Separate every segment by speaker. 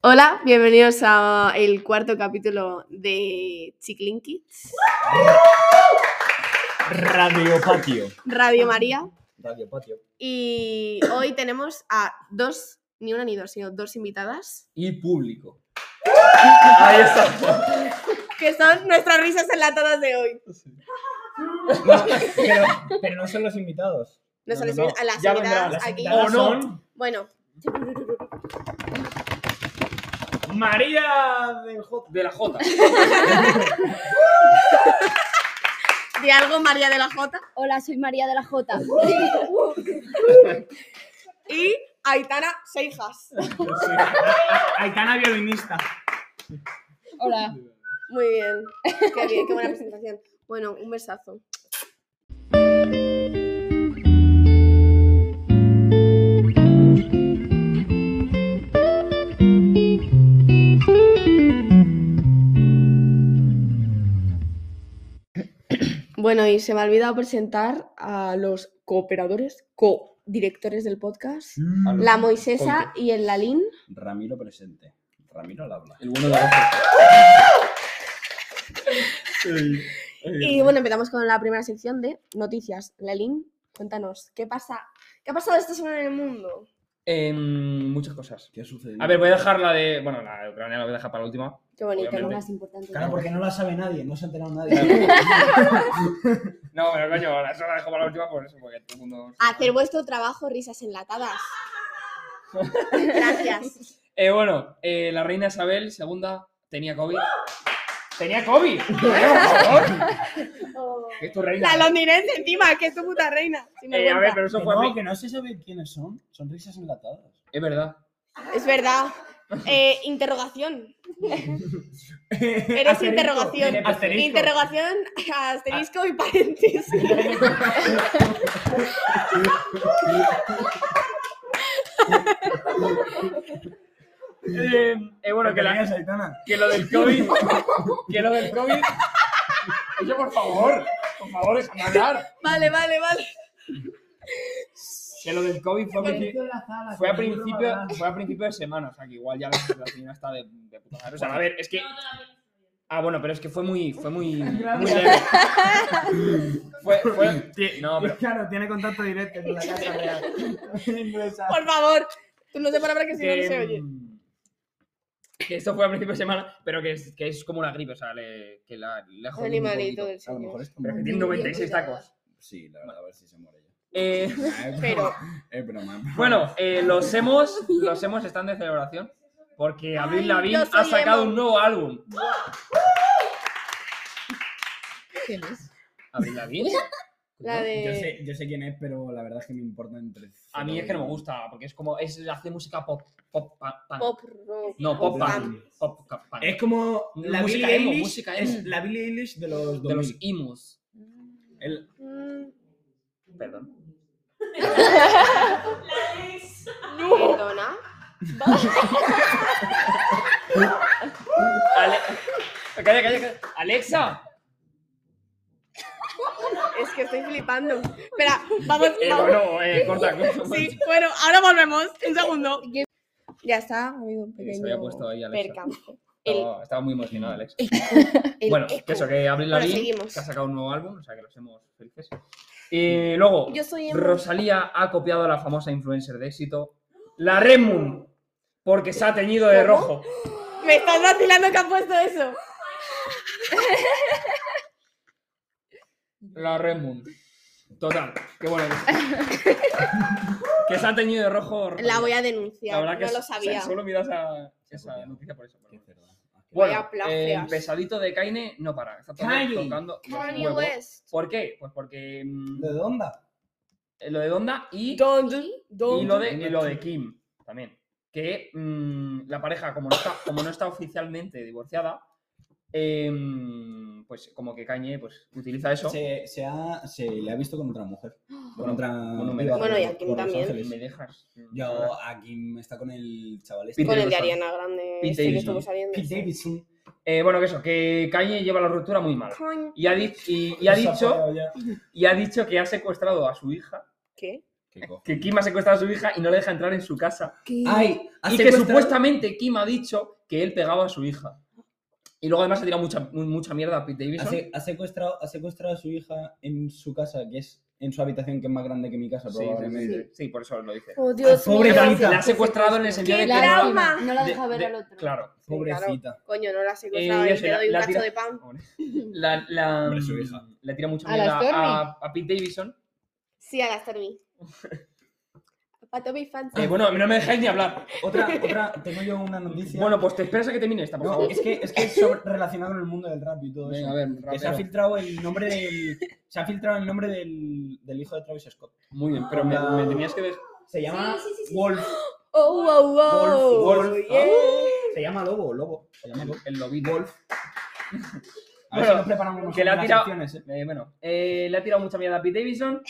Speaker 1: Hola, bienvenidos a el cuarto capítulo de Chiclin Kids,
Speaker 2: Radio Patio.
Speaker 3: Ah.
Speaker 1: Radio María.
Speaker 2: Radio Patio.
Speaker 1: Y hoy tenemos a dos, ni una ni dos, sino dos invitadas,
Speaker 2: Y público. Ahí está.
Speaker 1: que son nuestras risas enlatadas de hoy.
Speaker 3: Pero, pero no son los invitados.
Speaker 1: No son
Speaker 3: No,
Speaker 1: las
Speaker 3: no,
Speaker 1: invi- a las
Speaker 3: ya vendrán
Speaker 1: invitadas
Speaker 3: las
Speaker 1: aquí.
Speaker 3: invitadas.
Speaker 1: son-
Speaker 3: no.
Speaker 1: Bueno,
Speaker 3: María del J.
Speaker 2: De la J.
Speaker 1: de algo María de la Jota
Speaker 4: Hola, soy María de la Jota.
Speaker 1: y Aitana Seijas.
Speaker 3: Aitana violinista.
Speaker 4: Hola.
Speaker 1: Muy bien, qué bien, qué buena presentación. Bueno, un besazo. Bueno, y se me ha olvidado presentar a los cooperadores, co-directores del podcast, la Moisesa y el Lalín.
Speaker 2: Ramiro presente. Ramiro al habla. El bueno de la
Speaker 1: Y bueno, empezamos con la primera sección de noticias. Lelín, cuéntanos, ¿qué pasa? ¿Qué ha pasado esta semana en el mundo?
Speaker 3: Em,
Speaker 1: Mm.
Speaker 3: muchas cosas.
Speaker 2: ¿Qué ha sucedido?
Speaker 3: A ver, voy a dejar la de. Bueno, la de Ucrania la voy a dejar para la última.
Speaker 1: Qué bonito,
Speaker 3: Obviamente.
Speaker 1: ¿no?
Speaker 4: Lo más importante.
Speaker 5: Claro, porque no la sabe nadie, no se ha enterado nadie.
Speaker 3: No, pero coño, la- eso la dejo para la última por eso, porque todo el mundo.
Speaker 1: Hacer vuestro trabajo, risas enlatadas. Gracias.
Speaker 3: Eh, bueno, eh, la reina Isabel II tenía COVID. ¡Tenía COVID! ¡Por favor! Que es tu reina.
Speaker 1: La londinense encima, que es tu puta reina. sin
Speaker 3: Eh, a ver,
Speaker 1: vergüenza.
Speaker 3: pero eso
Speaker 5: Que
Speaker 3: fue.
Speaker 5: no,
Speaker 3: mi-
Speaker 5: que no se sabe quiénes son. Son risas enlatadas.
Speaker 3: Es verdad.
Speaker 1: Es verdad. Eh, interrogación. Eres interrogación.
Speaker 3: Asterisco.
Speaker 1: Interrogación, asterisco y paréntesis.
Speaker 3: Eh, eh, bueno, que la,
Speaker 5: Bienvenidas, Aitana.
Speaker 3: que lo del COVID. que lo del COVID. Oye, por favor, por favor, déjame hablar.
Speaker 1: Vale, vale, vale.
Speaker 3: Que lo del COVID fue, a principi- fue
Speaker 1: "Ah,
Speaker 3: a principio, fue a principio de semana, o sea que igual ya la situación está de, de puta madre. O sea, a ver, es que. Ah, bueno, pero es que fue muy. Fue muy. muy leve. Fue, fue- No, pero.
Speaker 5: Claro, tiene contacto directo con la casa real. Inglesa.
Speaker 1: Por favor. Tú no te palabras que si no, no
Speaker 3: Que,
Speaker 1: se oye.
Speaker 3: mm, que esto fue a principio de semana, pero que es, que es como una gripe, o sea, le, que la, le ha jodido un
Speaker 1: Animalito del
Speaker 3: poquito.
Speaker 2: A lo mejor
Speaker 1: señor.
Speaker 2: está
Speaker 3: Pero que
Speaker 2: muy-
Speaker 3: tiene 96 tacos.
Speaker 2: Sí, la verdad, a ver si se muere ya.
Speaker 3: Eh,
Speaker 2: Es
Speaker 1: Pero-
Speaker 2: broma, Es broma.
Speaker 3: Bueno, eh, los hemos, los hemos están de celebración porque Avril
Speaker 1: Ay,
Speaker 3: Lavigne
Speaker 1: yo
Speaker 3: ha
Speaker 1: soy
Speaker 3: sacado
Speaker 1: emo.
Speaker 3: un nuevo álbum.
Speaker 4: ¿Quién es?
Speaker 3: Avril Lavigne.
Speaker 1: La de.
Speaker 2: Yo sé, yo sé quién es, pero la verdad es que me importa entre.
Speaker 3: A mí es que no me gusta porque es como es hace música pop, pop, pa- punk.
Speaker 1: Pop rock.
Speaker 3: No, pop
Speaker 1: pop
Speaker 3: punk, pop ca- punk.
Speaker 5: Es como la
Speaker 3: Música
Speaker 5: Billie
Speaker 3: emo,
Speaker 5: Eilish.
Speaker 3: música
Speaker 5: es
Speaker 3: emo.
Speaker 5: la Billie Eilish de los 2000.
Speaker 3: de los imus.
Speaker 2: El-
Speaker 1: Mm,
Speaker 3: Perdón.
Speaker 1: Perdona.
Speaker 3: Ale- Calla, calla, calla. Alexa.
Speaker 1: Es que estoy flipando. Espera, vamos.
Speaker 3: Eh,
Speaker 1: vamos.
Speaker 3: bueno, eh, corta. corta.
Speaker 1: Sí, bueno, ahora volvemos. Un segundo. Ya está, ha habido un
Speaker 3: Sí, se había
Speaker 1: pequeño
Speaker 3: puesto ahí, Alexa.
Speaker 1: percance. El-
Speaker 3: Estaba, estaba muy emocionada, Alexa.
Speaker 1: el
Speaker 3: bueno,
Speaker 1: eco.
Speaker 3: que eso, que Abril
Speaker 1: Bueno,
Speaker 3: Lavigne,
Speaker 1: seguimos.
Speaker 3: que ha sacado un nuevo álbum, o sea que los hemos felices. Y luego,
Speaker 1: Yo soy emo.
Speaker 3: Rosalía ha copiado a la famosa influencer de éxito, la Red Moon, porque se ha teñido de
Speaker 1: ¿Cómo?
Speaker 3: rojo.
Speaker 1: Me estás vacilando que ha puesto eso.
Speaker 3: La Red Moon. Total, qué bueno. que se ha teñido de rojo. Rosalía.
Speaker 1: La voy a
Speaker 3: La
Speaker 1: denunciar.
Speaker 3: verdad que
Speaker 1: no lo
Speaker 3: se-
Speaker 1: sabía.
Speaker 3: solo miras a esa
Speaker 2: copiado.
Speaker 3: noticia por eso. pero
Speaker 2: Qué cerdo.
Speaker 3: bueno. Bueno,
Speaker 1: Vaya plagias.
Speaker 3: eh, el pesadito de Kaine no para. Está todo
Speaker 5: Kanye.
Speaker 3: tocando los
Speaker 1: Kanye
Speaker 3: huevos.
Speaker 1: West.
Speaker 3: ¿Por qué? Pues porque mm,
Speaker 5: ¿De dónde?
Speaker 3: lo de Donda y Y lo de, y lo de Kim también. Que mm, la pareja, como no está, como no está oficialmente divorciada, em, pues como que Kanye pues, utiliza eso.
Speaker 2: Se, se, ha, se le ha visto con otra mujer. Con
Speaker 3: Bueno,
Speaker 2: otra.
Speaker 3: bueno, me
Speaker 2: viva
Speaker 3: da-
Speaker 1: Bueno, y a
Speaker 2: por-
Speaker 1: Kim
Speaker 2: por Los
Speaker 1: también.
Speaker 2: Ángeles.
Speaker 3: Me dejas. mm,
Speaker 2: Yo aquí está con el chaval este.
Speaker 3: Pete
Speaker 1: Con el de
Speaker 3: Davidson.
Speaker 1: Ariana Grande.
Speaker 3: Pete
Speaker 1: este que
Speaker 3: Davidson.
Speaker 1: estuvo saliendo.
Speaker 2: Pete Davidson.
Speaker 3: Eh, bueno, que eso, que Kanye lleva la ruptura muy mal.
Speaker 1: Coño,
Speaker 3: Y ha, di- y, y ha
Speaker 5: Se ha
Speaker 3: dicho,
Speaker 5: apagado ya.
Speaker 3: y ha dicho que ha secuestrado a su hija
Speaker 1: ¿Qué?
Speaker 2: Qué cojo.
Speaker 3: que Kim ha secuestrado a su hija y no le deja entrar en su casa.
Speaker 1: ¿Qué?
Speaker 2: Ay, ha
Speaker 3: Y que
Speaker 2: secuestrado-
Speaker 3: supuestamente Kim ha dicho que él pegaba a su hija. Y luego además ha tirado mucha, mu- mucha mierda a Pete
Speaker 2: ha,
Speaker 3: Davidson.
Speaker 2: se- ha secuestrado, ha secuestrado a su hija en su casa, que es en su habitación, que es más grande que mi casa,
Speaker 3: Sí, sí,
Speaker 2: probablemente.
Speaker 3: sí, sí, por eso lo dice.
Speaker 4: Oh, Dios
Speaker 2: Pobre
Speaker 4: mío.
Speaker 2: Anita.
Speaker 3: La ha secuestrado en el sentido
Speaker 1: Qué
Speaker 3: de que...
Speaker 1: lástima.
Speaker 3: no-
Speaker 1: trauma.
Speaker 4: No la
Speaker 3: de-
Speaker 4: deja ver
Speaker 3: de-
Speaker 4: al otro.
Speaker 3: Claro.
Speaker 2: Pobrecita.
Speaker 1: Coño, no la has
Speaker 3: Eh,
Speaker 1: secuestrado
Speaker 3: yo
Speaker 1: y
Speaker 3: sé,
Speaker 1: te
Speaker 3: la-
Speaker 1: doy un
Speaker 3: la
Speaker 1: cacho
Speaker 3: tira-
Speaker 1: de pan.
Speaker 3: La, la,
Speaker 2: Hombre, su hija.
Speaker 3: la tira mucha
Speaker 4: ¿A la
Speaker 3: mierda
Speaker 4: Stormy?
Speaker 3: a, a Pete Davidson.
Speaker 1: Sí, a las Stormy. Para todos mis fans.
Speaker 3: Eh, bueno, no me dejáis ni hablar.
Speaker 2: Otra, otra, tengo yo una noticia.
Speaker 3: Bueno, pues te esperas a que termine esta, por
Speaker 2: No,
Speaker 3: favor.
Speaker 2: es que es, que es sobre- relacionado con el mundo del rap y todo
Speaker 3: Venga,
Speaker 2: eso.
Speaker 3: a ver,
Speaker 2: que se ha
Speaker 3: rapero.
Speaker 2: filtrado el nombre del, se ha filtrado el nombre del, del hijo de Travis Scott.
Speaker 3: Muy bien, pero me, me tenías que dejar...
Speaker 2: Se llama Wolf.
Speaker 1: Oh, wow, wow.
Speaker 2: Wolf, Wolf.
Speaker 1: yeah.
Speaker 2: Se llama Lobo, Lobo. Se llama Lobo.
Speaker 3: El lobby Wolf.
Speaker 2: A ver
Speaker 3: Bueno,
Speaker 2: si nos preparamos mejor
Speaker 3: que le ha
Speaker 2: las
Speaker 3: tirado-
Speaker 2: secciones, eh.
Speaker 3: Eh, bueno, eh, le ha tirado mucha mierda a Pete Davidson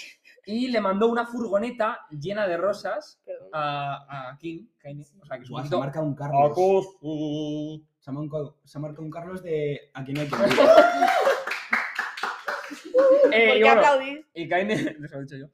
Speaker 3: y le mandó una furgoneta llena de rosas
Speaker 1: Perdón.
Speaker 3: a, a Kim. Kanye. O sea, que su
Speaker 2: Buah, se
Speaker 3: poquito-
Speaker 2: ha marcado un Carlos. Se ha, marcado, se ha marcado un Carlos de Aquí no hay quien viva.
Speaker 3: Eh,
Speaker 1: ¿Por
Speaker 3: y
Speaker 1: qué
Speaker 3: bueno,
Speaker 1: aplaudís?
Speaker 3: y Kanye, os lo he dicho yo.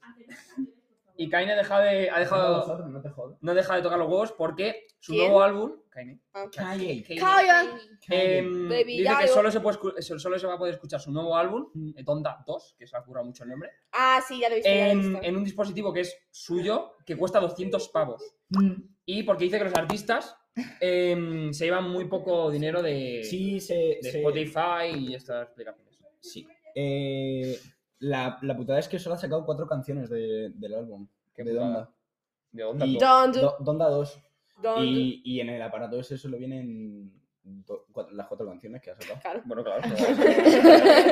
Speaker 3: Y Kanye deja de, ha dejado,
Speaker 2: Vosotros, no te jodas.
Speaker 3: no deja de tocar los huevos porque su
Speaker 1: ¿Quién?
Speaker 3: nuevo álbum, Kanye,
Speaker 2: Kanye.
Speaker 1: Calla.
Speaker 3: eh,
Speaker 2: Em,
Speaker 1: Baby,
Speaker 3: dice
Speaker 1: ya
Speaker 3: que
Speaker 1: yo-
Speaker 3: solo se, puede, escu- solo se va a poder escuchar su nuevo álbum, eh, Donda 2, que se ha currado mucho el nombre,
Speaker 1: Ah, sí, ya lo he visto. ya lo he
Speaker 3: en,
Speaker 1: visto.
Speaker 3: en un dispositivo que es suyo, que cuesta 200 pavos.
Speaker 1: Mm.
Speaker 3: Y porque dice que los artistas em, se llevan muy poco dinero de,
Speaker 2: Sí, se,
Speaker 3: Eh, de
Speaker 2: se-
Speaker 3: Spotify y estas aplicaciones.
Speaker 2: sí. Eh, la, la putada es que solo ha sacado cuatro canciones de- del álbum.
Speaker 3: Qué
Speaker 2: de
Speaker 3: putada.
Speaker 2: Donda.
Speaker 3: De onda.
Speaker 2: Y-
Speaker 1: Don't, do-
Speaker 2: Do- Donda 2.
Speaker 1: don't. do-
Speaker 2: Y, y en el aparato ese solo vienen do- cua- las cuatro canciones que ha sacado.
Speaker 1: Claro.
Speaker 3: Bueno, claro.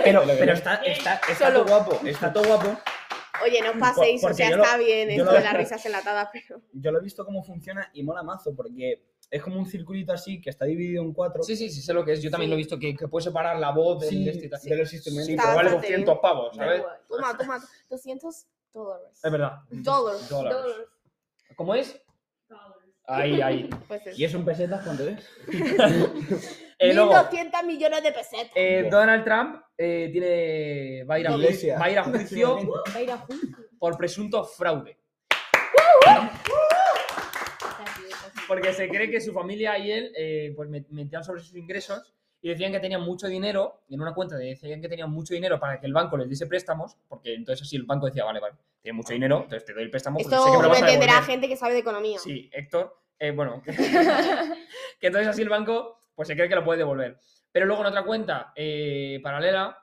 Speaker 2: Pero, pero está, está, está
Speaker 1: Solo.
Speaker 2: todo guapo, está todo guapo.
Speaker 1: Oye, no os paséis, o
Speaker 2: porque
Speaker 1: sea,
Speaker 2: yo lo-
Speaker 1: está bien
Speaker 2: yo
Speaker 1: esto
Speaker 2: lo-
Speaker 1: de las risas enlatadas, pero.
Speaker 2: Yo lo he visto cómo funciona y mola mazo porque es como un circulito así que está dividido en cuatro.
Speaker 3: Sí, sí, sí, sé lo que es. Yo también
Speaker 1: Sí.
Speaker 3: lo he visto, que, que puede separar la voz del
Speaker 2: Sí,
Speaker 3: de este y tal.
Speaker 2: de los
Speaker 3: Sí,
Speaker 2: instrumentos.
Speaker 1: Está
Speaker 3: pero vale
Speaker 1: bastante
Speaker 3: 200 pavos, ¿sabes?
Speaker 1: Toma, toma. 200 dólares.
Speaker 3: Es verdad.
Speaker 1: Dólares.
Speaker 3: Dólares.
Speaker 1: Dólares.
Speaker 3: ¿Cómo es? Ahí, ahí.
Speaker 1: Pues eso.
Speaker 2: ¿Y eso en pesetas cuánto es?
Speaker 3: Eh, luego,
Speaker 1: 1.200 millones de pesetas.
Speaker 3: eh, Donald Trump eh, tiene, va, a ir a, ju-
Speaker 2: Iglesia.
Speaker 3: va a ir a juicio
Speaker 4: Va a ir a juicio.
Speaker 3: por presunto fraude. porque se cree que su familia y él eh, pues me- mentían sobre sus ingresos y decían que tenían mucho dinero, en una cuenta decían que tenían mucho dinero para que el banco les diese préstamos, porque entonces así el banco decía, vale, vale, tienes mucho dinero, entonces te doy el préstamo, porque sé que
Speaker 1: Esto
Speaker 3: me lo
Speaker 1: lo
Speaker 3: vas a
Speaker 1: entenderá
Speaker 3: devolver".
Speaker 1: gente que sabe de economía.
Speaker 3: Sí, Héctor, eh, bueno, que, entonces así el banco pues se cree que lo puede devolver. Pero luego en otra cuenta eh, paralela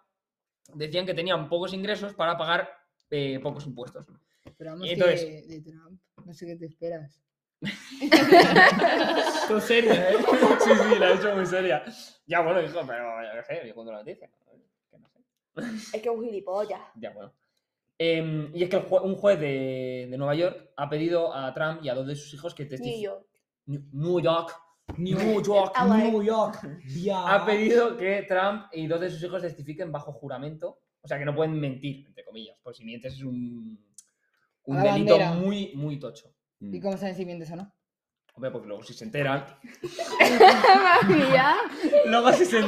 Speaker 3: decían que tenían pocos ingresos para pagar eh, pocos impuestos.
Speaker 4: Pero vamos,
Speaker 3: Entonces-
Speaker 4: que de Trump, no sé qué te esperas.
Speaker 3: Tú seria, ¿eh? Sí, sí, la he hecho muy seria. Ya, bueno, hijo, pero yo qué sé, yo cuento la noticia. Que no sé.
Speaker 1: Es que es un gilipollas.
Speaker 3: Ya, bueno. Em, y es que el jue- un juez de, de Nueva York ha pedido a Trump y a dos de sus hijos que
Speaker 1: Ni
Speaker 3: testifiquen.
Speaker 1: yo.
Speaker 3: New York. New York.
Speaker 1: Ah, guay.
Speaker 2: New York. ya.
Speaker 3: Ha pedido que Trump y dos de sus hijos testifiquen bajo juramento. O sea, que no pueden mentir, entre comillas. Por si mientes es un, un
Speaker 4: A la
Speaker 3: delito
Speaker 4: bandera.
Speaker 3: muy, muy tocho.
Speaker 2: Mm,
Speaker 4: ¿Y cómo saben si mientes o no?
Speaker 3: Hombre, porque luego si se enteran,
Speaker 4: ya.
Speaker 3: Luego si se,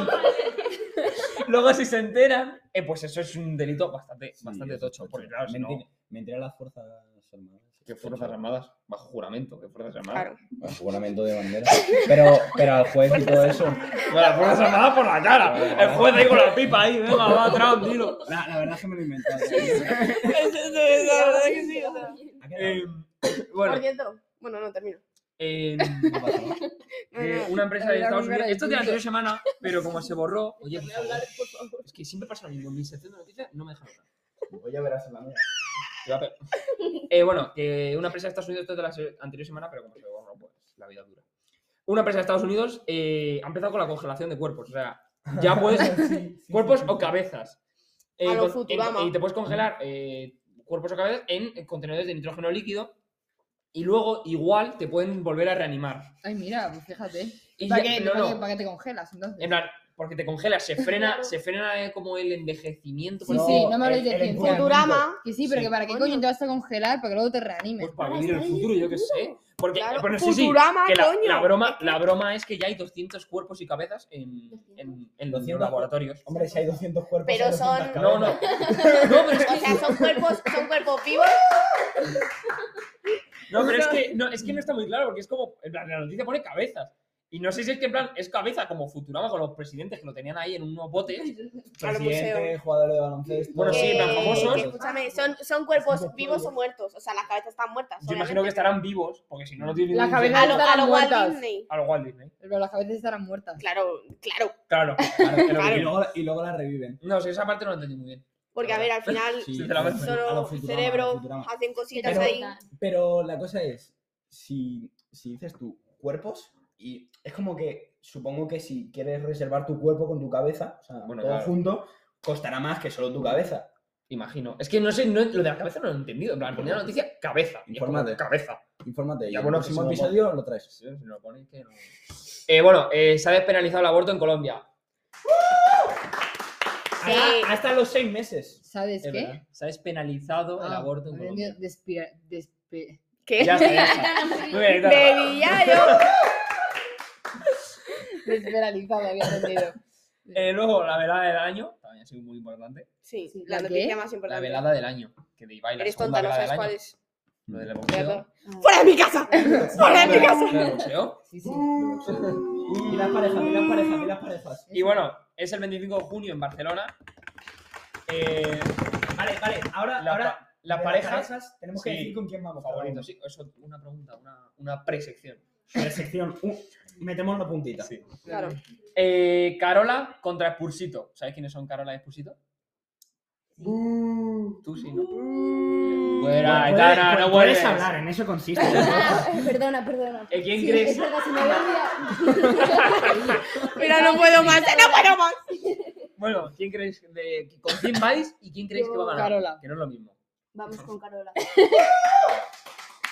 Speaker 3: luego si se enteran, eh, pues eso es un delito bastante,
Speaker 2: Sí,
Speaker 3: bastante
Speaker 2: eso es
Speaker 3: tocho.
Speaker 2: tocho.
Speaker 3: Porque claro, si no,
Speaker 2: Mentir- mentir a las fuerzas armadas.
Speaker 3: que fuerzas armadas, bajo juramento, que fuerzas armadas.
Speaker 1: Claro.
Speaker 2: Bueno, juramento de bandera. Pero, pero al juez y todo eso.
Speaker 3: Bueno, las fuerzas armadas por la cara. El juez ahí con la pipa ahí, venga, va atrás, dilo.
Speaker 2: La, la verdad es que me lo he inventado.
Speaker 1: La verdad que sí, o sea.
Speaker 2: Ha quedado-
Speaker 3: Eh,
Speaker 1: Por
Speaker 3: bueno,
Speaker 1: cierto, bueno, no termino.
Speaker 3: eh,
Speaker 2: ha pasado.
Speaker 1: No,
Speaker 3: que
Speaker 1: no.
Speaker 3: Eh, una empresa de
Speaker 4: Hablar
Speaker 3: Estados
Speaker 4: con cara
Speaker 3: Unidos.
Speaker 4: de
Speaker 3: Esto es de la
Speaker 4: tonto.
Speaker 3: anterior semana, pero como se borró, oye, pues, por favor, es que siempre pasa lo mismo. En mi sección de noticias no me dejan hablar.
Speaker 2: Voy a verás en la mía.
Speaker 3: Te va a pe- Eh, bueno, que una empresa de Estados Unidos, esto es de la se- anterior semana, pero como se borró, pues la vida dura. Una empresa de Estados Unidos eh, ha empezado con la congelación de cuerpos, o sea, ya puedes. cuerpos o cabezas. Eh,
Speaker 1: A lo
Speaker 3: con- en-
Speaker 1: Futurama.
Speaker 3: y te puedes congelar eh, cuerpos o cabezas en contenedores de nitrógeno líquido y luego igual te pueden volver a reanimar.
Speaker 4: Ay, mira, pues fíjate.
Speaker 3: Y
Speaker 4: ¿Para
Speaker 3: ya-
Speaker 4: qué,
Speaker 3: no,
Speaker 4: para qué-
Speaker 3: no,
Speaker 4: para qué te congelas entonces?
Speaker 3: en plan, porque te congelas, se frena, se frena eh, como el envejecimiento.
Speaker 4: Sí,
Speaker 3: por
Speaker 4: sí,
Speaker 3: ejemplo,
Speaker 4: no me habléis
Speaker 2: el-
Speaker 4: de
Speaker 2: el
Speaker 4: ciencia.
Speaker 2: empoderamiento.
Speaker 1: Futurama.
Speaker 4: Que sí, pero
Speaker 3: Eh, Sí.
Speaker 4: que para qué
Speaker 1: Coño.
Speaker 4: coño te vas a congelar para que luego te reanimes.
Speaker 3: pues para vivir el futuro, yo qué sé. Porque,
Speaker 1: Claro,
Speaker 3: bueno, sí, sí,
Speaker 1: Futurama,
Speaker 3: que la,
Speaker 1: coño.
Speaker 3: la broma, la broma es que ya hay 200 cuerpos y cabezas en, en, en los
Speaker 2: 200.
Speaker 3: laboratorios.
Speaker 2: Hombre, si hay 200 cuerpos.
Speaker 1: Pero
Speaker 2: hay 200
Speaker 1: son-
Speaker 3: No, no.
Speaker 2: cabezas.
Speaker 3: No, pero es
Speaker 1: O
Speaker 3: que,
Speaker 1: sea, son cuerpos, son cuerpos vivos.
Speaker 3: no, pero es que, no, es que no está muy claro, porque es como, en plan, la noticia pone cabezas. Y no sé si es que en plan es cabeza como Futurama con los presidentes que lo tenían ahí en unos botes.
Speaker 1: al
Speaker 2: Presidente,
Speaker 1: museo.
Speaker 2: jugadores de baloncesto. Eh,
Speaker 3: Bueno, sí,
Speaker 1: que-
Speaker 3: tan famosos.
Speaker 1: que, escúchame, son, son cuerpos vivos o muertos. O sea, las cabezas están muertas.
Speaker 3: Yo imagino que
Speaker 1: obviamente.
Speaker 3: estarán vivos, porque si no, no tiene
Speaker 4: Las
Speaker 3: ningún sentido.
Speaker 4: cabezas-
Speaker 1: a lo, a lo
Speaker 4: estarán
Speaker 1: Walt
Speaker 4: muertas.
Speaker 1: Disney.
Speaker 3: Al Walt Disney.
Speaker 4: Pero las cabezas estarán muertas.
Speaker 1: Claro, claro.
Speaker 3: Claro.
Speaker 1: Claro.
Speaker 2: Y, luego, y luego la reviven.
Speaker 3: No sé, esa parte no la entendí muy bien.
Speaker 1: Porque, a ver, al final,
Speaker 2: Sí,
Speaker 3: Sinceramente.
Speaker 2: a lo
Speaker 1: solo
Speaker 2: Futurama, a lo
Speaker 1: cerebro,
Speaker 2: Futurama.
Speaker 1: hacen cositas
Speaker 2: Pero-
Speaker 1: ahí.
Speaker 2: Pero la cosa es, si, si dices tú cuerpos, y es como que supongo que si quieres reservar tu cuerpo con tu cabeza, o sea,
Speaker 3: Bueno,
Speaker 2: todo
Speaker 3: claro.
Speaker 2: junto, costará más que solo tu cabeza.
Speaker 3: Imagino. Es que no sé, no- lo de la cabeza no lo he entendido. En plan, ponía la noticia cabeza. y es como,
Speaker 2: Infórmate.
Speaker 3: Cabeza.
Speaker 2: Infórmate.
Speaker 3: Ya,
Speaker 2: y en el
Speaker 3: bueno,
Speaker 2: próximo
Speaker 3: si no-
Speaker 2: episodio lo traes.
Speaker 3: Sí, si lo ponéis que no- Eh, bueno, eh, se ha despenalizado el aborto en Colombia.
Speaker 1: Sí.
Speaker 2: Hasta, hasta los seis meses.
Speaker 4: ¿Sabes
Speaker 2: Es
Speaker 4: qué?
Speaker 2: verdad.
Speaker 3: Se ha despenalizado el
Speaker 4: Ah,
Speaker 3: aborto en
Speaker 4: había
Speaker 3: Colombia.
Speaker 4: entendido despira- despe-
Speaker 1: ¿Qué?
Speaker 3: Ya está, ya está. Muy bien, claro.
Speaker 1: Baby, ya yo.
Speaker 4: despenalizado, había entendido.
Speaker 3: Eh, luego, la velada del año. También ha sido muy importante.
Speaker 1: Sí,
Speaker 4: Sí,
Speaker 1: la
Speaker 4: ¿la qué?
Speaker 1: noticia más
Speaker 3: La
Speaker 1: importante.
Speaker 3: velada del año. Que de Ibai, la
Speaker 1: Eres
Speaker 3: segunda
Speaker 1: tonta, no
Speaker 3: velada
Speaker 1: sabes
Speaker 3: del
Speaker 1: cuál
Speaker 3: año.
Speaker 1: es.
Speaker 3: Lo del boxeo.
Speaker 1: Perdón.
Speaker 4: Ah.
Speaker 1: ¡Fuera de mi casa! ¡Fuera de mi casa!
Speaker 3: Lo del boxeo.
Speaker 4: Sí, sí.
Speaker 2: Y las parejas, y las parejas, y las parejas.
Speaker 3: Y bueno, es el 25 de junio en Barcelona. Eh,
Speaker 2: Vale, vale, ahora,
Speaker 3: la-
Speaker 2: ahora
Speaker 3: las
Speaker 2: de
Speaker 3: parejas
Speaker 2: tenemos
Speaker 3: sí.
Speaker 2: que decir con quién vamos. cada
Speaker 3: favoritos.
Speaker 2: uno.
Speaker 3: Sí, eso, una pregunta, una, una presección.
Speaker 2: La sección, uh, metemos la puntita.
Speaker 1: Claro.
Speaker 3: Eh, Carola contra Expursito. ¿Sabéis quiénes son Carola y Expursito? Tú sí, ¿no?
Speaker 2: Puedes-
Speaker 3: Fuera, Aitana,
Speaker 2: Uh. puedes-
Speaker 3: no
Speaker 2: puedes
Speaker 3: vuelves.
Speaker 2: hablar, en eso consiste.
Speaker 6: Ah, Perdona, perdona.
Speaker 3: Eh, ¿Quién
Speaker 6: Sí,
Speaker 3: crees?
Speaker 6: es verdad, se me había olvidado.
Speaker 1: Mira, no puedo más, no puedo más.
Speaker 3: Bueno, ¿quién crees de- con quién vais y quién creéis que va a ganar?
Speaker 4: Carola.
Speaker 3: Que no es lo mismo.
Speaker 6: Vamos con Carola.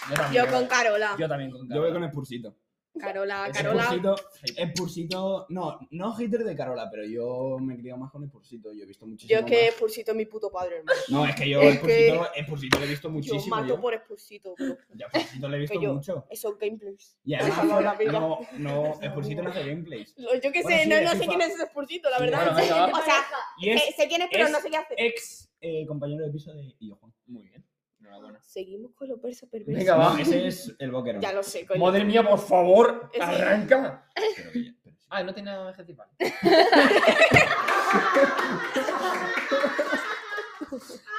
Speaker 3: Yo también.
Speaker 1: Yo con Carola.
Speaker 3: Yo también con
Speaker 2: Yo voy
Speaker 3: Carola.
Speaker 2: con Eh, el pursito.
Speaker 1: Carola,
Speaker 3: Ese
Speaker 1: Carola.
Speaker 2: Expursito, Expursito- no, no hater de Carola, pero yo me he criado más con el pursito. Yo he visto muchísimo.
Speaker 1: Yo es que
Speaker 2: más.
Speaker 1: Expursito es mi puto padre, hermano.
Speaker 2: No, es que yo
Speaker 1: es
Speaker 2: el pursito, el Pursito le he visto
Speaker 1: Yo
Speaker 2: muchísimo.
Speaker 1: mato
Speaker 2: yo.
Speaker 1: por Expursito, bro.
Speaker 2: Yo el Pursito le he visto
Speaker 1: yo-
Speaker 2: mucho.
Speaker 1: Esos gameplays.
Speaker 2: Y
Speaker 1: Eso no la
Speaker 2: además,
Speaker 1: vida.
Speaker 2: no, no, el Pursito no hace gameplays.
Speaker 1: Lo- Yo qué
Speaker 2: Bueno,
Speaker 1: sé,
Speaker 2: sí,
Speaker 1: no,
Speaker 2: de
Speaker 1: no sé
Speaker 2: FIFA.
Speaker 1: quién es Expursito, la
Speaker 2: Sí,
Speaker 1: verdad.
Speaker 3: bueno, venga, va.
Speaker 1: o sea,
Speaker 2: Y
Speaker 1: eh,
Speaker 2: es
Speaker 1: sé quién es, pero
Speaker 3: es-
Speaker 1: no sé qué hace.
Speaker 2: ex eh, compañero de piso de y yo, Juan.
Speaker 3: Muy bien. Enhorabuena.
Speaker 1: Seguimos con los versos perversos.
Speaker 3: Venga, va.
Speaker 2: No, ese es el boquerón.
Speaker 1: Ya lo sé, coño.
Speaker 3: Madre mía, por favor,
Speaker 1: Ese-
Speaker 3: arranca.
Speaker 2: Pero que ya- pero sí.
Speaker 3: Ah, no tiene nada ejercicio.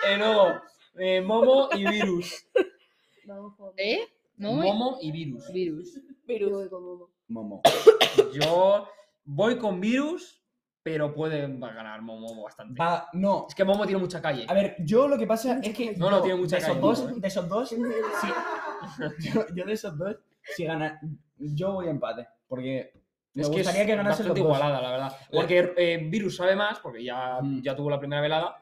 Speaker 3: eh, luego, eh, Momo y Virus.
Speaker 6: Vamos con
Speaker 4: ¿Eh? ¿Momo? y-
Speaker 3: Momo y Virus.
Speaker 4: Virus.
Speaker 6: Yo
Speaker 1: Virus.
Speaker 6: voy con Momo.
Speaker 2: Momo.
Speaker 3: Yo voy con Virus, pero puede ganar Momo bastante.
Speaker 2: Va, no.
Speaker 3: Es que Momo tiene mucha calle.
Speaker 2: A ver, yo lo que pasa es que.
Speaker 3: No, no,
Speaker 2: yo
Speaker 3: tiene mucha
Speaker 2: de esos
Speaker 3: calle,
Speaker 2: dos,
Speaker 3: tío, ¿eh?
Speaker 2: De esos dos, sí. Yo, yo de esos dos, si gana. Yo voy a empate. Porque me
Speaker 3: es que
Speaker 2: gustaría
Speaker 3: es
Speaker 2: que ganase los
Speaker 3: bastante
Speaker 2: dos.
Speaker 3: igualada, la verdad. Porque eh, Virus sabe más, porque ya,
Speaker 2: Mm.
Speaker 3: ya tuvo la primera velada.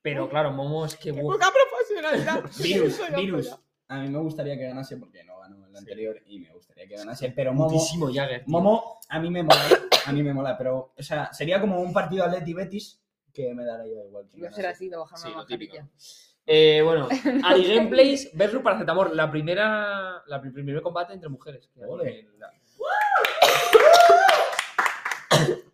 Speaker 3: Pero claro, Momo es que. buah,
Speaker 1: Poca profesionalidad.
Speaker 2: Virus,
Speaker 1: Soy la
Speaker 2: virus.
Speaker 1: polla.
Speaker 2: A mí me gustaría que ganase porque no ganó el anterior y me gustaría que ganase. Pero Momo,
Speaker 3: Muchísimo Jagger. tío.
Speaker 2: Momo, a mí me mola. A mí me mola, pero. O sea, sería como un partido Atleti Betis que me daría igual. quién
Speaker 4: Iba a ser
Speaker 2: ganase.
Speaker 4: así, lo bajaron
Speaker 3: Sí,
Speaker 4: una
Speaker 3: lo típico.
Speaker 4: mascarilla.
Speaker 3: Eh, bueno, Ari Gameplays versus Paracetamol, la primera, la pri- primer combate entre mujeres. Que
Speaker 2: Ole.
Speaker 3: hay en la-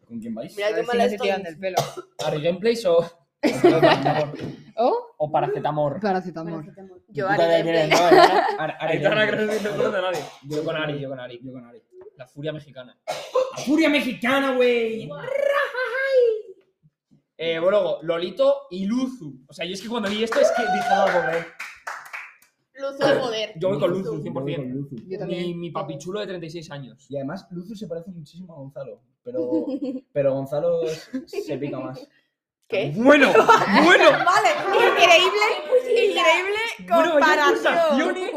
Speaker 2: ¿Con quién vais?
Speaker 1: Mira
Speaker 4: A
Speaker 1: qué
Speaker 4: ver si
Speaker 1: mala
Speaker 4: no se
Speaker 1: estoy.
Speaker 4: tiran del pelo.
Speaker 3: Ari Gameplays o,
Speaker 4: ¿O?
Speaker 3: o Paracetamol.
Speaker 4: Paracetamol.
Speaker 6: Paracetamol.
Speaker 1: Yo
Speaker 3: Puta
Speaker 1: haré
Speaker 3: de mierda,
Speaker 1: gameplay.
Speaker 3: no, ¿verdad?
Speaker 2: Ar- Ar-
Speaker 3: Aitana, creo que no conoce a nadie. Yo
Speaker 2: Yo
Speaker 3: con
Speaker 2: con
Speaker 3: Ari,
Speaker 2: Ari.
Speaker 3: yo con Ari.
Speaker 2: Yo con Ari.
Speaker 3: La furia mexicana.
Speaker 2: ¡Furia mexicana, güey!
Speaker 3: Eh, bueno, luego, Lolito y Luzu. O sea, yo es que cuando vi esto es que dije, no, no, no,
Speaker 1: Luz al poder.
Speaker 3: yo voy con
Speaker 2: Luzu,
Speaker 3: Luzu,
Speaker 2: yo voy con
Speaker 3: 100%.
Speaker 2: Luzu.
Speaker 4: Yo
Speaker 3: Mi,
Speaker 4: también.
Speaker 3: mi papichulo de 36 años.
Speaker 2: Y además, Luzu se parece muchísimo a Gonzalo. Pero, pero Gonzalo se pica más.
Speaker 1: ¿Qué?
Speaker 3: Bueno, bueno.
Speaker 1: Vale, increíble, increíble
Speaker 3: Bueno, vaya
Speaker 1: comparación.
Speaker 3: acusaciones.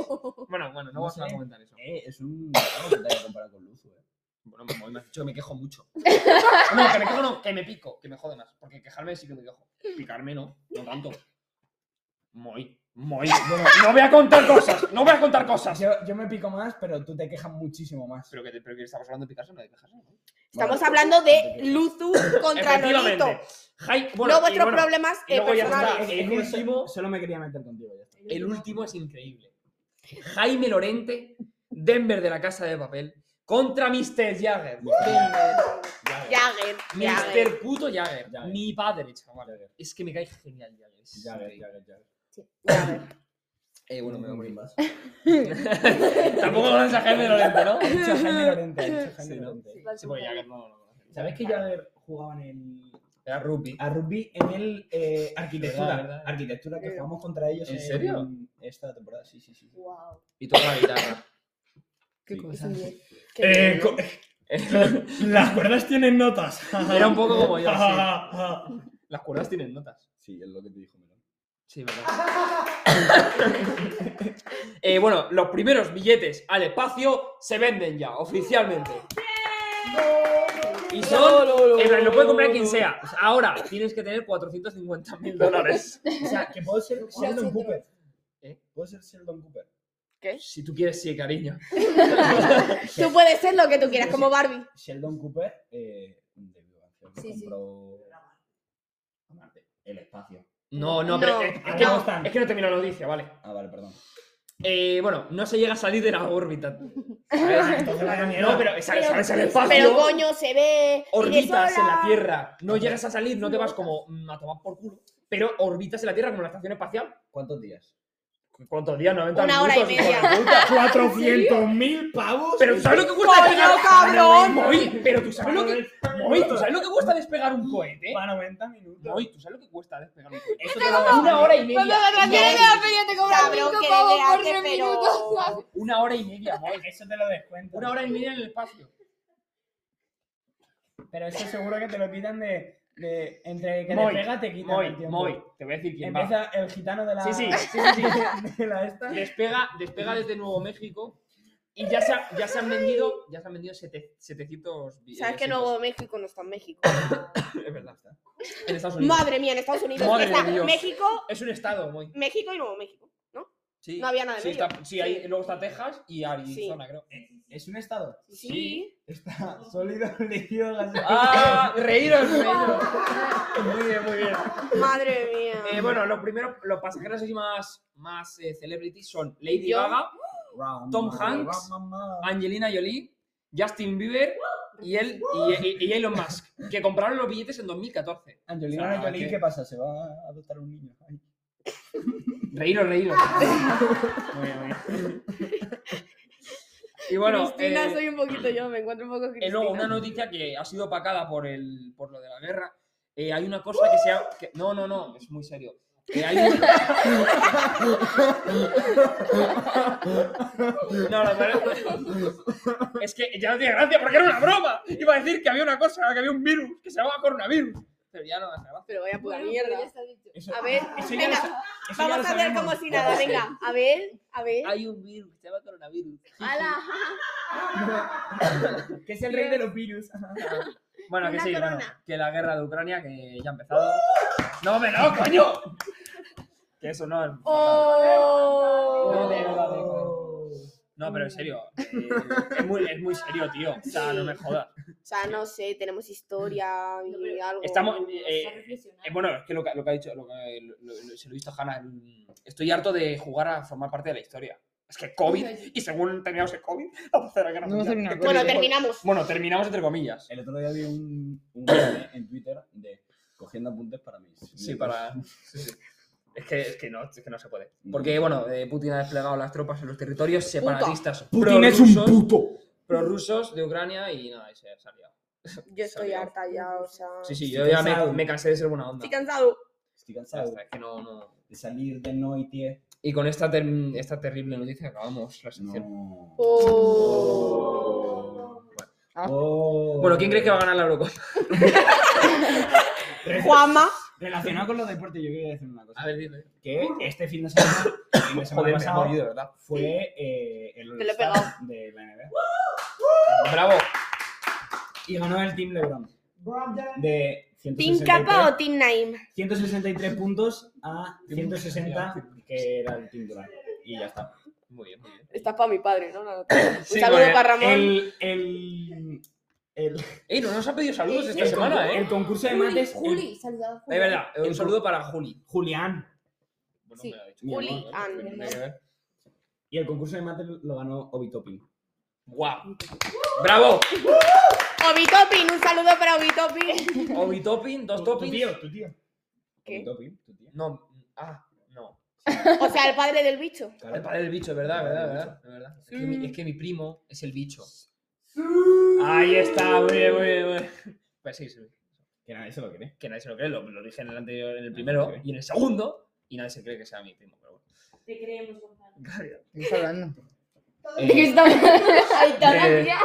Speaker 3: Bueno, bueno, no
Speaker 2: No
Speaker 3: vamos a
Speaker 2: sé.
Speaker 3: comentar eso.
Speaker 2: Eh, es un. No que te haya comparado con Luzu, eh.
Speaker 3: Bueno, como me has dicho que me quejo mucho. No, que me quejo no, que me pico, que me jode más. Porque quejarme sí que me quejo. Picarme no, no tanto. Muy, muy.
Speaker 2: Bueno,
Speaker 3: No voy a contar cosas, no voy a contar cosas.
Speaker 2: yo, yo me pico más, pero tú te quejas muchísimo más.
Speaker 3: Pero que, te- pero que estamos hablando de picarse, no de quejarse. ¿no?
Speaker 1: Estamos hablando de Luzu contra Lolito.
Speaker 3: Efectivamente. Jai- bueno,
Speaker 1: No
Speaker 3: y
Speaker 1: vuestros
Speaker 3: bueno,
Speaker 1: problemas
Speaker 3: y
Speaker 1: eh,
Speaker 3: luego ya está.
Speaker 1: personales.
Speaker 2: Es
Speaker 3: el
Speaker 2: que
Speaker 3: último-
Speaker 2: Solo me quería meter contigo, ya está.
Speaker 3: El último es increíble. Jaime Lorente Denver de la Casa de Papel contra Mr. Jagger.
Speaker 2: Ya,
Speaker 1: Jagger, Jagger.
Speaker 3: Mr. puto Jagger.
Speaker 2: Jagger.
Speaker 3: Mi padre, chaval.
Speaker 2: Jagger.
Speaker 3: Es que me cae genial Jagger. es
Speaker 2: ya,
Speaker 3: increíble.
Speaker 2: ya, ya, ya.
Speaker 3: Eh, bueno, me voy
Speaker 2: morí
Speaker 3: a
Speaker 2: más.
Speaker 3: Tampoco vamos a Jaime Lorente, ¿no?
Speaker 2: Mucho Jaime Lorente, mucho Jaime
Speaker 3: Sí, ¿no?
Speaker 2: Lorente.
Speaker 3: Sí, porque Jagger no, no, no.
Speaker 2: ¿Sabes que ya jugaban el,
Speaker 3: Era rugby.
Speaker 2: a rugby en el eh, arquitectura?
Speaker 3: Verdad, verdad. Eh,
Speaker 2: Arquitectura que jugamos contra ellos
Speaker 3: ¿En serio?
Speaker 2: esta temporada, sí, sí, sí.
Speaker 6: Wow.
Speaker 3: Y toca la guitarra.
Speaker 4: Qué
Speaker 2: Sí.
Speaker 4: cosa.
Speaker 2: Eh, co- Las cuerdas tienen notas.
Speaker 3: Era un poco como yo. sí.
Speaker 2: yo.
Speaker 3: Las cuerdas tienen notas.
Speaker 2: Sí, es lo que te dijo Melón.
Speaker 3: Sí, verdad. Eh, bueno, los primeros billetes al espacio se venden ya, oficialmente. Y son. en plan, lo puede comprar quien sea. O sea, Ahora tienes que tener 450 mil dólares.
Speaker 2: O sea, que puedo ser Sheldon Cooper.
Speaker 3: ¿Eh?
Speaker 2: Puedo ser Sheldon Cooper.
Speaker 3: Si tú quieres, sí, cariño.
Speaker 1: Tú puedes ser lo que tú quieras, como Barbie.
Speaker 2: Sheldon Cooper, eh, de Big Bang Theory,
Speaker 4: Sí, sí.
Speaker 2: compró a Marte, el espacio.
Speaker 3: No, no, pero
Speaker 1: No.
Speaker 3: Es, es
Speaker 2: Ah,
Speaker 3: que,
Speaker 2: no, están.
Speaker 3: es que no termina la noticia, vale.
Speaker 2: Ah, vale, perdón.
Speaker 3: Eh, bueno, no se llega a salir de la órbita.
Speaker 2: Entonces la mierda.
Speaker 3: No, pero sales, sales al espacio.
Speaker 1: Pero coño, se ve.
Speaker 3: orbitas
Speaker 1: dices,
Speaker 3: en la
Speaker 1: "Hola".
Speaker 3: Tierra. No llegas a salir, no te vas como mm, a tomar por culo. Pero orbitas en la Tierra como la estación espacial.
Speaker 2: ¿Cuántos días?
Speaker 3: ¿Cuántos días? 90
Speaker 1: Una hora y
Speaker 3: minutos, hijo
Speaker 1: media.
Speaker 3: de puta.
Speaker 2: ¡400.000 pavos!
Speaker 3: Pero tú sabes lo que cuesta
Speaker 1: Coño, cabrón.
Speaker 3: Moy, pero tú sabes lo que. Moy, tú sabes lo que cuesta despegar un cohete.
Speaker 2: Para 90 minutos.
Speaker 3: Moy, tú sabes lo que cuesta despegar un cohete.
Speaker 2: Eso te lo hago.
Speaker 3: Una hora y
Speaker 1: Pues,
Speaker 3: media.
Speaker 4: Cuando me
Speaker 3: Una
Speaker 4: transfieren
Speaker 3: hora y
Speaker 4: a la peña te cobran
Speaker 1: Cabrón,
Speaker 4: cinco
Speaker 1: que
Speaker 4: pavos por
Speaker 1: delirante,
Speaker 4: tres
Speaker 1: pero-
Speaker 4: minutos. ¿sabes?
Speaker 3: Una hora y media, Moy.
Speaker 2: Eso te lo descuento.
Speaker 3: Una hora y media en el espacio.
Speaker 2: Pero eso seguro que te lo quitan de. de- entre que
Speaker 3: Moy,
Speaker 2: te pega, te quitan.
Speaker 3: Moy,
Speaker 2: el tiempo.
Speaker 3: Moy, te voy a decir quién va.
Speaker 2: Empieza el gitano de la.
Speaker 3: Sí, sí, sí, sí, sí.
Speaker 2: de la esta.
Speaker 3: despega, despega desde Nuevo México y ya se, ha- ya se han vendido ya se han vendido sete- eh, 700 billetes.
Speaker 1: ¿Sabes que Nuevo México no está en México?
Speaker 3: Es verdad. En Estados Unidos.
Speaker 1: Madre mía, en Estados Unidos
Speaker 3: Madre
Speaker 1: está
Speaker 3: de Dios.
Speaker 1: México,
Speaker 3: Es un estado muy.
Speaker 1: México y Nuevo México.
Speaker 3: Sí.
Speaker 1: No había nada en
Speaker 3: sí,
Speaker 1: medio.
Speaker 3: está- sí, ahí-
Speaker 1: Sí.
Speaker 3: luego está Texas y Arizona, creo.
Speaker 2: Es un estado.
Speaker 1: Sí.
Speaker 2: Está sólido, líquido, gaseoso.
Speaker 3: ¡Ah! Reíros, reíros. Muy bien, muy bien.
Speaker 1: Madre mía.
Speaker 3: Eh, bueno, los primeros, los pasajeros así más, más eh, celebrities son Lady
Speaker 1: Yo.
Speaker 3: Gaga,
Speaker 2: Round,
Speaker 3: Tom
Speaker 2: round,
Speaker 3: Hanks.
Speaker 2: round, round.
Speaker 3: Angelina Jolie, Justin Bieber y, él, y, y- y Elon Musk, que compraron los billetes en 2014.
Speaker 2: Angelina
Speaker 3: O sea,
Speaker 2: Jolie,
Speaker 3: que-
Speaker 2: ¿qué pasa? ¿Se va a adoptar un niño? Ay.
Speaker 3: Reíros, reíros. Muy bien, muy bien. Y bueno,
Speaker 1: Cristina,
Speaker 3: eh,
Speaker 1: soy un poquito yo, me encuentro un poco Cristina.
Speaker 3: eh, luego una noticia que ha sido opacada por, el, por lo de la guerra. Eh, hay una cosa que se ha... que- No, no, no, es muy serio. Eh, hay un- No, no, pero- Es que ya no tiene gracia porque era una broma. Iba a decir que había una cosa, que había un virus, que se llamaba coronavirus. Pero ya no me hace gracia.
Speaker 1: Pero vaya puta
Speaker 4: Bueno,
Speaker 1: mierda.
Speaker 4: pues ya está dicho.
Speaker 3: Eh,
Speaker 2: Eso-
Speaker 1: A ver,
Speaker 2: eso ya lo
Speaker 1: venga,
Speaker 2: sa- eso ya
Speaker 1: vamos
Speaker 2: lo
Speaker 1: a ver
Speaker 2: sabemos.
Speaker 1: como si nada, venga. A ver, a ver.
Speaker 3: Hay un virus, que se llama coronavirus.
Speaker 1: Ala,
Speaker 2: Que es el rey de los virus.
Speaker 3: Bueno, que
Speaker 1: Una
Speaker 3: sí, bueno,
Speaker 1: corona.
Speaker 3: que la guerra de Ucrania que ya ha empezado. ¡No me lo coño! Que eso no es.
Speaker 2: Oh. No,
Speaker 1: Oh.
Speaker 2: de verdad, de verdad.
Speaker 3: No, pero en serio. eh, es, muy, es muy serio, tío. O sea, no me jodas.
Speaker 1: O sea, no sé, tenemos historia y
Speaker 6: No, pero-
Speaker 1: algo.
Speaker 3: Estamos.
Speaker 6: Vamos a
Speaker 3: eh,
Speaker 6: reflexionar.
Speaker 3: eh, bueno, es que lo, que lo que ha dicho. lo que- lo- lo- se lo he visto a Hannah. en- Estoy harto de jugar a formar parte de la historia. Es que COVID. Y según terminamos el COVID, la tercera guerra
Speaker 4: No hemos
Speaker 3: mundial,
Speaker 4: terminado.
Speaker 3: que
Speaker 1: Bueno,
Speaker 3: COVID-
Speaker 1: terminamos.
Speaker 3: Bueno, terminamos entre comillas.
Speaker 2: El otro día vi un, un meme en Twitter de cogiendo apuntes para mis.
Speaker 3: Sí, para. sí, sí. Es que, es, que no, es que no se puede. Porque, bueno, eh, Putin ha desplegado las tropas en los territorios separatistas. prorrusos-
Speaker 2: puto.
Speaker 3: Prorrusos de Ucrania y nada, y se ha salido.
Speaker 1: Yo estoy
Speaker 3: Salió.
Speaker 1: harta ya, o sea.
Speaker 3: Sí, sí,
Speaker 2: Estoy
Speaker 3: yo ya me,
Speaker 2: cansado.
Speaker 3: me cansé de ser buena onda.
Speaker 1: Estoy cansado.
Speaker 2: Estoy
Speaker 3: Ya
Speaker 2: cansado
Speaker 3: está, es que no, no.
Speaker 2: de salir de noche.
Speaker 3: Y con esta, ter- esta terrible noticia acabamos la sección.
Speaker 2: No.
Speaker 1: Oh.
Speaker 2: Oh.
Speaker 3: Bueno, ¿quién crees que va a ganar la Eurocopa?
Speaker 1: Juanma.
Speaker 2: Relacionado con los deportes, yo quería decir una cosa.
Speaker 3: A ver, dime.
Speaker 2: que este fin de semana, el fin de semana
Speaker 3: Joder, me he
Speaker 2: pasado,
Speaker 3: morido, ¿verdad?
Speaker 2: fue eh, el
Speaker 1: Te lo he
Speaker 2: All-Star
Speaker 1: pegado.
Speaker 2: de la NBA.
Speaker 3: ¡Bravo!
Speaker 2: Y ganó el Team LeBron. De
Speaker 1: ¿Team Capa o
Speaker 2: 163,
Speaker 1: Team Naim?
Speaker 2: 163 puntos a
Speaker 3: Team-
Speaker 2: 160, que era el Team Durant. Y ya está.
Speaker 3: Muy bien, muy bien.
Speaker 1: Estás para mi padre, ¿no? La nota. Un
Speaker 3: Sí,
Speaker 1: saludo
Speaker 3: vale.
Speaker 1: para Ramón.
Speaker 2: El, el, el,
Speaker 3: ¡Ey, no nos ha pedido saludos esta
Speaker 2: el
Speaker 3: semana,
Speaker 2: concur-
Speaker 3: eh!
Speaker 2: el concurso de
Speaker 6: Juli,
Speaker 2: mates. el-
Speaker 6: Juli, saludad a Juli.
Speaker 3: Es verdad, un saludo para Juli.
Speaker 2: Julián.
Speaker 3: Bueno,
Speaker 6: Sí.
Speaker 3: ha dicho.
Speaker 1: Juli,
Speaker 3: Bueno,
Speaker 1: ah,
Speaker 3: bueno,
Speaker 1: no.
Speaker 3: tiene que ver.
Speaker 2: Y el concurso de mate lo ganó Obitopping.
Speaker 3: ¡Guau! ¡Bravo!
Speaker 1: Obitopin, un saludo para Obitopin.
Speaker 3: Obitopping, dos
Speaker 2: Tu
Speaker 3: toppings.
Speaker 2: tío, tu tío.
Speaker 1: ¿Qué?
Speaker 2: Obitopping, tu tío.
Speaker 3: No, ah, no.
Speaker 1: O sea, el padre del bicho.
Speaker 2: Claro.
Speaker 3: El padre del bicho, es verdad,
Speaker 2: El padre
Speaker 3: verdad,
Speaker 2: del
Speaker 3: verdad. verdad. Es, que mi, es que mi primo es el bicho.
Speaker 5: Su-
Speaker 3: Ahí está, muy bien, muy bien, muy bien. Pues sí, sí.
Speaker 2: Que nadie se lo cree.
Speaker 3: Que nadie se lo cree, Ah, lo, lo dije en el anterior, en el primero
Speaker 2: cree.
Speaker 3: y en el segundo, y nadie se cree que sea mi primo, pero bueno.
Speaker 6: Te creemos, Gonzalo.
Speaker 4: ¿Qué está hablando?
Speaker 6: ¿De qué está Aitana,
Speaker 3: de-
Speaker 6: tía.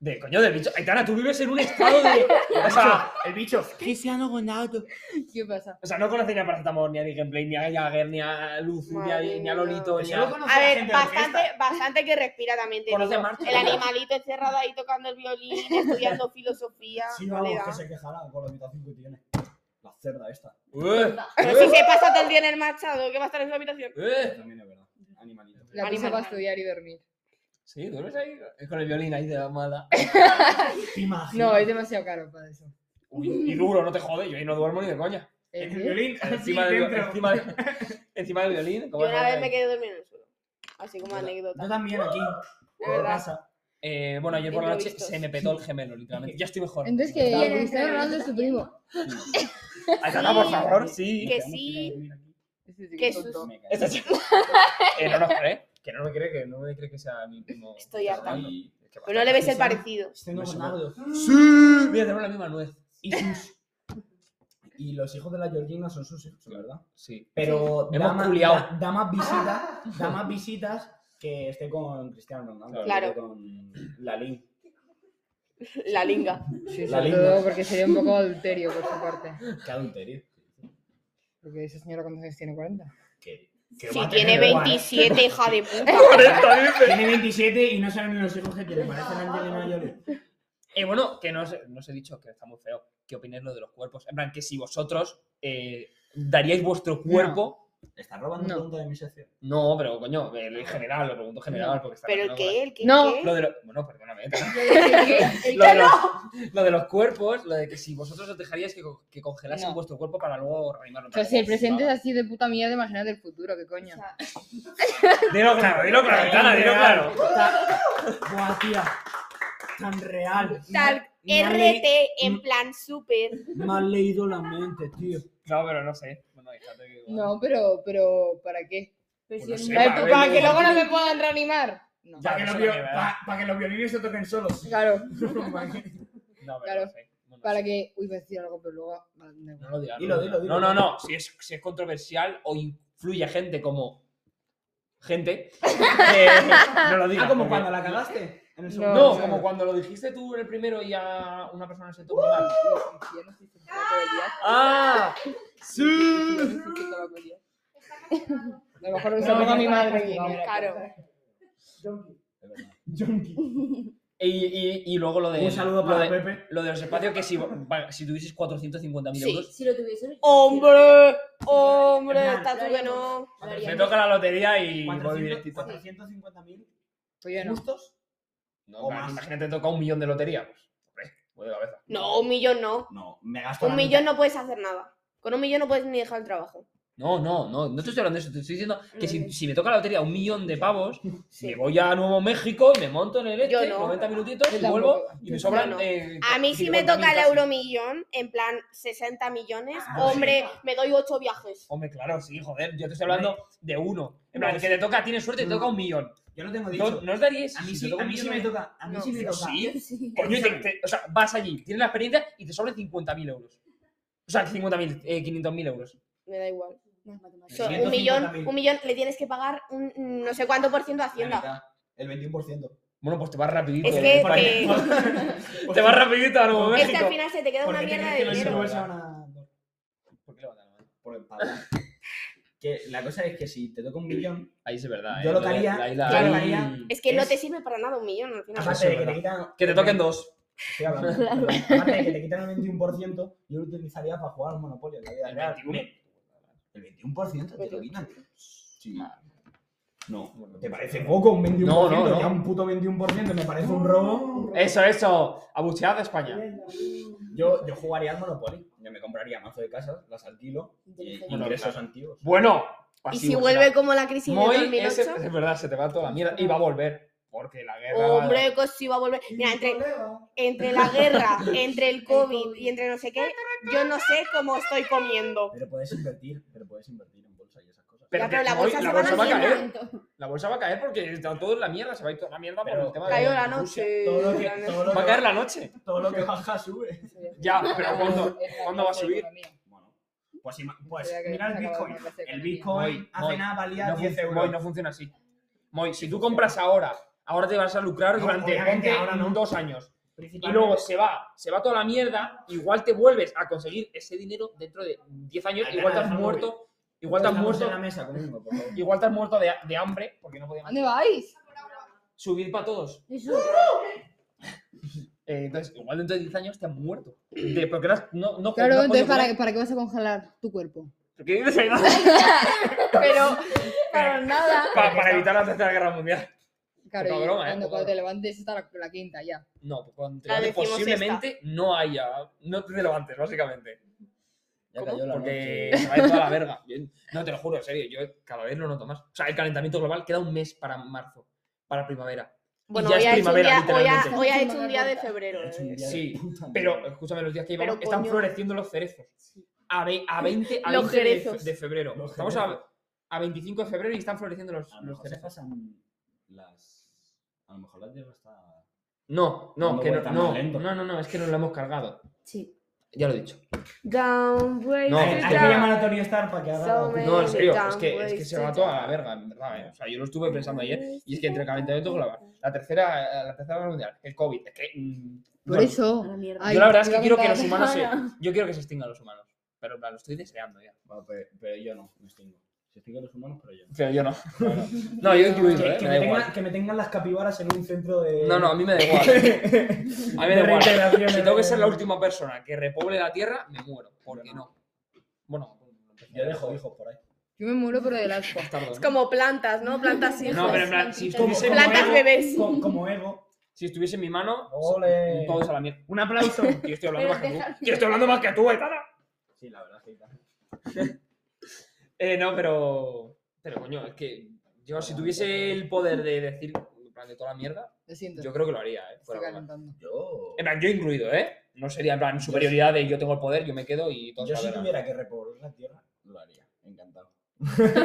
Speaker 3: De coño del bicho. Aitana, tú vives en un estado de. O sea, el bicho.
Speaker 5: Cristiano Ronaldo.
Speaker 4: ¿Qué pasa?
Speaker 3: O sea, no conoce ni a Paracetamol, ni a Nick Gameplay, ni a Jagger, ni a Luz, ni a,
Speaker 1: Madre
Speaker 3: ni a
Speaker 1: mía.
Speaker 3: Lolito, ni
Speaker 5: Solo
Speaker 3: a.
Speaker 5: conoce
Speaker 1: A
Speaker 5: la
Speaker 1: ver,
Speaker 5: gente de orquesta.
Speaker 1: bastante, bastante que respira también. Te
Speaker 3: Conoce
Speaker 1: digo.
Speaker 3: Marcha.
Speaker 1: El animalito encerrado ahí tocando el violín, estudiando filosofía.
Speaker 2: Sí,
Speaker 1: no
Speaker 2: vamos,
Speaker 1: le da.
Speaker 2: que se quejará con la habitación que tiene. La cerda esta.
Speaker 3: ¡Eh!
Speaker 1: Pero si se pasa todo el día en el machado, ¿qué va a estar en su habitación?
Speaker 3: ¡Eh!
Speaker 2: También es verdad. Animalito.
Speaker 4: La
Speaker 1: Animal,
Speaker 4: puse para
Speaker 1: animal.
Speaker 4: estudiar y dormir.
Speaker 3: Sí, duermes ahí eh, con el violín ahí de la mala.
Speaker 2: ¿Te imaginas?
Speaker 4: No, es demasiado caro para eso.
Speaker 3: Uy, y duro, no te jode, yo ahí no duermo ni de coña.
Speaker 4: ¿El qué?
Speaker 5: violín. así
Speaker 3: Encima, del,
Speaker 5: dentro.
Speaker 3: encima, del- encima del violín. eh. ¿cómo
Speaker 1: Yo una
Speaker 3: es?
Speaker 1: vez me quedé dormido en el suelo. Así como anécdota.
Speaker 5: Yo también aquí.
Speaker 1: De
Speaker 5: Por
Speaker 1: verdad.
Speaker 5: casa.
Speaker 3: Eh, bueno, ayer por la noche
Speaker 1: Imprevistos.
Speaker 3: se me petó el gemelo, literalmente. Ya estoy mejor.
Speaker 4: Entonces que
Speaker 3: Ya está.
Speaker 4: Cristiano Ronaldo es su primo.
Speaker 3: Aitana, por favor, sí.
Speaker 1: Que sí.
Speaker 4: Sí, sí,
Speaker 1: Que
Speaker 4: qué tonto.
Speaker 1: sus-
Speaker 3: Esta sí. Eh, no nos cree. Que no me cree, que no me cree que sea mi primo.
Speaker 1: Estoy harta.
Speaker 3: Y- que va.
Speaker 1: Pues no le ves el parecido.
Speaker 2: Cristiano
Speaker 3: Me suena.
Speaker 2: Ronaldo.
Speaker 3: Sí. Mira, tenemos la misma nuez.
Speaker 2: Y sus. Y los hijos de la Georgina son sus hijos, ¿verdad?
Speaker 3: Sí.
Speaker 2: Pero
Speaker 3: Hemos
Speaker 2: da, más-
Speaker 3: culiao.
Speaker 2: da- da más visitas, da más visitas que esté con Cristiano Ronaldo.
Speaker 1: Claro.
Speaker 2: que Con Lalín.
Speaker 1: La linga.
Speaker 4: Sí,
Speaker 2: La
Speaker 4: sobre
Speaker 2: linda.
Speaker 4: todo porque sería un poco adulterio por su parte.
Speaker 2: Qué adulterio.
Speaker 4: Porque esa señora cuántos años tiene, 40.
Speaker 2: Que, que va
Speaker 1: Si
Speaker 2: a
Speaker 1: tiene
Speaker 2: tener igual,
Speaker 1: 27, hija de puta.
Speaker 2: ¿eh? Tiene 27 y no saben los hijos que tiene. Parece la Angelina Jolie.
Speaker 3: Eh, bueno, que no os, no os he dicho que está muy feo. ¿Qué opináis lo de los cuerpos? En plan, que si vosotros eh, daríais vuestro cuerpo.
Speaker 2: ¿Estás robando
Speaker 4: No.
Speaker 2: preguntas de mi sección?
Speaker 3: No, pero coño, en general, lo pregunto en general. Porque está
Speaker 1: ¿Pero el
Speaker 3: relacionado
Speaker 1: qué? ¿El qué?
Speaker 4: No.
Speaker 1: ¿Qué?
Speaker 3: con la- Lo de lo- Bueno, perdóname. Tana.
Speaker 4: ¿Qué?
Speaker 3: lo, de los, lo de los cuerpos, lo de que si vosotros os dejaríais que, co- que congelasen
Speaker 4: No.
Speaker 3: vuestro cuerpo para luego reanimarlo.
Speaker 4: O sea, si el presente es así de puta mierda, imagínate el futuro, qué coño.
Speaker 3: Dilo claro, dilo claro, Aitana, dilo claro.
Speaker 5: Tan- Buah, tía. Tan real.
Speaker 1: Tal
Speaker 5: Me ha
Speaker 1: RT en plan súper.
Speaker 5: Me has leído la mente, tío.
Speaker 3: No, pero no sé. Bueno, déjate que.
Speaker 4: No, pero, pero ¿para qué?
Speaker 6: Pues
Speaker 3: Pues
Speaker 6: si
Speaker 3: no
Speaker 6: el-
Speaker 3: sé.
Speaker 4: ¿Para,
Speaker 3: a ver,
Speaker 4: para que
Speaker 3: luego
Speaker 4: luego no me puedan reanimar? No.
Speaker 3: Ya,
Speaker 5: Para que,
Speaker 3: eso
Speaker 5: los
Speaker 3: no
Speaker 5: vio-
Speaker 3: me da.
Speaker 5: pa- pa' que los violines se toquen solos.
Speaker 4: Claro,
Speaker 3: No, pero
Speaker 4: Claro.
Speaker 3: no sé. Bueno,
Speaker 4: para
Speaker 3: sí.
Speaker 4: que... Uy, voy a decir algo, pero luego... no, no.
Speaker 3: No lo digas.
Speaker 2: Dilo,
Speaker 3: no lo
Speaker 2: dilo,
Speaker 3: digas.
Speaker 2: dilo.
Speaker 3: No, no, no. Si es, si es controversial o influye a gente como. Gente. eh, no lo digas.
Speaker 2: Ah, como
Speaker 3: porque-
Speaker 2: cuando la cagaste. En el segundo.
Speaker 3: No,
Speaker 4: No,
Speaker 3: como
Speaker 4: no.
Speaker 3: cuando lo dijiste tú en el primero y a una persona en el sector privado.
Speaker 4: Yo no sé si se puede pelear,
Speaker 3: ¡Ah!
Speaker 4: yo
Speaker 3: ¡Sí!
Speaker 4: no sé si se va a pelear. A lo mejor se lo pongo a mi madre. que no era
Speaker 1: Claro.
Speaker 3: Y, y- y luego lo de.
Speaker 2: Un saludo
Speaker 3: lo
Speaker 2: para
Speaker 3: de-
Speaker 2: Pepe.
Speaker 3: Lo de los espacios que si, va- si tuvieses 450.000
Speaker 1: Sí.
Speaker 3: euros,
Speaker 6: Si lo tuviesen.
Speaker 1: ¡Hombre! ¡Hombre! Está tú que no.
Speaker 3: me toca la lotería y voy directito.
Speaker 2: 450.000
Speaker 4: Pues yo no.
Speaker 2: justos.
Speaker 3: No,
Speaker 2: o
Speaker 3: claro,
Speaker 2: más.
Speaker 3: imagínate, toca un millón de lotería. Pues, hombre, voy de cabeza.
Speaker 1: No, un millón no.
Speaker 2: No, me gasto.
Speaker 1: Un
Speaker 2: la
Speaker 1: millón
Speaker 2: mitad.
Speaker 1: no puedes hacer nada. Con un millón no puedes ni dejar el trabajo.
Speaker 3: No, no, no, no te estoy hablando de eso. Te estoy diciendo que si,
Speaker 1: Vale.
Speaker 3: si me toca la lotería un millón de pavos,
Speaker 1: Sí.
Speaker 3: me voy a Nuevo México y me monto en el este,
Speaker 1: Yo no.
Speaker 3: 90 minutitos,
Speaker 4: Yo
Speaker 3: y vuelvo
Speaker 4: tampoco.
Speaker 3: y me sobran.
Speaker 1: Yo no.
Speaker 3: eh,
Speaker 1: A mí sí me
Speaker 3: 50.000
Speaker 1: toca el
Speaker 3: casi.
Speaker 1: euromillón, en plan 60 millones.
Speaker 2: Ah,
Speaker 1: Hombre, me doy 8 viajes.
Speaker 3: Hombre, claro, sí, joder, yo te estoy hablando de uno. En plan,
Speaker 2: No,
Speaker 3: que
Speaker 2: sí.
Speaker 3: te toca, tienes suerte, te toca un millón.
Speaker 2: Yo lo tengo
Speaker 3: ¿No,
Speaker 2: dicho.
Speaker 3: no os daríais?
Speaker 2: A mí
Speaker 3: si
Speaker 2: sí,
Speaker 3: te toca
Speaker 2: a
Speaker 3: un
Speaker 2: mí sí
Speaker 3: millón ¿eh?
Speaker 2: me
Speaker 3: de-
Speaker 2: toca. A mí
Speaker 1: No,
Speaker 2: sí me
Speaker 1: sí,
Speaker 2: toca.
Speaker 3: Sí,
Speaker 6: Sí.
Speaker 3: Coño, y te- te- o sea, vas allí, tienes la experiencia y te sobran 50.000 euros. O sea, 50.000, eh, 500.000 euros.
Speaker 1: Me da igual.
Speaker 6: Las matemáticas.
Speaker 1: So, un
Speaker 2: 150.000.
Speaker 1: millón, un millón le tienes que pagar un mm, no sé cuánto por ciento a
Speaker 2: La
Speaker 1: Hacienda.
Speaker 2: mitad, El 21%.
Speaker 3: Bueno, pues te vas rapidito.
Speaker 1: Es
Speaker 3: eh,
Speaker 1: que
Speaker 3: para-
Speaker 1: te-
Speaker 3: te vas rapidito a Nuevo
Speaker 1: Es
Speaker 3: México.
Speaker 1: que al final se te queda una mierda de
Speaker 3: crees que
Speaker 1: dinero.
Speaker 3: no ¿Por qué eh? levantan la mano?
Speaker 2: Por el palo. Que la cosa es que si te toca un millón,
Speaker 3: Ahí sí es verdad.
Speaker 2: Yo
Speaker 3: eh,
Speaker 2: lo
Speaker 3: de-
Speaker 2: que haría-
Speaker 3: de ahí la-
Speaker 2: yo lo que
Speaker 3: ahí-
Speaker 2: haría-
Speaker 1: Es que no
Speaker 2: Es-
Speaker 1: te sirve para nada un millón al final.
Speaker 2: aparte de que
Speaker 3: verdad.
Speaker 2: te quitan.
Speaker 3: Que te toquen dos.
Speaker 2: Estoy hablando. Aparte de que te quitan el 21%, yo lo utilizaría para jugar al Monopoly en la vida
Speaker 3: El
Speaker 2: real.
Speaker 3: 21.
Speaker 2: El 21% te lo quitan. Sí. No,
Speaker 3: Ah. Bueno, pues,
Speaker 2: ¿te parece poco un 21%?
Speaker 3: No, no, no.
Speaker 2: Ya un puto 21% me parece un robo.
Speaker 3: Eso, eso. Abuchead a España.
Speaker 2: Yo, yo jugaría al Monopoly. Yo me compraría mazo de casas, las alquilo y
Speaker 6: Inteligente.
Speaker 2: ingresos
Speaker 3: Claro.
Speaker 2: antiguos.
Speaker 3: Bueno,
Speaker 1: Y
Speaker 3: pasivo,
Speaker 1: si
Speaker 3: será.
Speaker 1: vuelve como la crisis
Speaker 3: Moy,
Speaker 1: de 2008.
Speaker 3: ese- es verdad, se te va toda la mierda. Y va a volver. Porque la guerra.
Speaker 1: Hombre, que sí va a volver. Mira, entre, entre la guerra, entre el COVID y entre no sé qué, yo no sé cómo estoy comiendo.
Speaker 2: Pero puedes invertir, pero puedes invertir en bolsa y esas cosas.
Speaker 1: Ya,
Speaker 3: que
Speaker 1: pero la
Speaker 3: Moy,
Speaker 1: bolsa se va a la
Speaker 3: va a caer.
Speaker 1: mierda.
Speaker 3: La bolsa va a caer porque está todo en la mierda. Se va a ir toda la mierda por
Speaker 2: Pero
Speaker 3: el tema de.
Speaker 1: Cayó la
Speaker 3: Rusia.
Speaker 1: noche.
Speaker 5: Todo lo que,
Speaker 1: la noche.
Speaker 5: todo lo
Speaker 3: Va a
Speaker 5: que-
Speaker 3: caer la noche.
Speaker 5: todo lo que baja sube.
Speaker 3: Ya, pero ¿cuándo, ¿cuándo va a subir?
Speaker 2: Bueno, pues, ima- pues
Speaker 4: Mira que
Speaker 5: Mira el
Speaker 4: se acaba
Speaker 5: Bitcoin.
Speaker 4: una clase de
Speaker 5: El
Speaker 4: economía.
Speaker 5: Bitcoin
Speaker 3: Voy,
Speaker 5: hace
Speaker 3: voy.
Speaker 5: nada valía
Speaker 3: No,
Speaker 5: 10
Speaker 3: fun-
Speaker 5: euros.
Speaker 3: Moy, no funciona así. Moy, si tú compras ahora, ahora te vas a lucrar
Speaker 5: No,
Speaker 3: durante
Speaker 5: obviamente,
Speaker 3: ponte
Speaker 5: ahora no.
Speaker 3: dos años. Y
Speaker 5: Principalmente-
Speaker 3: luego se va, se va toda la mierda, igual te vuelves a conseguir ese dinero dentro de 10 años,
Speaker 2: Ay,
Speaker 3: igual te
Speaker 2: nada,
Speaker 3: has
Speaker 2: déjalo,
Speaker 3: muerto, igual te has
Speaker 2: Estamos en la
Speaker 3: muerto,
Speaker 2: mesa comiendo, por favor.
Speaker 3: igual te has muerto de, de hambre, porque no podíamos
Speaker 4: ¿Dónde vais?
Speaker 3: subir para todos. Eh, entonces, igual dentro de 10 años te has muerto. De, porque no, has- no, no
Speaker 4: Claro,
Speaker 3: no
Speaker 4: entonces,
Speaker 3: congelar-
Speaker 4: ¿para, ¿para qué vas a congelar tu cuerpo?
Speaker 3: ¿Pero qué dices ahí?
Speaker 1: Pero, pero nada.
Speaker 3: Pa- para evitar la tercera guerra mundial.
Speaker 4: Claro,
Speaker 3: Poca
Speaker 4: y
Speaker 3: broma, ¿eh?
Speaker 4: cuando,
Speaker 3: Poca
Speaker 4: cuando te
Speaker 3: broma.
Speaker 4: levantes está la, la quinta ya.
Speaker 3: No, pues cuando te
Speaker 1: La
Speaker 3: levantes,
Speaker 1: decimos
Speaker 3: posiblemente no haya. No te levantes, básicamente.
Speaker 2: Ya
Speaker 1: ¿Cómo?
Speaker 2: cayó la
Speaker 3: Porque
Speaker 2: noche.
Speaker 3: se va a ir toda la verga. Yo- No, te lo juro, en serio. Yo cada vez lo noto más. O sea, el calentamiento global queda un mes para marzo, para primavera.
Speaker 1: Bueno,
Speaker 3: ya
Speaker 1: hoy
Speaker 3: es
Speaker 1: ha, hecho un día, hoy,
Speaker 3: primavera,
Speaker 1: ha,
Speaker 3: literalmente.
Speaker 1: hoy ha hecho un día de febrero.
Speaker 2: Ha hecho un
Speaker 1: eh.
Speaker 2: día de
Speaker 3: Sí,
Speaker 2: puta madre.
Speaker 3: Pero, escúchame, los días que llevamos
Speaker 1: Pero,
Speaker 3: están
Speaker 1: coño.
Speaker 3: floreciendo los cerezos. A, ve- a 20, a
Speaker 1: Los
Speaker 3: 20 de, fe-
Speaker 1: cerezos.
Speaker 3: de febrero.
Speaker 2: Los Ah,
Speaker 3: Estamos a, a 25 de febrero y están floreciendo los,
Speaker 2: A lo
Speaker 3: los
Speaker 2: mejor se
Speaker 3: cerezos.
Speaker 2: pasan las. A lo mejor la tierra está.
Speaker 3: No, no,
Speaker 2: Dando
Speaker 3: que no,
Speaker 2: vueltas
Speaker 3: no,
Speaker 2: más lento.
Speaker 3: no, no, no, es que nos lo hemos cargado.
Speaker 1: Sí.
Speaker 3: Ya lo he dicho.
Speaker 1: Down,
Speaker 3: No,
Speaker 2: hay,
Speaker 3: es
Speaker 2: hay
Speaker 3: que-
Speaker 2: que llamar a Tony Stark para que haga.
Speaker 1: So many-
Speaker 3: No, en serio, es
Speaker 1: Down,
Speaker 3: que, es que se va
Speaker 1: wasted
Speaker 3: toda la verga, en verdad. ¿eh? O sea, yo lo estuve pensando ayer y es que entre el calentamiento global, la tercera, la tercera guerra mundial, el COVID, es que. mm,
Speaker 4: Por
Speaker 3: bueno,
Speaker 4: eso. Ay,
Speaker 3: yo la verdad es que
Speaker 4: te iba a
Speaker 3: quiero que
Speaker 4: contar.
Speaker 3: los humanos se. Yo quiero que se extingan los humanos. Pero en plan, lo estoy deseando ya.
Speaker 2: Bueno, pero, pero yo no, me extingo. Se extinguen los humanos, pero yo no.
Speaker 3: Pero yo no. No, yo incluido,
Speaker 2: Que,
Speaker 3: ¿eh?
Speaker 2: que
Speaker 3: Me
Speaker 2: me
Speaker 3: da
Speaker 2: tengan,
Speaker 3: igual.
Speaker 2: que me tengan las capibaras en un centro de.
Speaker 3: No, no, a mí me da igual. A mí me da
Speaker 2: de
Speaker 3: igual.
Speaker 2: reintegración
Speaker 3: Si tengo que
Speaker 2: en-
Speaker 3: ser la última persona que repoble la tierra, me muero. Porque no. Bueno,
Speaker 2: Yo dejo hijos por ahí.
Speaker 4: Yo me muero por el asco.
Speaker 3: bastardo.
Speaker 1: Es como plantas, ¿no? Plantas hijos.
Speaker 3: No, pero en plan, si
Speaker 2: Como-
Speaker 3: estuviese, en mi
Speaker 1: Plantas
Speaker 3: mano-
Speaker 1: bebés.
Speaker 2: Co- como ego.
Speaker 3: si estuviese en mi mano,
Speaker 2: Ole.
Speaker 3: todos a la mierda. Un aplauso. Que yo estoy hablando más
Speaker 4: Pero
Speaker 3: que
Speaker 4: deja-
Speaker 3: tú. Yo estoy hablando más que tú, eh, Etana.
Speaker 2: Sí, la verdad es que.
Speaker 3: Eh, no, pero. Pero coño, es que yo si tuviese el poder de decir en plan, de toda la mierda,
Speaker 4: Lo siento.
Speaker 3: yo creo que lo haría, ¿eh?
Speaker 4: Estoy
Speaker 3: fuera broma.
Speaker 4: calentando.
Speaker 2: Yo.
Speaker 3: En plan, yo incluido, ¿eh? No sería en plan superioridad de yo tengo el poder, yo me quedo y todo
Speaker 2: Yo si tuviera que repoblar la tierra, lo haría. Encantado.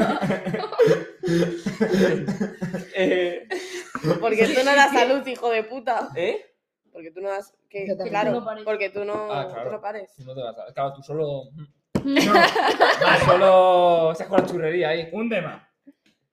Speaker 3: Eh,
Speaker 1: Porque tú no das salud, hijo de puta.
Speaker 3: ¿Eh?
Speaker 1: Porque tú no das. que-
Speaker 4: Yo también.
Speaker 1: claro,
Speaker 4: Tú
Speaker 6: no pares.
Speaker 1: porque tú no,
Speaker 3: Ah, claro.
Speaker 1: tú no pares.
Speaker 3: Tú No te vas a... Claro, tú solo... Tú solo... Estás con la churrería ahí.
Speaker 2: Un tema.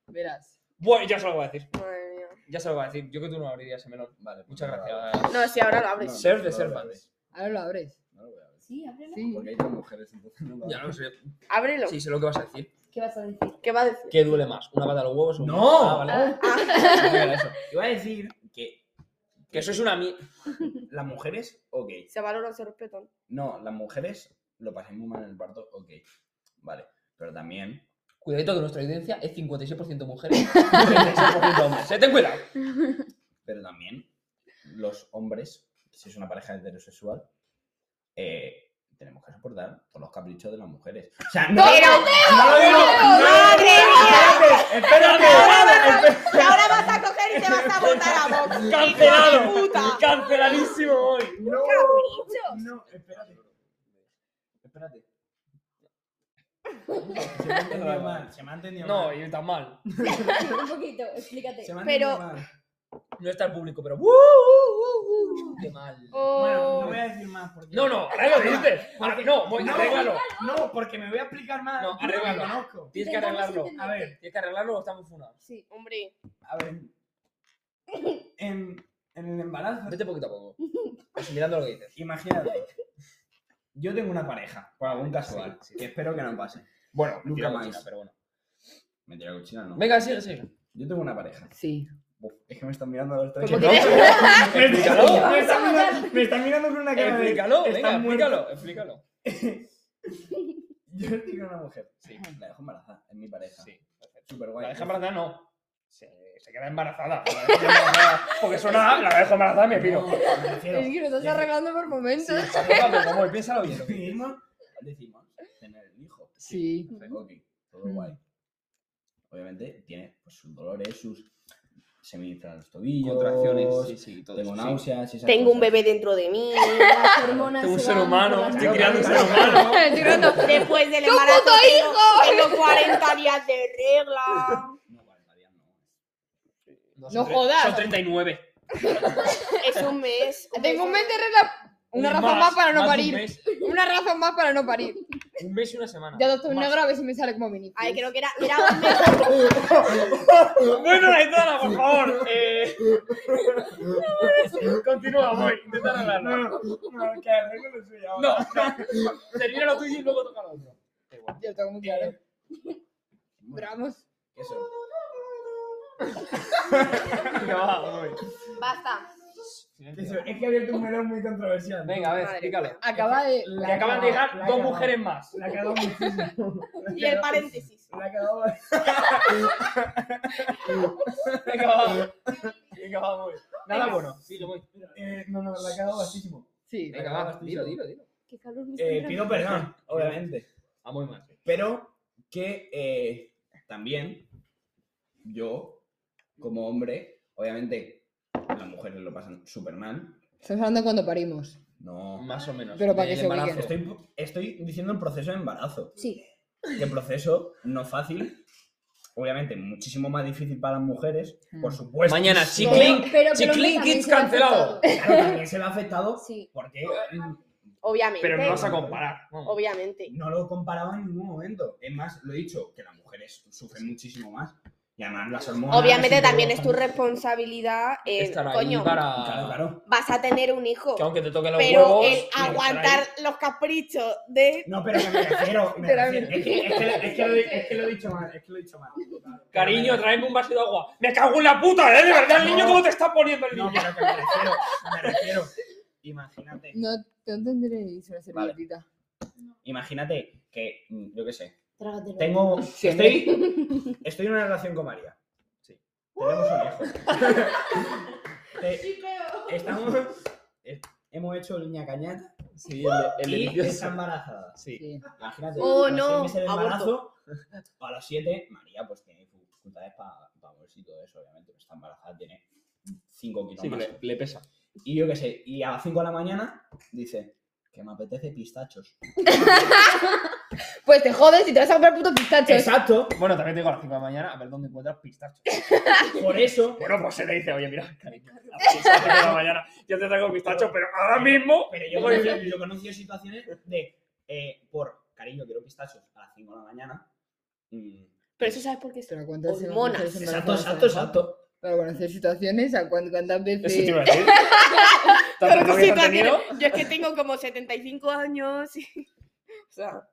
Speaker 4: Verás.
Speaker 3: Bueno, ya se lo voy a decir.
Speaker 1: Madre mía.
Speaker 3: Ya se lo voy a decir. Yo que tú no abrirías ese melón.
Speaker 2: Vale, pues
Speaker 3: Muchas
Speaker 2: no lo
Speaker 3: gracias.
Speaker 1: No, si ahora lo abres.
Speaker 3: Ser de
Speaker 2: no,
Speaker 3: ser
Speaker 2: no,
Speaker 3: fans.
Speaker 4: Ahora lo abres.
Speaker 2: abro. No lo voy a ver.
Speaker 6: Sí, ábrelo.
Speaker 4: Sí.
Speaker 2: Porque hay dos mujeres, entonces no lo
Speaker 3: Ya lo sé.
Speaker 1: Ábrelo.
Speaker 3: Sí, sé lo que vas a decir.
Speaker 6: ¿Qué vas a decir?
Speaker 1: ¿Qué va a decir?
Speaker 3: ¿Qué duele más? ¿Una pata a los huevos o un-
Speaker 2: ¡No!
Speaker 3: Ah, vale. No era eso.
Speaker 2: Iba a decir que
Speaker 3: Que eso es una... mi-
Speaker 2: las mujeres, ok.
Speaker 1: Se valora, se respetan.
Speaker 2: No, las mujeres lo pasáis muy mal en el parto, ok. Vale. Pero también.
Speaker 3: Cuidadito que nuestra audiencia es 56% mujeres y 36% hombres. ¡Se ten cuidado!
Speaker 2: Pero también los hombres, si es una pareja heterosexual, eh, tenemos que soportar todos los caprichos de las mujeres. O sea, no,
Speaker 1: Pero-
Speaker 2: no lo digo. no lo
Speaker 1: ¡Madre
Speaker 2: digo- Espérate, espérate. espérate.
Speaker 1: Y ahora vas a coger y te vas a botar a Vox.
Speaker 3: ¡Cancelado!
Speaker 1: ¡Hijo de puta!
Speaker 3: ¡Canceladísimo hoy!
Speaker 2: No,
Speaker 1: Caprichos.
Speaker 2: no, espérate. Espérate. Se me ha entendido mal,
Speaker 3: No,
Speaker 2: se me ha entendido mal.
Speaker 3: y tan mal.
Speaker 6: Un poquito, explícate.
Speaker 2: Se me ha
Speaker 1: Pero-
Speaker 2: entendido mal.
Speaker 3: No está el público, pero. ¡Uh, uh, uh, uh! ¡Qué mal!
Speaker 2: Bueno, no
Speaker 1: Oh.
Speaker 2: voy a decir más porque.
Speaker 3: No, no, ahora lo dices. Ah, No, voy,
Speaker 2: No,
Speaker 3: arréglalo.
Speaker 2: No, porque me voy a explicar más.
Speaker 3: No,
Speaker 2: yo me
Speaker 3: arréglalo.
Speaker 2: conozco.
Speaker 3: Tienes que arreglarlo.
Speaker 6: Intentamos
Speaker 2: A ver,
Speaker 3: Tienes que arreglarlo o estamos funados.
Speaker 6: Sí.
Speaker 1: Oh, Hombre,
Speaker 2: a ver. En, en el embarazo,
Speaker 3: Vete poquito a poco. Asimilando lo que dices.
Speaker 2: imagínate. Yo tengo una pareja, por algún casual,
Speaker 3: sí.
Speaker 2: que espero que no pase.
Speaker 3: Bueno,
Speaker 2: nunca
Speaker 3: mentira
Speaker 2: más.
Speaker 3: cochina, Pero bueno.
Speaker 2: Mentira cochina, no.
Speaker 3: Venga, sigue, sigue.
Speaker 2: Yo tengo una pareja.
Speaker 4: Sí.
Speaker 2: Uf, es que me están mirando a los
Speaker 4: Pues
Speaker 1: Como
Speaker 2: tres. No,
Speaker 1: que-
Speaker 2: me, están
Speaker 3: Explícalo.
Speaker 2: mirando, me están mirando- me están mirando con una cara de...
Speaker 3: Explícalo,
Speaker 2: "Estás
Speaker 3: venga,
Speaker 2: muerto".
Speaker 3: explícalo, explícalo.
Speaker 2: Yo estoy con una mujer.
Speaker 3: Sí,
Speaker 2: La dejo embarazada, es mi pareja.
Speaker 3: sí.
Speaker 2: Súper guay.
Speaker 3: La deja embarazada no. Se, Pues, se queda embarazada. La deja embarazada. Porque suena, la dejo embarazada y me pido.
Speaker 2: me refiero-
Speaker 4: Es que lo estás
Speaker 2: Sí.
Speaker 4: arreglando por momentos.
Speaker 3: Pero como él, piénsalo bien.
Speaker 2: decidimos, decidimos tener el hijo.
Speaker 4: Sí.
Speaker 1: Mm.
Speaker 2: Ok, todo guay. obviamente tiene pues, sus dolores, sus. Se me inflan los tobillos,
Speaker 3: Contracciones, sí, sí, todo
Speaker 2: tengo
Speaker 3: eso, sí.
Speaker 2: náuseas. y esas
Speaker 1: Tengo un
Speaker 2: cosas.
Speaker 1: bebé dentro de mí.
Speaker 6: Las hormonas.
Speaker 3: Tengo un
Speaker 6: se
Speaker 3: ser
Speaker 6: van
Speaker 3: humano,
Speaker 6: por las
Speaker 3: estoy
Speaker 6: nubes.
Speaker 3: criando un ser humano.
Speaker 1: Después del embarazo tengo, tengo 40 días de regla.
Speaker 2: No, vale, todavía no.
Speaker 4: No
Speaker 3: son tre-
Speaker 4: jodas.
Speaker 3: Son 39.
Speaker 1: Es un mes.
Speaker 4: Tengo un mes de regla. Una
Speaker 3: Un
Speaker 4: razón más, para no
Speaker 3: de un
Speaker 4: parir.
Speaker 3: mes.
Speaker 4: Una razón más para no parir.
Speaker 3: Un mes y una semana.
Speaker 4: Ya doctor
Speaker 3: Más.
Speaker 4: negro a ver si me sale como mini.
Speaker 1: Ay, creo que era, era un mes.
Speaker 3: Bueno, inténtala, por favor. Eh... Continúa, voy. Intenta
Speaker 5: No,
Speaker 3: hablarlo.
Speaker 5: no, no, que arreglo lo suyo
Speaker 3: No,
Speaker 5: ahora.
Speaker 3: no. Termina lo tuyo y luego toca lo otro. Da igual.
Speaker 4: Yo lo tengo muy claro.
Speaker 2: Bueno,
Speaker 4: Pero vamos.
Speaker 2: eso.
Speaker 3: Venga, va, voy.
Speaker 1: Basta.
Speaker 5: Eso,
Speaker 3: Silencio.
Speaker 5: es que ha abierto un melón muy controversial.
Speaker 3: Venga, a ver,
Speaker 1: Madre
Speaker 3: explícalo.
Speaker 4: Acaba de.
Speaker 5: La
Speaker 3: Que acaban de
Speaker 5: la
Speaker 3: llegar
Speaker 5: ha
Speaker 3: dos
Speaker 5: cagado.
Speaker 3: mujeres más.
Speaker 5: La ha cagado muchísimo.
Speaker 1: Y el paréntesis.
Speaker 5: La ha cagado.
Speaker 3: Venga, va. Venga, va, voy. Nada bueno. Sí, lo voy.
Speaker 5: Eh, no, no, la ha cagado bastísimo.
Speaker 4: Sí.
Speaker 3: Venga, va. Dilo, dilo, dilo.
Speaker 6: Qué calor me está
Speaker 2: Eh,
Speaker 6: entrando.
Speaker 2: pido perdón, obviamente.
Speaker 3: Ah, muy mal.
Speaker 2: Pero que eh, también yo, como hombre, obviamente las mujeres lo pasan súper mal.
Speaker 4: Estamos hablando de cuando parimos.
Speaker 2: No.
Speaker 3: Más o menos.
Speaker 4: Pero para que
Speaker 3: Del
Speaker 4: se
Speaker 3: embarazo.
Speaker 4: ubiquen.
Speaker 2: Estoy, estoy diciendo el proceso de embarazo.
Speaker 6: Sí.
Speaker 2: Que proceso no fácil. Obviamente, muchísimo más difícil para las mujeres, por supuesto.
Speaker 3: Mañana,
Speaker 2: sí.
Speaker 3: Chiclin-
Speaker 6: Pero- pero
Speaker 3: Chiclin
Speaker 6: Colombia también
Speaker 3: Kids
Speaker 6: se le ha
Speaker 3: cancelado.
Speaker 6: afectado.
Speaker 2: También se ve afectado
Speaker 6: Sí.
Speaker 2: porque
Speaker 1: Obviamente.
Speaker 3: Pero no vas a comparar. vamos.
Speaker 1: Obviamente.
Speaker 2: no lo comparaba en ningún momento. Es más, lo he dicho, que las mujeres sufren muchísimo más. Y además las hormonas... y
Speaker 1: Obviamente
Speaker 2: todo
Speaker 1: también es tu
Speaker 2: también-
Speaker 1: responsabilidad. eh,
Speaker 3: Estar ahí
Speaker 1: coño,
Speaker 3: para...
Speaker 2: Claro, claro.
Speaker 1: vas a tener un hijo.
Speaker 3: Que aunque te toquen los
Speaker 1: Pero
Speaker 3: huevos... eh,
Speaker 1: el
Speaker 3: tienes que estar ahí.
Speaker 1: aguantar los caprichos de.
Speaker 2: No, pero que me refiero... me refiero- es, que, es, que, lo- es que lo, he- es que lo he dicho mal, es que lo he dicho mal.
Speaker 3: Cariño, tráeme un vaso de agua. ¡Me cago en la puta, eh! De verdad, el niño,
Speaker 2: No.
Speaker 3: ¿cómo te está poniendo el
Speaker 2: No,
Speaker 3: niño?
Speaker 2: pero que me refiero, me refiero. Imagínate.
Speaker 4: No, no tendréis una servilletita.
Speaker 2: Imagínate que, mm, yo qué sé,
Speaker 6: Trágatelo.
Speaker 2: Tengo.
Speaker 1: ¿eh?
Speaker 2: Estoy, estoy en una relación con María.
Speaker 3: Sí.
Speaker 2: Tenemos un hijo. Te- estamos. eh, Hemos hecho línea cañata
Speaker 3: Sí, el,
Speaker 2: y
Speaker 3: delicioso.
Speaker 2: está embarazada.
Speaker 3: Sí.
Speaker 4: Sí.
Speaker 2: Imagínate,
Speaker 1: Oh,
Speaker 2: a los
Speaker 1: no,
Speaker 2: seis meses de
Speaker 1: aborto.
Speaker 2: embarazo, a los siete, María pues tiene dificultades para moverse y todo eso, obviamente, pues está embarazada, tiene 5 kilos
Speaker 3: Sí, que
Speaker 2: más.
Speaker 3: le, le pesa.
Speaker 2: Y yo qué sé, y a las 5 de la mañana dice que me apetece pistachos.
Speaker 4: Pues te jodes y te vas a comprar puto pistachos.
Speaker 2: Exacto,
Speaker 3: Bueno, también te digo a las 5 de la mañana a ver dónde encuentras pistachos.
Speaker 2: por eso
Speaker 3: Bueno, pues se le dice, oye, mira, cariño, a las 5 de la mañana yo te traigo pistachos, pero ahora mismo.
Speaker 2: Pero yo
Speaker 3: Oye,
Speaker 2: conocí, yo conocí situaciones de, eh, por cariño, quiero pistachos a las 5 de la mañana. Mm.
Speaker 1: Pero eso sabes por qué
Speaker 4: Te
Speaker 1: es.
Speaker 4: lo cuentas en las
Speaker 1: Hormonas.
Speaker 4: mujeres
Speaker 2: Exacto,
Speaker 4: embarazadas.
Speaker 2: exacto, exacto.
Speaker 4: Para conocer situaciones, a cuán- cuántas
Speaker 3: Eso te
Speaker 4: veces.
Speaker 3: iba a decir. ¿Tanto novio que has tenido?
Speaker 1: Yo es que tengo como 75 años y. O sea,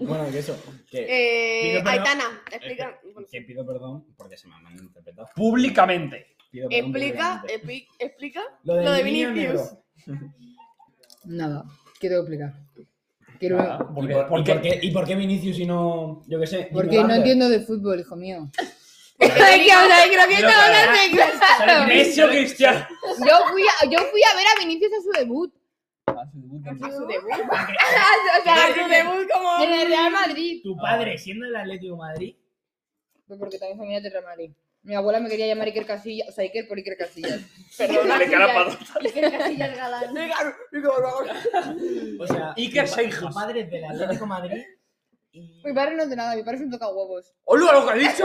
Speaker 2: Bueno, que eso. Que,
Speaker 1: eh,
Speaker 2: Pido perdón.
Speaker 1: Aitana, explica. bueno,
Speaker 2: que pido perdón porque se me han malinterpretado.
Speaker 3: Públicamente.
Speaker 2: Pido perdón
Speaker 1: Explica,
Speaker 2: públicamente.
Speaker 1: expli- explica.
Speaker 2: lo de,
Speaker 1: lo de Vinicius.
Speaker 2: Vinicius.
Speaker 4: Nada. ¿Qué tengo que explicar? Quiero...
Speaker 3: Nada,
Speaker 2: ¿Y,
Speaker 3: Ah, porque,
Speaker 2: por, y
Speaker 3: porque-
Speaker 2: por qué, Eh, ¿Y por qué Vinicius y no, yo qué sé?
Speaker 4: Porque
Speaker 2: Jimmy
Speaker 4: no
Speaker 2: Butler?
Speaker 4: entiendo de fútbol, hijo mío.
Speaker 1: Ay, que ahora creo que
Speaker 3: Pero
Speaker 1: no
Speaker 3: para-
Speaker 1: hablas de claro.
Speaker 3: Messi o Cristiano.
Speaker 4: Yo fui, a, yo fui a ver a Vinicius a su debut.
Speaker 1: A su debut.
Speaker 4: Ah,
Speaker 1: O sea, a su debut como.
Speaker 4: En el Real Madrid.
Speaker 5: Tu padre, siendo el Atlético de Madrid,
Speaker 4: Pues porque también familia es del Real Madrid. Mi abuela me quería llamar Iker Casillas. O sea, Iker por Iker Casillas.
Speaker 3: Perdónale, cara para
Speaker 6: Iker Casillas Galán.
Speaker 2: O sea,
Speaker 3: Iker
Speaker 2: tu pa-
Speaker 3: Seijos.
Speaker 2: tu padre es del Atlético de Madrid y.
Speaker 4: Mi padre no es de nada, mi padre es un toca huevos.
Speaker 3: ¡Hola, lo que ha dicho!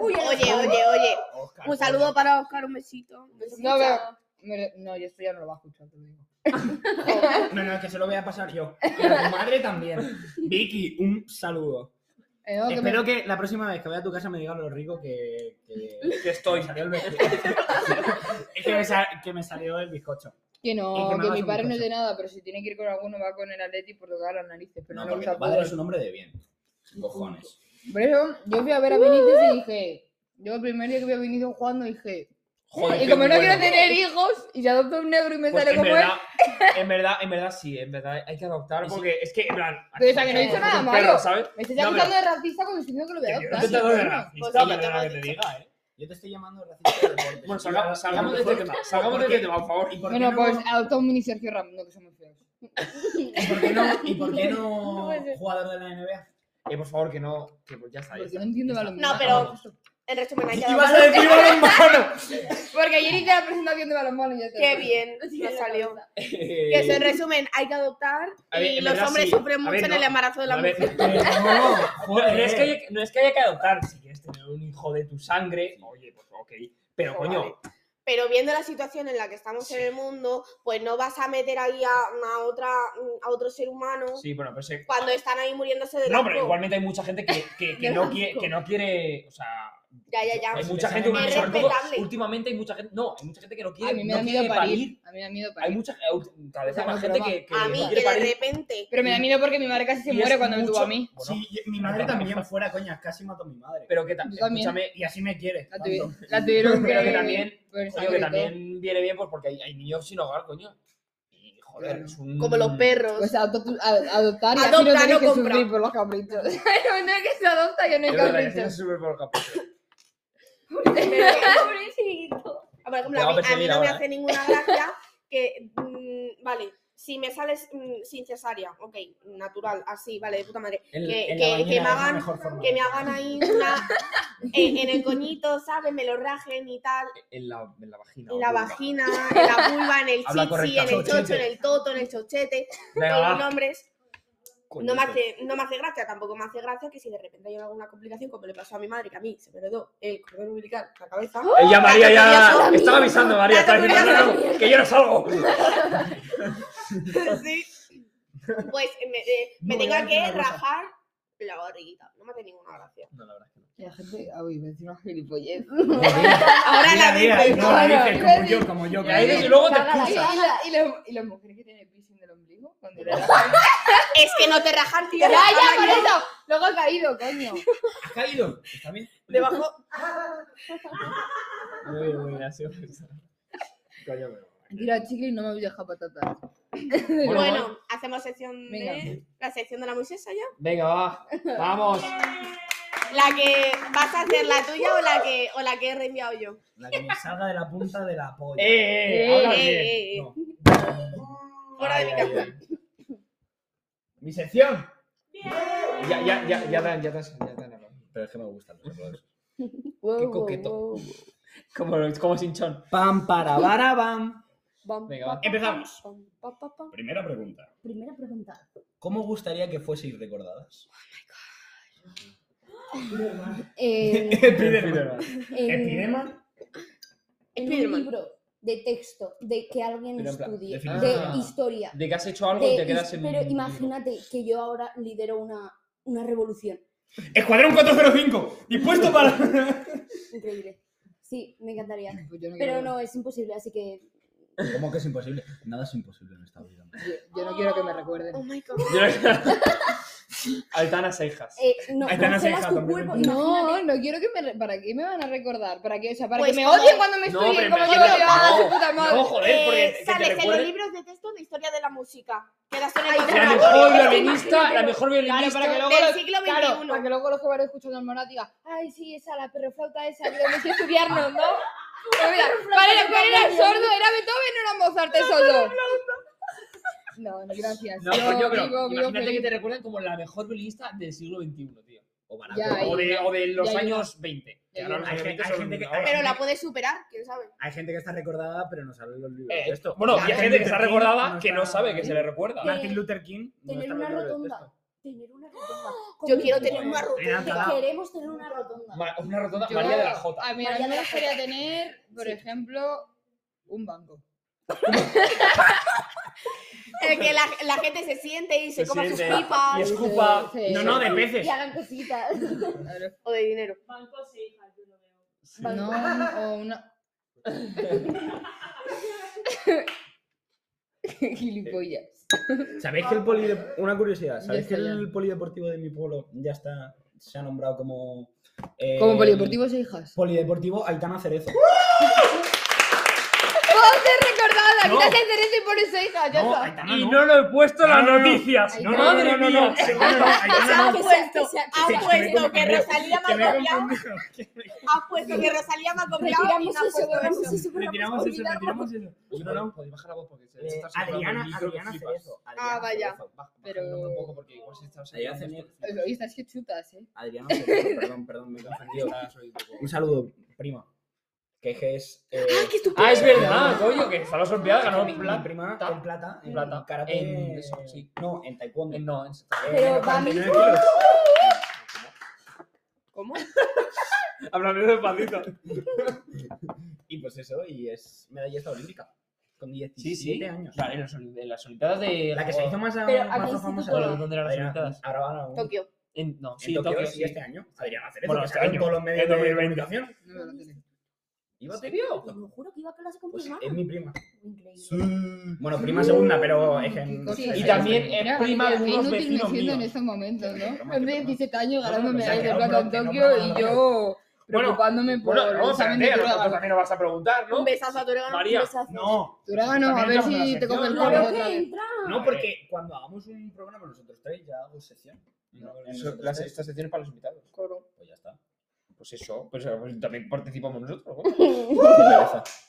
Speaker 1: Oye, oye, oye.
Speaker 2: Oscar,
Speaker 1: Un saludo para Oscar, un besito. Un besito.
Speaker 4: No, pero. me- no, yo esto ya no lo va a escuchar, te lo digo.
Speaker 2: No, no, que se lo voy a pasar yo. Y a tu madre también. Vicky, un saludo.
Speaker 4: Eh, no, que me-
Speaker 2: Espero que la próxima vez que vaya a tu casa me digas lo rico que, que,
Speaker 3: Que
Speaker 2: que me
Speaker 3: estoy.
Speaker 2: salió el bizcocho. es que me, sa- que me salió el bizcocho.
Speaker 4: Que
Speaker 2: Y
Speaker 4: no,
Speaker 2: que
Speaker 4: que,
Speaker 2: me hagas
Speaker 4: mi
Speaker 2: un
Speaker 4: padre no es
Speaker 2: bizcocho.
Speaker 4: de nada, pero si tiene que ir con alguno va con el Atleti por tocar las narices, pero no, le
Speaker 2: porque
Speaker 4: gusta
Speaker 2: tu padre
Speaker 4: fútbol.
Speaker 2: es un hombre de bien. Cojones.
Speaker 4: Por eso yo fui a ver a Benítez y dije, yo el primer día que vi a Benítez jugando dije,
Speaker 3: Joder,
Speaker 4: y
Speaker 3: qué
Speaker 4: como no quiero
Speaker 3: bueno.
Speaker 4: tener hijos y se adopto un negro y me
Speaker 3: Pues
Speaker 4: sale
Speaker 3: en,
Speaker 4: como él,
Speaker 3: verdad, en verdad, en verdad sí, en verdad hay que adoptar porque es que, en plan.
Speaker 4: Pero, o sea, que no he dicho
Speaker 3: como
Speaker 4: nada
Speaker 3: un
Speaker 4: malo.
Speaker 3: perro, ¿sabes?
Speaker 4: me estás
Speaker 3: No,
Speaker 4: acusando de racista cuando estoy diciendo que lo voy a
Speaker 3: Yo no
Speaker 4: adoptar.
Speaker 3: te
Speaker 4: sí,
Speaker 3: trato de
Speaker 4: bueno.
Speaker 3: racista,
Speaker 1: Pues sí, yo te
Speaker 3: perdona
Speaker 1: lo he
Speaker 3: que te
Speaker 1: dicho.
Speaker 3: diga, ¿eh?
Speaker 2: Yo te estoy llamando racista de deportes.
Speaker 3: Bueno, salga- salgamos de este tema, salgamos de
Speaker 2: ¿Por qué?
Speaker 3: este tema, por favor.
Speaker 2: ¿Y por qué
Speaker 4: Bueno,
Speaker 2: no-
Speaker 4: pues adopta un mini Sergio Ramos, no que somos feos.
Speaker 2: ¿Y por qué no, y por qué no jugador de la NBA?
Speaker 3: Eh, por favor, que no. Que pues ya está. ya
Speaker 4: Porque
Speaker 3: está.
Speaker 4: no entiendo balonmano. Ah,
Speaker 1: No, pero en resumen, ha quedado
Speaker 3: ¡Ibas a decir balonmano!
Speaker 4: Porque ayer hice la presentación de balonmano y ya está.
Speaker 1: Qué bien, nos salió. Que eso, en resumen, hay que adoptar
Speaker 3: Eh, A ver,
Speaker 1: y
Speaker 3: en
Speaker 1: los
Speaker 3: verdad,
Speaker 1: hombres
Speaker 3: sí.
Speaker 1: sufren
Speaker 3: A
Speaker 1: mucho
Speaker 3: ver,
Speaker 1: en
Speaker 3: no.
Speaker 1: el embarazo de la
Speaker 3: A ver,
Speaker 1: mujer.
Speaker 5: No,
Speaker 3: No
Speaker 5: joder.
Speaker 3: es, que haya, no es que haya que adoptar, si quieres tener un hijo de tu sangre, oye, pues ok. Pero coño,
Speaker 1: Pero viendo la situación en la que estamos en el mundo, pues no vas a meter ahí a, a otra, a otro ser humano
Speaker 3: sí, bueno, pero se-
Speaker 1: cuando están ahí muriéndose de
Speaker 3: No,
Speaker 1: hambre.
Speaker 3: pero igualmente hay mucha gente que, que, que
Speaker 4: De
Speaker 3: no,
Speaker 4: asco.
Speaker 3: quiere, que no quiere. O sea.
Speaker 1: Ya, ya, ya.
Speaker 3: Hay
Speaker 5: si
Speaker 3: mucha
Speaker 5: les
Speaker 3: gente.
Speaker 5: hacen-
Speaker 3: sobre
Speaker 1: Es
Speaker 3: todo,
Speaker 1: respetable.
Speaker 3: últimamente hay mucha gente. No, hay mucha gente que no quiere.
Speaker 4: A mí me
Speaker 3: no
Speaker 4: da miedo
Speaker 3: quiere
Speaker 4: parir. A mí me da miedo
Speaker 3: Hay
Speaker 4: parir.
Speaker 3: mucha. eh, Cada vez hay
Speaker 4: O sea,
Speaker 3: más
Speaker 4: no,
Speaker 3: gente
Speaker 4: pero
Speaker 3: que, que
Speaker 1: a
Speaker 3: no
Speaker 1: mí, que
Speaker 3: quiere
Speaker 1: de
Speaker 3: parir.
Speaker 1: repente.
Speaker 4: Pero me da miedo porque mi madre casi se
Speaker 5: Y
Speaker 4: muere
Speaker 5: es
Speaker 4: cuando me tuvo
Speaker 5: mucho-
Speaker 4: a mí.
Speaker 3: Bueno,
Speaker 5: Sí, mi madre también fuera, coñas, casi mató a mi madre.
Speaker 3: Pero Ah, que ta-
Speaker 4: Yo también.
Speaker 3: Escúchame,
Speaker 5: y así me quiere.
Speaker 4: La,
Speaker 5: tanto.
Speaker 4: tuvi- la tuvieron
Speaker 3: Pero que
Speaker 4: que
Speaker 3: también-
Speaker 4: pues,
Speaker 3: coño,
Speaker 4: sobre
Speaker 3: que
Speaker 4: todo.
Speaker 3: también viene bien pues, porque hay, hay niños sin hogar, coño. Y joder,
Speaker 4: Claro.
Speaker 3: es un.
Speaker 1: Como los perros.
Speaker 4: Pues adopta tu- a- adoptar y así
Speaker 1: Adopta,
Speaker 4: no tienes
Speaker 1: no
Speaker 4: que
Speaker 1: compra.
Speaker 4: sufrir por los caprichos. En el momento en que se adopta ya no
Speaker 3: Es
Speaker 4: hay
Speaker 3: verdad, que es
Speaker 4: caprichos.
Speaker 3: súper por capítulo.
Speaker 6: Pobrecito.
Speaker 1: Ah, Por ejemplo,
Speaker 3: Te
Speaker 1: a
Speaker 3: va a
Speaker 1: mí, a mí
Speaker 3: perseguir
Speaker 1: no me
Speaker 3: ahora,
Speaker 1: hace ninguna gracia que, mm, vale, si me sales mm, sin cesárea, ok, natural, así, vale, de puta madre,
Speaker 5: En-
Speaker 1: Que-
Speaker 5: en la
Speaker 1: que-
Speaker 5: bañera
Speaker 1: que me
Speaker 5: es la
Speaker 1: hagan-
Speaker 5: mejor forma.
Speaker 1: que me hagan ahí una, eh, en, en el coñito, ¿sabes? Me lo rajen y tal,
Speaker 3: En la, en la vagina.
Speaker 1: en la
Speaker 3: vulva.
Speaker 1: vagina, en la vulva, en el
Speaker 3: Habla
Speaker 1: chichi, en el
Speaker 3: correcta.
Speaker 1: chocho, en el toto, en el chochete,
Speaker 3: Venga,
Speaker 1: todos los
Speaker 3: va. Pues
Speaker 1: nombres. No
Speaker 3: Coño,
Speaker 1: me, hace, no me hace gracia, tampoco me hace gracia que si de repente hay alguna complicación, como le pasó a mi madre, que a mí se me heredó el cordón umbilical en la cabeza.
Speaker 3: Ella,
Speaker 1: Dato
Speaker 3: María, Eh, ya.
Speaker 1: curioso.
Speaker 3: Estaba avisando, María.
Speaker 1: Dato
Speaker 3: Estaba diciendo,
Speaker 1: curioso.
Speaker 3: "No, no, que yo no salgo.
Speaker 1: Sí. Pues me, eh, me
Speaker 5: No,
Speaker 1: tenga
Speaker 5: ya
Speaker 1: que
Speaker 5: es una cosa.
Speaker 1: rajar la barriguita. No me hace ninguna gracia.
Speaker 3: No, la verdad es que no.
Speaker 4: La gente, ay, me decía una gilipollez.
Speaker 1: Ahora la
Speaker 5: Mira,
Speaker 1: dices.
Speaker 5: no, la
Speaker 4: claro,
Speaker 5: dices,
Speaker 4: yo
Speaker 5: como yo, como yo.
Speaker 3: Que
Speaker 5: que
Speaker 3: ahí
Speaker 5: hay
Speaker 3: desde
Speaker 5: de-
Speaker 3: luego te
Speaker 6: Caga la
Speaker 3: expulsan.
Speaker 4: Y, la- y la- y las mujeres que tienen piercing del ombligo, cuando le rajan.
Speaker 1: Es que no te rajan, tío.
Speaker 4: Ya, ya, por eso. Luego ha caído, coño.
Speaker 5: ¿Has caído? ¿Está bien?
Speaker 1: Debajo.
Speaker 3: Muy, muy gracioso. Coño, pero.
Speaker 4: Tira chicle y no me habéis dejado patatas.
Speaker 1: Bueno,
Speaker 3: Bueno,
Speaker 1: hacemos sección de.
Speaker 4: Venga.
Speaker 1: La sección de la Moisés ya.
Speaker 3: Venga, va. Vamos.
Speaker 1: La que vas a hacer la tuya o la que, o la que he reenviado yo.
Speaker 5: La que me salga de la punta de la polla.
Speaker 3: Eh, eh,
Speaker 4: Eh,
Speaker 3: eh. habla
Speaker 1: eh,
Speaker 3: bien.
Speaker 1: eh, eh.
Speaker 3: No.
Speaker 1: Fuera de mi
Speaker 3: Ay, ay,
Speaker 1: casa.
Speaker 3: ay. Mi sección. Ya, ya, ya, ya te, ya te, has- ya te han hablado.
Speaker 2: Pero es que me gustan los recuerdos.
Speaker 3: Qué coqueto. Como, como Sinchón.
Speaker 5: Pam, para, para, pam.
Speaker 3: Venga, va.
Speaker 2: Empezamos.
Speaker 6: Pa, pa, pa.
Speaker 2: Primera pregunta.
Speaker 6: Primera pregunta.
Speaker 2: ¿Cómo gustaría que fueseis recordadas?
Speaker 6: En,
Speaker 3: Epidema.
Speaker 6: Eh, en, en un
Speaker 1: Spiderman.
Speaker 6: libro de texto de que alguien
Speaker 3: Pero en plan,
Speaker 6: estudie,
Speaker 2: definición.
Speaker 6: de
Speaker 3: Ah.
Speaker 6: historia.
Speaker 3: De que has hecho algo
Speaker 6: de
Speaker 3: y te quedas
Speaker 6: his-
Speaker 3: en.
Speaker 6: pero imagínate que yo ahora lidero una, una revolución.
Speaker 3: Escuadrón 405. Dispuesto para.
Speaker 6: Increíble. Sí, me encantaría.
Speaker 4: Pues yo no quiero-
Speaker 6: Pero no, es imposible, así que
Speaker 2: ¿Cómo que es imposible? Nada es imposible en esta vida. hombre.
Speaker 4: Yo, yo no quiero que me recuerden.
Speaker 1: Oh my god.
Speaker 3: Altana Seijas.
Speaker 6: Eh, no,
Speaker 3: Ahí están las
Speaker 6: congelas
Speaker 3: cejas,
Speaker 6: tu
Speaker 3: también,
Speaker 6: cuerpo,
Speaker 3: ¿no?
Speaker 6: imagínate.
Speaker 4: No, no quiero que me. re- ¿Para qué me van a recordar? ¿Para qué? O sea, para
Speaker 1: Pues
Speaker 4: que me
Speaker 1: como-
Speaker 4: odien cuando me
Speaker 3: No,
Speaker 4: estudien,
Speaker 3: pero
Speaker 4: como yo
Speaker 3: imagínate-
Speaker 4: odio a
Speaker 3: no,
Speaker 4: su puta madre.
Speaker 3: No, joder, porque
Speaker 1: Eh,
Speaker 3: que te
Speaker 1: sales en los
Speaker 3: recuerde-
Speaker 1: libros de texto de historia de la música. Quedas en el
Speaker 3: La
Speaker 1: conservatorio
Speaker 3: mejor violinista, la mejor
Speaker 4: Claro,
Speaker 3: violinista.
Speaker 4: para que luego,
Speaker 1: del
Speaker 4: los-
Speaker 1: siglo
Speaker 4: claro,
Speaker 1: XXI.
Speaker 4: para que luego los que van escuchando al Morat digan, ay, sí, esa, la perroflauta esa, que tenemos que estudiarnos, ¿no?
Speaker 1: Ah.
Speaker 4: Pero mira, ¿cuál era, cuál era el sordo? ¿Era Beethoven o era Mozart el sordo? No, no, gracias.
Speaker 3: No, coño, pero
Speaker 4: vivo- vivo
Speaker 3: imagínate que
Speaker 4: feliz.
Speaker 3: te recuerden como la mejor violinista del siglo XXI, tío. O, van a-
Speaker 4: Ya,
Speaker 3: o,
Speaker 4: ahí
Speaker 3: de,
Speaker 4: ya-
Speaker 3: o de los
Speaker 4: ya ayuda.
Speaker 3: años 20. que
Speaker 4: Ya
Speaker 3: ahora los
Speaker 5: ayuda.
Speaker 3: años
Speaker 5: Hay
Speaker 3: 20
Speaker 5: gente-
Speaker 3: son
Speaker 5: hay gente que-
Speaker 3: ahora.
Speaker 5: hay
Speaker 1: Pero la puedes superar, quién sabe.
Speaker 5: Hay gente que está recordada, pero no sabe los libros
Speaker 3: Eh,
Speaker 5: de esto.
Speaker 3: bueno, y hay
Speaker 5: Martin
Speaker 3: gente que está
Speaker 5: Luther King
Speaker 3: recordada que
Speaker 5: está-
Speaker 3: no sabe que se le recuerda.
Speaker 6: Claro.
Speaker 5: Martin Luther King. no
Speaker 6: Tener
Speaker 5: está en
Speaker 6: una
Speaker 5: los libros de
Speaker 6: rotonda.
Speaker 5: texto.
Speaker 6: tener una rotonda.
Speaker 1: Yo quiero
Speaker 6: Como-
Speaker 1: tener una
Speaker 5: Era
Speaker 1: rotonda.
Speaker 5: talado.
Speaker 6: Queremos tener una rotonda.
Speaker 3: Ma- Una rotonda,
Speaker 4: Yo-
Speaker 3: María de la Jota.
Speaker 4: A mí a
Speaker 6: María
Speaker 4: mí
Speaker 6: de
Speaker 4: me
Speaker 6: la
Speaker 4: gustaría
Speaker 6: Jota.
Speaker 4: tener, por ejemplo, un banco.
Speaker 1: En el que la, la gente se siente y se,
Speaker 3: Se
Speaker 1: coma sus
Speaker 3: siente
Speaker 1: pipas.
Speaker 3: y escupa.
Speaker 4: Sí, sí.
Speaker 5: No, no, de peces.
Speaker 6: Y hagan cositas.
Speaker 4: Claro.
Speaker 1: O de dinero.
Speaker 7: Banco sí, hija, yo lo veo.
Speaker 4: No, o una... Gilipollas.
Speaker 5: ¿Sabéis que el polide- Una curiosidad, ¿sabéis que
Speaker 4: está
Speaker 5: el polideportivo de mi pueblo ya está. se ha nombrado como. eh,
Speaker 4: Como polideportivos e hijas.
Speaker 5: Polideportivo Aitana Cerezo.
Speaker 4: ¡Oh, ¡Puedo ser recordada! la
Speaker 8: No.
Speaker 4: quitas de cerezo y pones hija, ya
Speaker 8: No,
Speaker 4: está.
Speaker 8: Aitana,
Speaker 3: Y
Speaker 8: no.
Speaker 3: no lo he puesto en las
Speaker 8: No, no, no.
Speaker 3: noticias.
Speaker 4: Ay,
Speaker 8: No, no,
Speaker 4: madre
Speaker 8: no, no, no, no. Seguro no, Aitana no.
Speaker 1: ha
Speaker 6: Ah, Que se-
Speaker 1: puesto,
Speaker 6: que se-
Speaker 1: ha
Speaker 6: que se-
Speaker 1: puesto Ah, pues, que Rosalía me
Speaker 8: Que me
Speaker 1: ha
Speaker 8: he
Speaker 1: copiado,
Speaker 8: confundido.
Speaker 1: ha puesto que Rosalía me ha copiado y
Speaker 6: Retiramos
Speaker 1: no ha
Speaker 6: eso,
Speaker 1: puesto
Speaker 6: borramos
Speaker 1: eso.
Speaker 6: eso, pues,
Speaker 8: Retiramos
Speaker 6: borramos
Speaker 8: eso,
Speaker 6: eso.
Speaker 8: retiramos eso.
Speaker 3: Pues
Speaker 8: No, no.
Speaker 5: podéis bajar la voz porque se
Speaker 8: Eh,
Speaker 5: está saturando el
Speaker 8: Adriana-
Speaker 5: micro que
Speaker 8: Adriana
Speaker 5: flipas.
Speaker 8: Cerezo.
Speaker 4: Ah, vaya.
Speaker 5: Baja- baja el
Speaker 4: Pero-
Speaker 5: nombre un poco porque igual se está
Speaker 2: Adriana
Speaker 5: saturando
Speaker 2: Cerezo.
Speaker 5: esto.
Speaker 4: Oye, estás que chutas, eh.
Speaker 2: Adriana, Cerezo, perdón, perdón, me he confundido.
Speaker 5: Estás hoy un poco-
Speaker 2: Un saludo, prima. Que es que es. eh,
Speaker 3: Ah, es verdad, coño, que está la sorpresa, ganó
Speaker 2: mi, mi
Speaker 3: plata.
Speaker 2: prima
Speaker 3: ta-
Speaker 2: en plata. En
Speaker 3: plata.
Speaker 2: karate.
Speaker 3: En eso, sí.
Speaker 2: No, en taekwondo. Ah,
Speaker 3: Eh, No, en
Speaker 6: Pero
Speaker 2: en
Speaker 6: va a mí-
Speaker 2: 49 kilos.
Speaker 1: ¿Cómo?
Speaker 3: Hablando de patito.
Speaker 2: Y pues eso, y es medallista olímpica. Con 17
Speaker 3: Sí, sí.
Speaker 2: años.
Speaker 3: Vale, en las olim- en las Olimpiadas de.
Speaker 2: La que se hizo más, a-
Speaker 6: Pero, ¿a
Speaker 2: más
Speaker 6: qué
Speaker 2: famosa.
Speaker 6: instituto?
Speaker 2: de-
Speaker 3: ¿Dónde eran las
Speaker 2: Adriana-
Speaker 3: Olimpiadas?
Speaker 2: Ahora van a. En
Speaker 4: Tokio.
Speaker 3: En- no, sí,
Speaker 2: Tokio,
Speaker 3: Tokio,
Speaker 2: sí,
Speaker 3: sí.
Speaker 2: este año. Adriana Cerezo.
Speaker 3: Bueno,
Speaker 2: que
Speaker 3: este
Speaker 2: salió en
Speaker 3: año,
Speaker 2: Todos los medios
Speaker 3: en
Speaker 2: de
Speaker 3: 2020.
Speaker 2: comunicación.
Speaker 4: No lo tenéis.
Speaker 2: ¿Iba tío?
Speaker 6: Te lo juro que iba a clase con
Speaker 2: Pues
Speaker 6: mi
Speaker 2: es
Speaker 6: hermana.
Speaker 2: mi prima.
Speaker 6: Increíble.
Speaker 2: Bueno, prima segunda,
Speaker 3: Uh.
Speaker 2: pero es en.
Speaker 4: Sí,
Speaker 3: Y
Speaker 4: Sí,
Speaker 3: también
Speaker 4: sí.
Speaker 3: es
Speaker 4: Mira,
Speaker 3: prima de
Speaker 4: qué
Speaker 3: unos
Speaker 4: inútil me
Speaker 3: vecinos
Speaker 4: siento en
Speaker 3: míos.
Speaker 4: estos momentos,
Speaker 2: Qué
Speaker 4: ¿no?
Speaker 2: broma,
Speaker 4: Hombre,
Speaker 2: qué broma.
Speaker 4: 17
Speaker 2: No,
Speaker 4: años
Speaker 2: no,
Speaker 4: ganando
Speaker 2: pero se ha
Speaker 4: medallas
Speaker 2: quedado
Speaker 4: de plata en
Speaker 2: un brote,
Speaker 4: Tokio
Speaker 2: no, no,
Speaker 4: y
Speaker 2: no,
Speaker 4: yo
Speaker 3: Bueno,
Speaker 4: preocupándome por
Speaker 3: Bueno, no,
Speaker 4: el examen de
Speaker 3: espérate, a nosotros
Speaker 4: Turagano.
Speaker 3: también nos vas a preguntar,
Speaker 1: Un
Speaker 3: ¿no?
Speaker 1: besazo a Turega.
Speaker 3: María. No.
Speaker 4: Turagano, a
Speaker 3: También
Speaker 4: ver
Speaker 3: entramos en
Speaker 4: si
Speaker 3: la
Speaker 4: te coge el
Speaker 3: sección,
Speaker 4: cuerpo
Speaker 6: Claro
Speaker 4: otra
Speaker 6: que
Speaker 4: vez.
Speaker 6: entra.
Speaker 2: No, porque cuando hagamos un programa nosotros tres ya hago sección. No, en
Speaker 3: Eso-
Speaker 2: nosotros
Speaker 3: las-
Speaker 2: tres,
Speaker 3: Estas secciones para los invitados.
Speaker 2: Pues ya está.
Speaker 3: Pues eso, pues, eh, pues también participamos nosotros. ¿no?
Speaker 2: ¿Cómo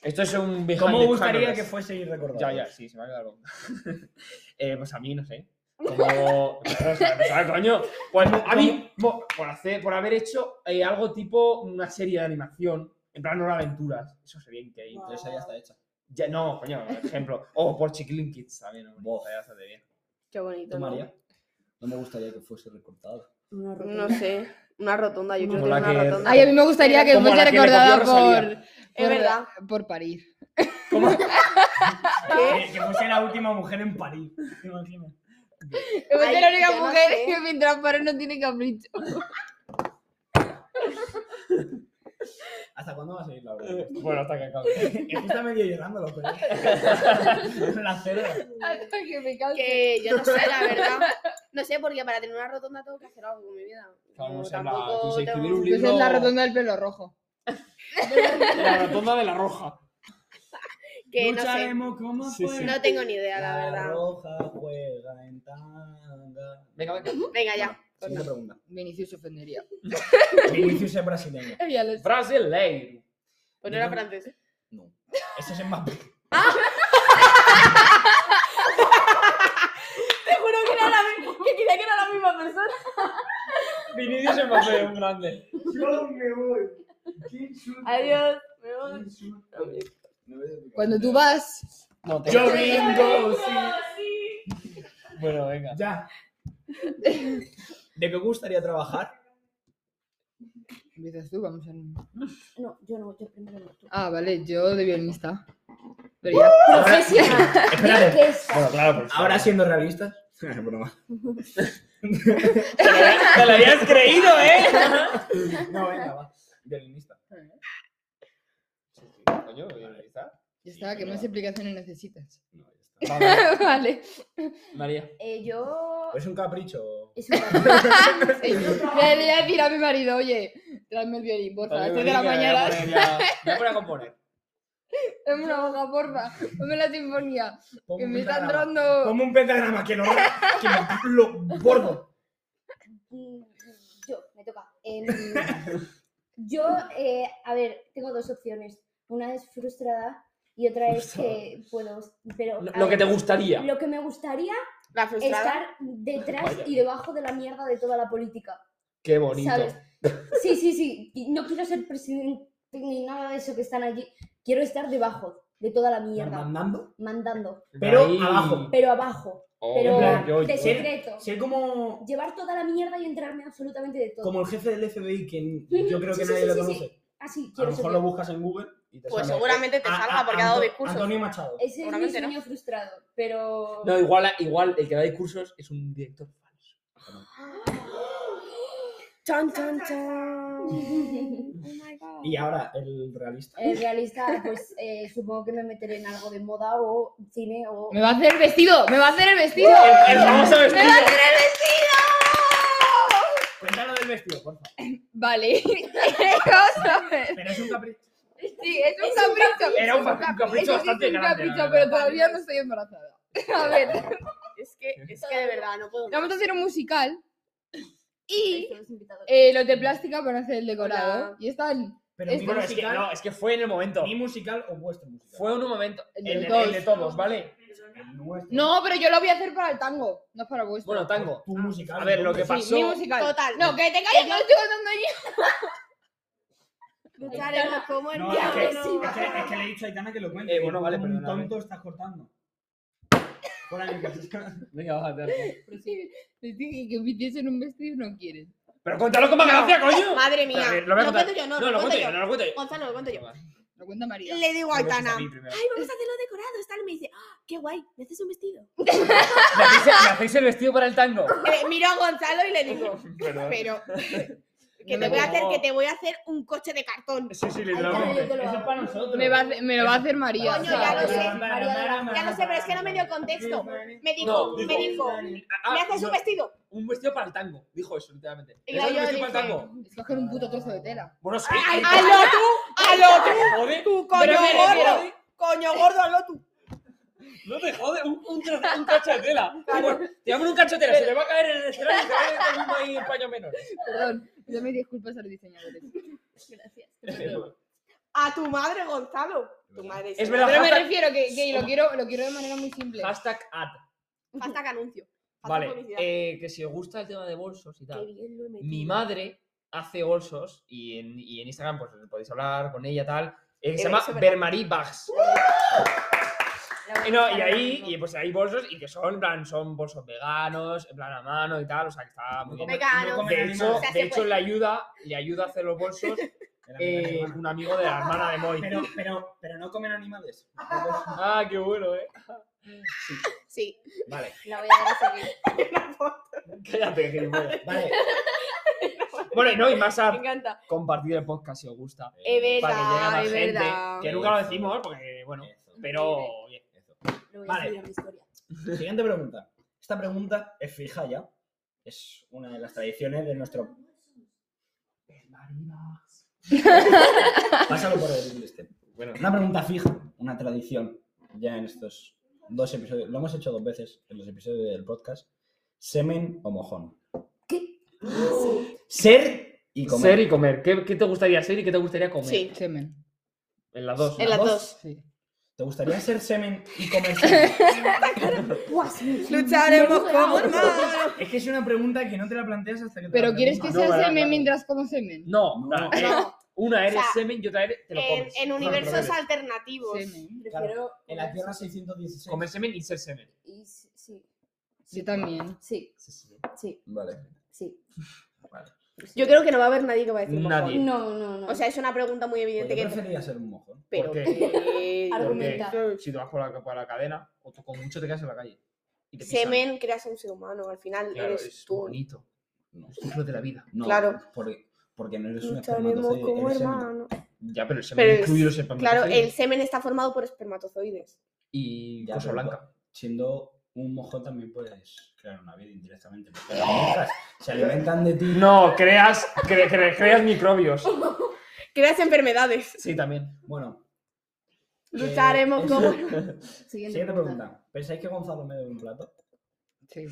Speaker 3: Esto es un behind the
Speaker 2: gustaría
Speaker 3: cameras.
Speaker 2: que fueseis recordados?
Speaker 3: Ya, ya, sí, se me ha quedado. eh, pues a mí, no sé. Como. Claro, o sea, o sea, coño. Pues a mí, mo- por, hacer, por haber hecho eh, algo tipo una serie de animación, en plan Hora Aventuras, eso sería increíble.
Speaker 2: Pero esa ya está hecha.
Speaker 3: Ya, no, coño, por ejemplo. O por Chiquilin Kids también, hombre,
Speaker 2: Bof.
Speaker 3: estaría bastante bien.
Speaker 1: Qué bonito.
Speaker 2: ¿Tú,
Speaker 1: ¿no?
Speaker 2: María? No me gustaría que fuese recortado.
Speaker 6: Una rotonda.
Speaker 1: No sé. Una rotonda, yo creo que
Speaker 3: Como
Speaker 1: es
Speaker 3: la
Speaker 1: una
Speaker 3: que-
Speaker 1: rotonda.
Speaker 4: Ay, a mí me gustaría que
Speaker 3: Como la
Speaker 4: fuese
Speaker 3: que le
Speaker 4: recordada
Speaker 3: copió Rosalía.
Speaker 4: por,
Speaker 1: Es verdad.
Speaker 4: por, por parir.
Speaker 3: ¿Cómo?
Speaker 2: Que, que fuese la última mujer en París. ¿Te imaginas?
Speaker 4: Que fuese
Speaker 1: Ay,
Speaker 4: la única
Speaker 1: yo no
Speaker 4: mujer
Speaker 1: sé.
Speaker 4: que mientras parir no tiene capricho.
Speaker 2: ¿Hasta cuándo va a salir la obra?
Speaker 3: Bueno, hasta que acabe.
Speaker 5: Es que está medio llorándolo, pero. La cera.
Speaker 4: Hasta que me canse.
Speaker 1: Que yo no sé, la verdad. No sé, porque para tener una rotonda tengo que hacer algo con mi vida.
Speaker 3: Claro, no
Speaker 1: No,
Speaker 3: sé, en plan,
Speaker 1: tampoco
Speaker 3: pues, escribir
Speaker 1: tengo-
Speaker 3: un
Speaker 4: Pues es
Speaker 3: libro-
Speaker 4: la rotonda del pelo rojo.
Speaker 3: La rotonda de la roja.
Speaker 1: Que no sé.
Speaker 5: como
Speaker 3: Sí, sí.
Speaker 1: No tengo ni idea, la verdad.
Speaker 5: roja juega en tanga.
Speaker 3: Venga, venga.
Speaker 1: Venga, ya.
Speaker 2: Siguiente pregunta.
Speaker 4: Vinicius se ofendería.
Speaker 5: Vinicius es brasileño.
Speaker 4: Ya lo sé.
Speaker 3: Brasileiro.
Speaker 1: Pues no era francés.
Speaker 5: Ese es el más.
Speaker 6: Te juro que era la misma, que creía que era la misma persona.
Speaker 3: Vinicius se me hace un grande.
Speaker 6: Adiós. Me voy.
Speaker 4: Cuando tú vas,
Speaker 3: No, te-
Speaker 5: Yo vengo, sí.
Speaker 3: Bueno, venga.
Speaker 5: Ya. ¿De qué gustaría trabajar?
Speaker 4: empiezas tú, vamos en...
Speaker 6: No, yo no, yo primero no. tú.
Speaker 4: Ah, vale, yo de violinista. Pero ya.
Speaker 6: Profesional.
Speaker 5: Espérate.
Speaker 6: ¿Qué es?
Speaker 3: Bueno, claro, pues.
Speaker 5: Ahora siendo realistas. Es broma.
Speaker 3: Te lo habías creído, ¿eh?
Speaker 5: No, venga, va. Violinista.
Speaker 3: Coño, ¿está?
Speaker 4: Ya está, ¿qué más explicaciones necesitas?
Speaker 2: No, ya está.
Speaker 4: vale.
Speaker 3: María.
Speaker 6: Eh, yo.
Speaker 5: Es un capricho.
Speaker 6: Es una.
Speaker 4: Le le voy a decir a mi marido, oye, tráeme el violín, porfa, a las 3 de la mañana.
Speaker 3: Me voy a componer.
Speaker 4: Dame una hoja, porfa. Ponme la sinfonía. Que me está
Speaker 5: dando.
Speaker 4: entrando.
Speaker 5: Como un pentagrama que lo, que lo, lo bordo.
Speaker 6: Mm, Yo, me toca. Em, yo, eh, a ver, tengo dos opciones. Una es frustrada y otra es que puedo. Pero, a
Speaker 3: Lo que
Speaker 6: ver,
Speaker 3: te gustaría.
Speaker 6: Lo que me gustaría
Speaker 1: La
Speaker 6: es
Speaker 1: frustrada.
Speaker 6: estar detrás
Speaker 3: Vaya.
Speaker 6: y debajo de la mierda de toda la política.
Speaker 3: Qué bonito.
Speaker 6: ¿Sabes? Sí, sí, sí. y No quiero ser presidente ni nada de eso que están allí. Quiero estar debajo de toda la mierda,
Speaker 5: Mandando.
Speaker 6: mandando.
Speaker 5: Pero abajo.
Speaker 6: Pero abajo.
Speaker 3: Oh,
Speaker 6: Pero
Speaker 5: plan,
Speaker 3: yo-
Speaker 6: de
Speaker 3: yo-
Speaker 6: secreto.
Speaker 5: Ser como,
Speaker 6: Llevar toda la mierda y entrarme absolutamente de todo.
Speaker 5: como el jefe del FBI, que yo creo
Speaker 6: Sí,
Speaker 5: que
Speaker 6: sí,
Speaker 5: nadie
Speaker 6: sí,
Speaker 5: lo
Speaker 6: Ah, sí, Así
Speaker 5: conoce. A lo
Speaker 6: quiero
Speaker 5: mejor
Speaker 6: ser.
Speaker 5: lo
Speaker 6: yo.
Speaker 5: buscas en Google y te
Speaker 1: Pues
Speaker 5: sale.
Speaker 1: seguro. seguramente te
Speaker 5: A-
Speaker 1: salga
Speaker 5: a-
Speaker 1: porque ha dado
Speaker 5: Anto-
Speaker 1: discursos.
Speaker 5: Antonio Machado.
Speaker 6: Ese es mi
Speaker 1: Seguramente no.
Speaker 6: sueño frustrado, pero...
Speaker 3: No, igual, igual el que da discursos es un director falso.
Speaker 1: Chan, chan, chan.
Speaker 5: Y ahora el realista.
Speaker 6: El realista, pues eh, supongo que me meteré en algo de moda o cine o...
Speaker 4: Me va a hacer el vestido, me va a hacer el vestido.
Speaker 3: El famoso
Speaker 4: ¡Me va a
Speaker 3: vestido.
Speaker 4: hacer el vestido!
Speaker 5: Cuéntalo del vestido, por favor.
Speaker 4: Vale. Vamos a ver.
Speaker 5: Pero es un capricho.
Speaker 4: Sí, es un capricho.
Speaker 3: Era un
Speaker 4: Es
Speaker 3: capricho bastante grande,
Speaker 4: es un
Speaker 3: la
Speaker 4: capricho,
Speaker 3: verdad.
Speaker 4: pero todavía no estoy embarazada. A ver,
Speaker 1: Es que, es que de verdad no puedo.
Speaker 4: vamos a hacer un musical y
Speaker 6: Los invitados.
Speaker 4: eh, los de plástica van a hacer el decorado.
Speaker 1: Hola.
Speaker 4: Y están este
Speaker 5: Pero
Speaker 4: Es
Speaker 5: mi
Speaker 3: Bueno, es que,
Speaker 5: musical,
Speaker 3: no, es que fue en el momento.
Speaker 5: mi musical o vuestro musical.
Speaker 3: Fue en un momento.
Speaker 4: El
Speaker 3: El,
Speaker 4: de
Speaker 3: de-
Speaker 4: todos.
Speaker 3: el de todos, ¿vale?
Speaker 5: El nuestro,
Speaker 4: No, pero yo lo voy a hacer para el tango, no es para vuestro.
Speaker 3: Bueno, tango.
Speaker 5: tu musical.
Speaker 3: A ver, lo que
Speaker 5: entonces.
Speaker 3: pasó.
Speaker 4: Sí, mi musical.
Speaker 1: Total.
Speaker 4: No, que te calles, que lo estoy contando yo.
Speaker 1: Lucharemos como el
Speaker 5: No, es
Speaker 1: diablo.
Speaker 5: que, es, que, es que le he dicho a Aitana que lo cuente.
Speaker 3: Eh, bueno,
Speaker 5: Como
Speaker 3: vale,
Speaker 5: Un
Speaker 3: perdóname.
Speaker 5: tonto estás cortando. Fuera de mi casa.
Speaker 3: Venga, bájate, Arco.
Speaker 4: Pero pues sí, les dije que me hiciesen un vestido y no quieren.
Speaker 3: Pero cuéntalo con más gracia, coño.
Speaker 1: Madre
Speaker 3: A
Speaker 1: mía.
Speaker 3: ver,
Speaker 1: Lo,
Speaker 3: voy a contar.
Speaker 1: cuento yo, no,
Speaker 3: No, lo cuento yo, no lo cuento yo.
Speaker 1: Gonzalo, lo cuento yo.
Speaker 4: Lo cuenta María.
Speaker 1: Le digo a
Speaker 3: Me haces
Speaker 1: Aitana,
Speaker 3: a mí primero.
Speaker 1: ay, vamos a hacerlo decorado. Está y me dice, "Ah, qué guay, me haces un vestido.
Speaker 3: ¿Me hacéis, me hacéis el vestido para el tango?
Speaker 1: Eh, miro a Gonzalo y le digo,
Speaker 3: Perdón.
Speaker 1: pero que te
Speaker 3: Me
Speaker 1: voy a hacer,
Speaker 3: pongo-
Speaker 1: que te voy a hacer un coche de cartón.
Speaker 3: Sí, sí,
Speaker 6: Ay,
Speaker 3: literalmente.
Speaker 6: yo te lo
Speaker 5: Eso es
Speaker 6: hago.
Speaker 5: para nosotros.
Speaker 4: Me, va a hacer- me lo va a hacer María.
Speaker 1: Coño, ya lo sé.
Speaker 6: María Dora.
Speaker 1: Ya no sé, pero es que no me dio contexto. Me dijo,
Speaker 3: No,
Speaker 1: me dijo,
Speaker 3: Ah,
Speaker 1: me haces
Speaker 3: no,
Speaker 1: un vestido.
Speaker 3: un vestido para el tango. Dijo eso, literalmente.
Speaker 1: Y
Speaker 3: ¿Me haces
Speaker 1: yo
Speaker 3: un vestido para el
Speaker 1: dije-
Speaker 3: tango?
Speaker 4: Es coger un puto trozo de tela.
Speaker 3: Bueno, sí. eh,
Speaker 1: Ay, hazlo
Speaker 3: Ah,
Speaker 1: tú, hazlo tú,
Speaker 3: te jode.
Speaker 1: tú, coño
Speaker 3: Pero me
Speaker 1: gordo.
Speaker 3: refiero-
Speaker 1: Coño gordo, hazlo tú.
Speaker 3: No te jode, un, un, trozo- un cacho de tela. Bueno, te llaman un cacho de tela, se le va a caer en el escenario y se va a caer como ahí en paño menor.
Speaker 4: Perdón, yo me disculpas a los diseñadores. Gracias.
Speaker 1: A tu madre, Gonzalo. Tu madre
Speaker 3: Es
Speaker 1: verdad.
Speaker 3: verdad.
Speaker 4: Pero me
Speaker 3: hashtag-
Speaker 4: refiero que, que lo, quiero, lo quiero de manera muy simple.
Speaker 3: Hashtag ad.
Speaker 1: Hashtag anuncio. Hashtag
Speaker 3: Vale,
Speaker 1: publicidad.
Speaker 3: eh, que si os gusta el tema de bolsos y
Speaker 1: Qué
Speaker 3: tal,
Speaker 1: bien lo he metido.
Speaker 3: mi madre hace bolsos y en, y en Instagram pues podéis hablar con ella tal. eh, que
Speaker 1: Eh,
Speaker 3: se llama
Speaker 1: eso, ¿verdad?
Speaker 3: Bermarie Bags.
Speaker 6: La voy a
Speaker 3: Y no, y
Speaker 6: buscar
Speaker 3: ahí,
Speaker 6: ahora
Speaker 3: y
Speaker 6: mismo.
Speaker 3: pues hay bolsos y que son, en plan, son bolsos veganos, en plan a mano y tal, o sea que está muy bien.
Speaker 1: Veganos.
Speaker 5: comen
Speaker 3: De hecho,
Speaker 1: O sea,
Speaker 3: de
Speaker 1: se
Speaker 3: hecho
Speaker 1: puede.
Speaker 3: le ayuda, le ayuda a hacer los bolsos eh, un amigo de la hermana de Moy.
Speaker 5: Pero, pero, pero no comen animales.
Speaker 3: Ah, qué bueno, eh.
Speaker 1: Sí.
Speaker 5: Vale,
Speaker 6: La voy a dar a seguir.
Speaker 3: Cállate, gilipollas.
Speaker 5: vale.
Speaker 3: Bueno, y no, y más
Speaker 1: Me
Speaker 3: a
Speaker 1: encanta.
Speaker 3: compartir el podcast si os gusta.
Speaker 1: Es
Speaker 3: para que llegue a
Speaker 1: verdad,
Speaker 3: más
Speaker 1: es
Speaker 3: gente.
Speaker 1: verdad.
Speaker 3: Que nunca lo decimos, porque, bueno,
Speaker 5: Eso,
Speaker 3: pero bien.
Speaker 5: eso.
Speaker 6: Lo voy a
Speaker 5: Vale.
Speaker 6: subir a mi historia.
Speaker 5: Siguiente pregunta. Esta pregunta es fija ya. Es una de las tradiciones de nuestro. Pásalo por el este.
Speaker 3: Bueno,
Speaker 5: Una pregunta fija, una tradición. Ya en estos dos episodios. Lo hemos hecho dos veces en los episodios del podcast. Semen o mojón. Ser y comer.
Speaker 3: ser y comer. ¿Qué, qué te gustaría ser y qué te gustaría comer?
Speaker 1: Sí.
Speaker 4: Semen.
Speaker 3: En las dos.
Speaker 1: En las
Speaker 5: Una
Speaker 1: dos.
Speaker 4: Sí.
Speaker 5: ¿Te gustaría ser semen y comer semen?
Speaker 1: Lucharemos como
Speaker 5: es que es una pregunta que no te la planteas hasta que te
Speaker 4: Pero
Speaker 5: la
Speaker 4: ¿quieres que sea
Speaker 5: preguntan.
Speaker 3: No, vale,
Speaker 4: semen
Speaker 3: vale.
Speaker 4: mientras como semen?
Speaker 3: No, no, eh,
Speaker 1: No,
Speaker 3: una eres
Speaker 1: O sea,
Speaker 3: semen y otra eres te lo
Speaker 1: en,
Speaker 3: comes.
Speaker 1: en
Speaker 3: No,
Speaker 1: universos
Speaker 3: al revés.
Speaker 1: alternativos.
Speaker 4: Semen.
Speaker 6: Prefiero.
Speaker 5: En la Tierra 616.
Speaker 3: Comer semen y ser semen.
Speaker 6: Y s- sí.
Speaker 4: Yo también.
Speaker 6: Sí, sí,
Speaker 5: Vale.
Speaker 6: sí.
Speaker 1: Yo creo que no va a haber nadie que va a decir
Speaker 3: Nadie.
Speaker 1: mojón.
Speaker 6: No, no, no.
Speaker 1: O sea, es una pregunta muy
Speaker 5: Pues
Speaker 1: evidente
Speaker 5: yo
Speaker 1: que.
Speaker 5: preferiría ser un mojón.
Speaker 1: Pero
Speaker 3: ¿Por qué?
Speaker 1: que-
Speaker 6: Eh, Argumenta.
Speaker 3: Porque Si tú vas por la, por la cadena, o tú con mucho te quedas en la calle. Y te pisan.
Speaker 1: Semen creas un ser humano. Al final
Speaker 3: Claro,
Speaker 1: eres
Speaker 3: es
Speaker 1: tú.
Speaker 3: bonito.
Speaker 5: No.
Speaker 3: Es ciclo de la vida.
Speaker 5: No,
Speaker 1: Claro.
Speaker 5: Porque, porque no eres un
Speaker 1: Lucharemos
Speaker 5: espermatozoide,
Speaker 1: como
Speaker 5: eres semen.
Speaker 1: hermanos.
Speaker 3: Ya, pero el semen
Speaker 1: Pero es-
Speaker 3: incluye los espermatozoides
Speaker 1: Claro, el semen está formado por espermatozoides.
Speaker 3: y
Speaker 5: Ya,
Speaker 3: cosa
Speaker 5: pero
Speaker 3: blanca.
Speaker 5: Siendo un mojón también puedes crear una vida indirectamente. porque las moscas se alimentan de ti.
Speaker 3: No, creas, cre- cre- creas microbios.
Speaker 1: Creas enfermedades.
Speaker 3: Sí, también.
Speaker 5: Bueno. eh,
Speaker 1: Lucharemos
Speaker 5: eso-
Speaker 1: como.
Speaker 4: Siguiente,
Speaker 5: Siguiente pregunta. ¿Pensáis que Gonzalo me debe un plato?
Speaker 4: Sí.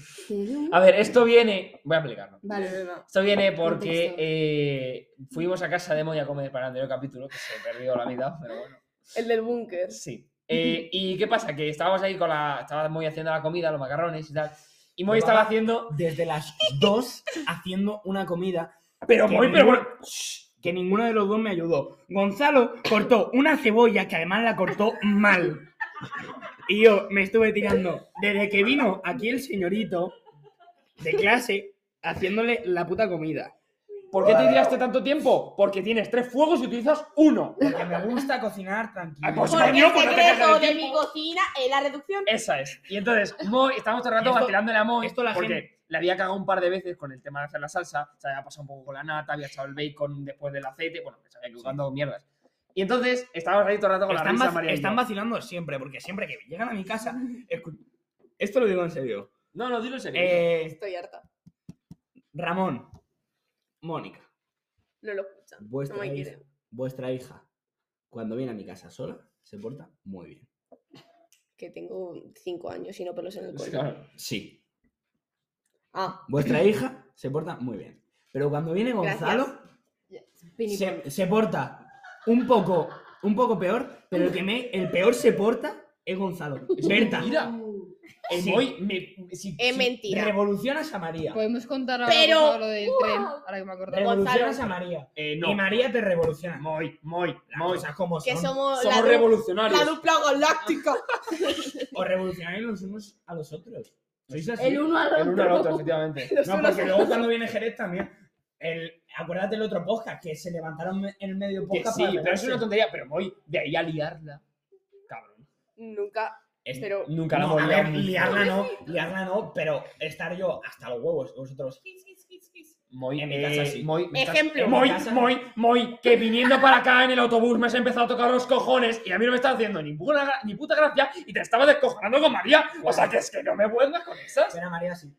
Speaker 3: A ver, esto viene. Voy a aplicarlo.
Speaker 4: Vale.
Speaker 3: Esto viene porque eh, fuimos a casa de Moy a comer para el anterior capítulo, que se perdió la mitad, pero bueno.
Speaker 1: El del búnker.
Speaker 3: Sí. Eh, ¿Y qué pasa? Que estábamos ahí con la. Estaba Moy haciendo la comida, los macarrones y tal. Y Moy
Speaker 5: Pero
Speaker 3: estaba
Speaker 5: va-
Speaker 3: haciendo.
Speaker 5: Desde las 2 haciendo una comida.
Speaker 3: Pero
Speaker 5: que
Speaker 3: Moy, pero
Speaker 5: ninguno-
Speaker 3: bueno.
Speaker 5: Shh, Que ninguno de los dos me ayudó. Gonzalo cortó una cebolla que además la cortó mal. Y yo me estuve tirando desde que vino aquí el señorito de clase haciéndole la puta comida.
Speaker 3: ¿Por qué te tiraste tanto tiempo? Porque tienes tres fuegos y utilizas uno.
Speaker 5: Porque me gusta cocinar tranquilo.
Speaker 3: Ah, pues-
Speaker 1: Porque
Speaker 3: coño,
Speaker 1: el
Speaker 3: pues no te dejes
Speaker 1: secreto
Speaker 3: el
Speaker 1: de
Speaker 3: tiempo.
Speaker 1: mi cocina es la reducción.
Speaker 3: Esa es. Y entonces, Moy, estábamos todo el rato
Speaker 5: Esto-
Speaker 3: vacilándole a Moy.
Speaker 5: esto la
Speaker 3: porque
Speaker 5: gente-
Speaker 3: le había cagado un par de veces con el tema de hacer la salsa. Se había pasado un poco con la nata, había echado el bacon después del aceite. Bueno, que se había equivocado con mierdas. Y entonces, estábamos ahí todo el rato con
Speaker 5: están,
Speaker 3: la risa,
Speaker 5: vac-
Speaker 3: María y yo.
Speaker 5: están vacilando siempre, porque siempre que llegan a mi casa. escu- Esto lo digo en serio.
Speaker 3: No, no, dilo en serio.
Speaker 5: Eh,
Speaker 1: Estoy harta.
Speaker 5: Ramón, Mónica,
Speaker 1: No lo escuchan. No
Speaker 5: vuestra
Speaker 1: me
Speaker 5: hija,
Speaker 1: quieren.
Speaker 5: vuestra hija,
Speaker 2: Cuando viene a mi casa sola, se porta muy bien.
Speaker 1: Que tengo cinco años y no pelos en el
Speaker 5: pues,
Speaker 1: cuerpo.
Speaker 2: Sí.
Speaker 1: Ah,
Speaker 2: Vuestra hija se porta muy bien. Pero cuando viene Gonzalo, se, se porta un poco, un poco peor, pero el que me, el peor se porta es Gonzalo. Berta,
Speaker 3: Mira, el
Speaker 2: Sí.
Speaker 3: boy me, si-
Speaker 1: es
Speaker 3: si
Speaker 1: mentira. Pues,
Speaker 2: revolucionas a María.
Speaker 4: Podemos contar ahora,
Speaker 1: Pero-
Speaker 4: Gonzalo, lo del tren, ahora que me acordaba.
Speaker 2: Revolucionas a María.
Speaker 3: Eh,
Speaker 2: Y
Speaker 3: no.
Speaker 2: María te revoluciona. Muy, muy,
Speaker 3: muy.
Speaker 2: Cosas como
Speaker 1: Que
Speaker 2: son.
Speaker 1: somos,
Speaker 3: Somos
Speaker 1: la, du-
Speaker 3: revolucionarios.
Speaker 1: la dupla galáctica.
Speaker 2: Os revolucionáis los unos a los otros. Sois así.
Speaker 6: El uno al
Speaker 3: El uno al
Speaker 6: otro.
Speaker 3: otro, efectivamente.
Speaker 2: No, porque luego cuando viene Jerez también. El, acuérdate del otro podcast, que se levantaron me- en el medio
Speaker 3: Que
Speaker 2: podcast.
Speaker 3: sí,
Speaker 2: para
Speaker 3: pero eso es una
Speaker 2: pegarse.
Speaker 3: tontería. Pero voy de ahí a liarla. Cabrón.
Speaker 1: Nunca.
Speaker 2: Es-
Speaker 1: Pero
Speaker 3: Nunca la
Speaker 2: No,
Speaker 3: hemos
Speaker 2: a
Speaker 3: liado.
Speaker 2: ver, liarla no, liarla no, pero estar yo hasta los huevos, vosotros.
Speaker 3: Muy,
Speaker 2: En Eh, mi casa sí.
Speaker 3: Muy, me estás-
Speaker 1: Ejemplo.
Speaker 3: Muy,
Speaker 2: En mi casa-
Speaker 3: muy, muy, que viniendo para acá en el autobús me has empezado a tocar los cojones y a mí no me está haciendo ni, buena gra- ni puta gracia y te estaba descojonando con María. O sea, que es que no me vuelvas con esas.
Speaker 2: Pero a María sí.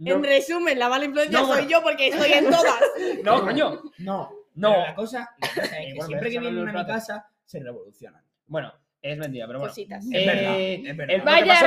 Speaker 3: No,
Speaker 1: en resumen, la mala influencia
Speaker 3: No,
Speaker 1: soy
Speaker 3: bueno.
Speaker 1: yo porque estoy en todas.
Speaker 3: no, coño.
Speaker 2: No,
Speaker 3: No.
Speaker 2: pero La cosa, la cosa es que
Speaker 3: Igual
Speaker 2: siempre
Speaker 3: me
Speaker 2: que
Speaker 3: echan
Speaker 2: vienen
Speaker 3: los
Speaker 2: a mi
Speaker 3: platos.
Speaker 2: casa, se revolucionan.
Speaker 3: Bueno, es mentira, pero bueno. Eh,
Speaker 1: Cositas.
Speaker 2: Es verdad, es verdad.
Speaker 3: el- lo que
Speaker 4: Vaya
Speaker 3: pasó-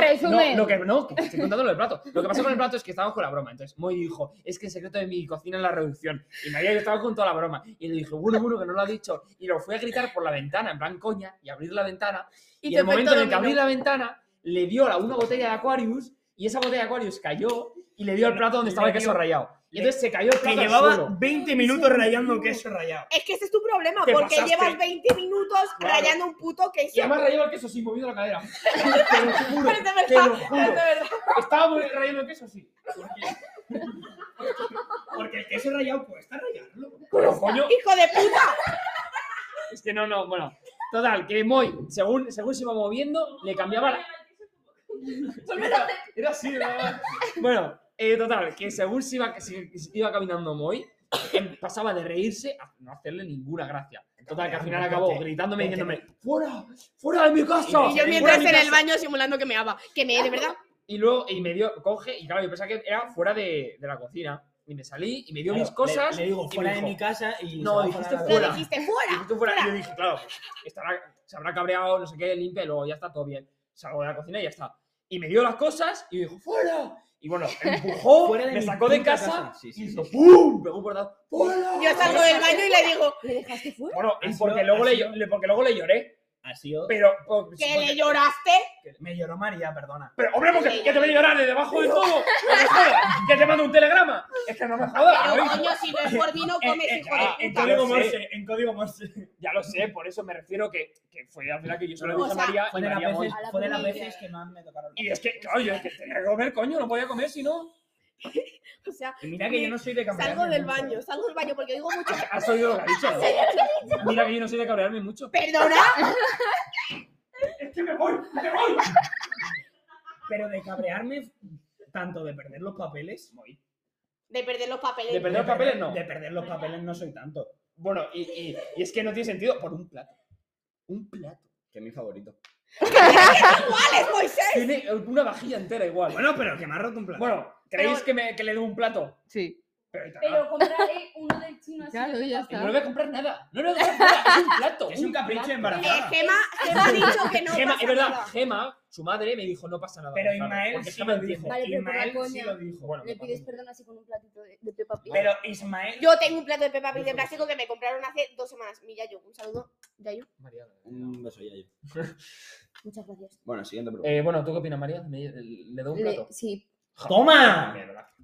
Speaker 3: No,
Speaker 4: resumen.
Speaker 3: lo que, no, que estoy contando lo del plato. Lo que pasó con el plato es que estábamos con la broma. Entonces, Moy dijo, es que el secreto de mi cocina es la reducción. Y María yo estaba con toda la broma. Y le dije, bueno, bueno, que no lo ha dicho. Y lo fui a gritar por la ventana, en plan coña, y abrir la ventana. Y, en
Speaker 1: te
Speaker 3: el momento en el que
Speaker 1: afectó
Speaker 3: abrí
Speaker 1: dominó.
Speaker 3: la ventana, le dio la una botella de Aquarius, y esa botella de Aquarius cayó, y le dio al plato donde estaba el
Speaker 2: Le dio-
Speaker 3: queso rayado. Y entonces se cayó el
Speaker 2: Que
Speaker 3: plato al
Speaker 2: llevaba
Speaker 3: suelo.
Speaker 2: 20 minutos rayando queso rayado.
Speaker 1: Es que ese es tu problema,
Speaker 3: Te
Speaker 1: porque
Speaker 3: pasaste.
Speaker 1: llevas 20 minutos
Speaker 3: Claro.
Speaker 1: rayando un puto
Speaker 3: Y
Speaker 1: queso.
Speaker 3: además rayaba el queso sin moviendo la cadera. Te lo juro,
Speaker 1: Pero es de
Speaker 3: te lo
Speaker 1: verdad,
Speaker 3: juro.
Speaker 1: es de verdad.
Speaker 3: Estaba muy rayando el queso así.
Speaker 2: Porque el queso rayado cuesta rayarlo.
Speaker 3: Pero coño,
Speaker 1: ¡Hijo de puta!
Speaker 3: Es que no, no, bueno. Total, que Moy, según, según se iba moviendo, le cambiaba la... Era, era así, ¿verdad? Bueno, eh, total, que según se iba, se iba caminando Moy, em, pasaba de reírse a no hacerle ninguna gracia. Total, que al final acabó gritándome y diciéndome ¡Fuera! ¡Fuera de mi casa!
Speaker 1: Y
Speaker 3: ¡Fuera
Speaker 1: yo
Speaker 3: de
Speaker 1: mientras
Speaker 3: mi
Speaker 1: en el
Speaker 3: casa!".
Speaker 1: baño simulando que me meaba. Que me, de verdad.
Speaker 3: Y luego, y me dio, coge, y claro, yo pensaba que era fuera de, de la cocina. Y me salí, y me dio mis cosas,
Speaker 2: Le, le digo,
Speaker 3: y
Speaker 2: fuera
Speaker 3: me
Speaker 2: de
Speaker 3: dijo,
Speaker 2: mi casa y.
Speaker 3: "No,
Speaker 2: se va a
Speaker 3: dijiste
Speaker 2: jugar a
Speaker 1: Lo dijiste, fuera.
Speaker 2: la-
Speaker 3: Fuera. Y tú fuera. Y yo dije, claro, pues, estará, se habrá cabreado, no sé qué, limpia, y luego ya está todo bien. Salgo de la cocina y ya está. Y me dio las cosas y me dijo, ¡fuera! Y bueno, me empujó,
Speaker 2: Fuera de
Speaker 3: me
Speaker 2: mi
Speaker 3: sacó de
Speaker 2: puta
Speaker 3: casa,
Speaker 2: casa. Sí, sí,
Speaker 3: y hizo
Speaker 2: sí.
Speaker 3: ¡pum! Pegó un portazo. ¡fuera!
Speaker 1: Yo salgo del baño y le digo
Speaker 6: ¿Le dejaste fuera?
Speaker 3: Bueno,
Speaker 2: Ha
Speaker 3: y
Speaker 2: sido-
Speaker 3: porque, luego
Speaker 2: ha
Speaker 3: le,
Speaker 2: sido-
Speaker 3: le- porque luego le lloré.
Speaker 2: Ha sido.
Speaker 3: Pero, por- porque-
Speaker 1: que le lloraste.
Speaker 2: Me lloró María, perdona.
Speaker 3: pero, hombre, porque que te voy a llorar de debajo del todo. No me jodas. Que te mando un telegrama. Es que no me jodas.
Speaker 1: Pero
Speaker 3: ¿no?
Speaker 1: coño, si no es por mí no comes,
Speaker 3: eh,
Speaker 1: hijo de
Speaker 3: ah,
Speaker 1: puta.
Speaker 3: entonces- Yo sé.
Speaker 2: en código Morse.
Speaker 3: Ya lo sé, por eso me refiero que, que fue al final que yo solo
Speaker 1: O
Speaker 3: dije a
Speaker 1: sea,
Speaker 3: María
Speaker 2: Fue
Speaker 3: y
Speaker 2: de las
Speaker 3: María Moy.
Speaker 2: veces,
Speaker 6: A la
Speaker 2: fue de las
Speaker 6: comida.
Speaker 2: veces que más me tocaron.
Speaker 3: Y es que, claro, yo es que tenía que comer, coño, no podía comer si no.
Speaker 1: O sea,
Speaker 2: Y mira que yo no soy de campeón.
Speaker 1: salgo del baño, salgo del baño porque digo mucho.
Speaker 3: Has oído lo que ha dicho, ¿no? Mira que yo no soy de cabrearme mucho.
Speaker 1: ¿Perdona?
Speaker 2: Es que me voy, me voy. Pero de cabrearme, tanto de perder los papeles. Moy,
Speaker 1: De perder los papeles.
Speaker 3: De perder- los papeles, no.
Speaker 2: De perder los papeles no soy tanto.
Speaker 3: Bueno, y, y- y es que no tiene sentido por un plato. Un plato.
Speaker 2: Que es mi favorito.
Speaker 1: ¿Cuál es Moisés?
Speaker 3: Tiene una vajilla entera igual.
Speaker 2: Bueno, pero que me ha roto un plato.
Speaker 3: Bueno, ¿creéis que, me, que le dé un plato?
Speaker 4: Sí.
Speaker 3: Pero, está
Speaker 6: Pero compraré uno del chino así.
Speaker 4: Claro, ya
Speaker 3: mal.
Speaker 4: está.
Speaker 3: no le voy a comprar nada. No le voy a comprar nada. Es un plato.
Speaker 2: es un capricho
Speaker 3: plato.
Speaker 1: Eh,
Speaker 2: embarazada.
Speaker 1: Gema, Gema ha dicho que no.
Speaker 3: Gema,
Speaker 1: pasa
Speaker 3: es verdad,
Speaker 1: nada.
Speaker 3: Gema, su madre, me dijo no pasa nada.
Speaker 2: Pero
Speaker 3: Gonzalo,
Speaker 2: Ismael
Speaker 3: porque
Speaker 2: sí
Speaker 3: Gema
Speaker 2: lo dijo.
Speaker 3: entiende.
Speaker 6: Vale, pero por la
Speaker 2: Ismael sí
Speaker 6: coña.
Speaker 2: lo dijo.
Speaker 3: Bueno,
Speaker 6: Le
Speaker 3: me
Speaker 6: pides
Speaker 3: parece.
Speaker 6: perdón así con un platito de, de Peppa Pig.
Speaker 2: Pero Ismael.
Speaker 1: Yo tengo un plato de Peppa Pig de plástico que me compraron hace dos semanas. Mi Yayo, un saludo. Yayo.
Speaker 3: María, no.
Speaker 2: Un beso ya yo.
Speaker 6: Muchas gracias.
Speaker 2: Bueno, siguiente pregunta.
Speaker 3: Eh, bueno, ¿tú qué opinas, María? ¿Me- ¿Le doy un
Speaker 6: Le-
Speaker 3: plato?
Speaker 6: sí.
Speaker 2: ¡Toma!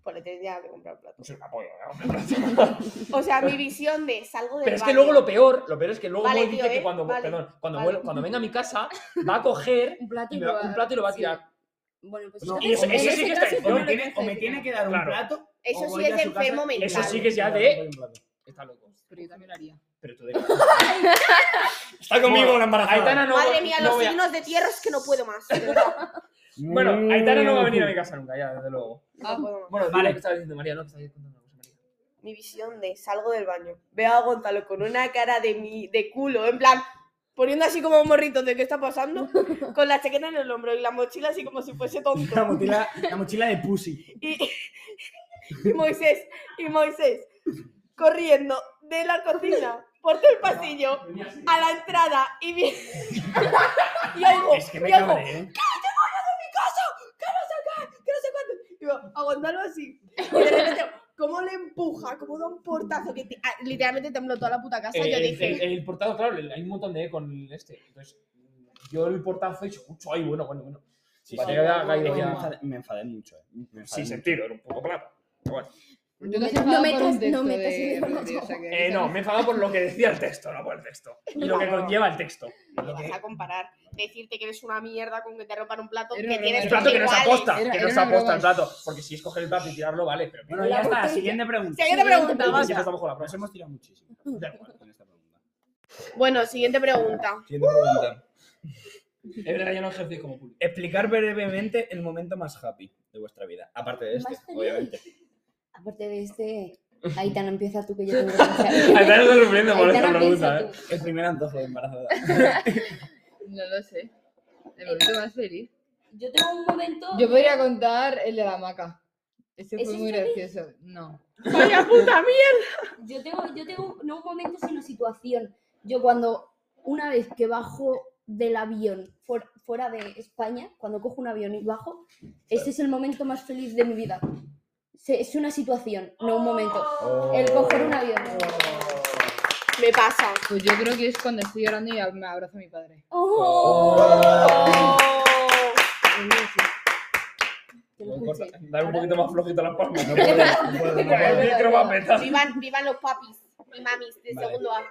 Speaker 1: Por el tercer día que comprar un plato.
Speaker 3: Es un Pues apoyo, ¿no? Un plato.
Speaker 1: O sea, mi visión de salgo del
Speaker 3: Pero es que
Speaker 1: baño.
Speaker 3: luego lo peor, lo peor es que luego
Speaker 1: Vale,
Speaker 3: Moy dice
Speaker 1: tío, ¿eh?
Speaker 3: que cuando,
Speaker 1: Vale,
Speaker 3: perdón, cuando,
Speaker 1: vale.
Speaker 3: vuel- cuando venga a mi casa va a coger
Speaker 6: Un plato
Speaker 3: y me va- un plato y lo va a tirar.
Speaker 6: Bueno, pues.
Speaker 2: No,
Speaker 6: entonces-
Speaker 3: y eso-
Speaker 6: en
Speaker 3: eso
Speaker 6: ese
Speaker 3: sí que
Speaker 6: caso
Speaker 3: está-
Speaker 6: yo
Speaker 2: O
Speaker 6: no
Speaker 2: me
Speaker 6: le
Speaker 2: tiene,
Speaker 6: voy a
Speaker 2: o me
Speaker 6: decir
Speaker 2: tiene
Speaker 6: nada.
Speaker 2: que dar un
Speaker 3: Claro.
Speaker 2: plato.
Speaker 1: Eso
Speaker 2: o
Speaker 1: sí
Speaker 2: voy
Speaker 1: es
Speaker 2: a
Speaker 1: de
Speaker 2: su casa
Speaker 1: enfermo
Speaker 2: y
Speaker 1: mental.
Speaker 3: Eso sí que es ya
Speaker 2: le
Speaker 3: de-
Speaker 2: doy un plato.
Speaker 3: Está loco.
Speaker 4: Pero yo también lo haría.
Speaker 3: Pero tú de Está
Speaker 2: conmigo la embarazada.
Speaker 3: Aitana no,
Speaker 1: Madre mía,
Speaker 3: no
Speaker 1: los
Speaker 3: voy a-
Speaker 1: signos de tierra es que no puedo más. de verdad,
Speaker 3: Bueno, Aitana no va a venir a mi casa nunca, ya, desde luego.
Speaker 1: no puedo más.
Speaker 3: Mm. Bueno,
Speaker 2: Vale.
Speaker 3: vale. ¿qué estabas diciendo, María? No, que estabas diciendo una cosa, María.
Speaker 1: Mi visión de salgo del baño. Veo a Gonzalo con una cara de, mi, de culo, en plan, poniendo así como un morrito de qué está pasando, con la chaqueta en el hombro y la mochila así como si fuese tonto.
Speaker 2: La mochila, la mochila de Pussy.
Speaker 1: Y, y Moisés, y Moisés, corriendo de la cocina por todo el pasillo a la entrada y vi... y oigo,
Speaker 5: Es que me
Speaker 1: y oigo,
Speaker 5: cabré, ¿eh?
Speaker 1: mi casa, que no sé qué, que no sé cuánto. Digo, aguantalo así. Y de repente, ¿cómo le empuja? ¿Cómo da un portazo? Que te- ah, literalmente tembló toda la puta casa.
Speaker 3: Eh,
Speaker 1: yo
Speaker 3: el,
Speaker 1: dije,
Speaker 3: el- el portazo, claro, el- hay un montón de eco en este. Entonces, yo el portazo y escucho, ay, bueno, bueno, bueno.
Speaker 5: Sí,
Speaker 3: Vale,
Speaker 5: sí.
Speaker 3: que había caído
Speaker 5: Me
Speaker 3: ya.
Speaker 5: enfadé- Me enfadé mucho. eh. Me enfadé
Speaker 3: Sin
Speaker 5: mucho.
Speaker 3: sentido, era un poco claro. Pero bueno.
Speaker 4: Yo te has
Speaker 6: No
Speaker 4: enfadado
Speaker 6: metas-
Speaker 4: por un
Speaker 6: no
Speaker 4: texto
Speaker 6: metas
Speaker 4: de
Speaker 6: en el
Speaker 4: Rodri,
Speaker 6: horno.
Speaker 4: o sea que-
Speaker 3: Eh, no, me he enfadado por lo que decía el texto, no por el texto. Y lo que conlleva el texto.
Speaker 1: no lo
Speaker 3: eh,
Speaker 1: vas a comparar. Decirte que eres una mierda con que te rompan un plato
Speaker 4: Era
Speaker 1: que
Speaker 4: una
Speaker 1: tienes
Speaker 3: El
Speaker 4: broma.
Speaker 3: plato que no se
Speaker 1: iguales.
Speaker 3: aposta,
Speaker 4: Era-
Speaker 3: que
Speaker 4: era
Speaker 3: no se
Speaker 4: una
Speaker 3: aposta
Speaker 4: broma.
Speaker 3: el plato. Porque si es coger el plato y tirarlo, vale, pero pues,
Speaker 5: Bueno, ya está.
Speaker 6: botella.
Speaker 5: Siguiente pregunta.
Speaker 1: Siguiente pregunta,
Speaker 3: Vamos,
Speaker 1: vamos.
Speaker 3: ya empezamos con la
Speaker 5: Nos
Speaker 3: próxima.
Speaker 5: hemos tirado muchísimo.
Speaker 3: Da igual.
Speaker 5: Con esta pregunta.
Speaker 1: Bueno, siguiente pregunta.
Speaker 2: Siguiente pregunta.
Speaker 3: Es verdad, yo no ejercí como público.
Speaker 2: Explicar brevemente el momento más happy de vuestra vida. Aparte de este,
Speaker 6: Más feliz.
Speaker 2: obviamente.
Speaker 6: Aparte de este, Aitana empieza tú que yo tengo que pensar.
Speaker 3: Aitana está sufriendo por esta
Speaker 6: Aitana,
Speaker 3: pregunta,
Speaker 6: piensa
Speaker 3: ¿eh?
Speaker 6: tú.
Speaker 2: El primer antojo de embarazada.
Speaker 4: No lo sé. El momento más feliz.
Speaker 6: Yo tengo un momento.
Speaker 4: Yo podría contar el de la hamaca. Ese
Speaker 6: ¿Ese
Speaker 4: fue
Speaker 6: es
Speaker 4: muy
Speaker 6: feliz?
Speaker 4: gracioso. No.
Speaker 1: Vaya puta mierda.
Speaker 6: Yo tengo, yo tengo no un momento, sino situación. Yo cuando, una vez que bajo del avión fuer- fuera de España, cuando cojo un avión y bajo, este es el momento más feliz de mi vida. Se- es una situación, no un momento.
Speaker 2: Oh,
Speaker 6: El coger un avión.
Speaker 1: Me pasa.
Speaker 4: Pues yo creo que es cuando estoy llorando y ab- me abrazo a mi padre.
Speaker 6: ¡Oh! Te lo
Speaker 3: Puedo
Speaker 6: escuché.
Speaker 3: cortar- Dar un poquito más flojito las palmas. No
Speaker 6: Es
Speaker 3: puedo.
Speaker 6: verdad.
Speaker 3: El micro va a petar.
Speaker 1: Vivan, vivan los papis y mamis de
Speaker 2: Vale.
Speaker 1: segundo A.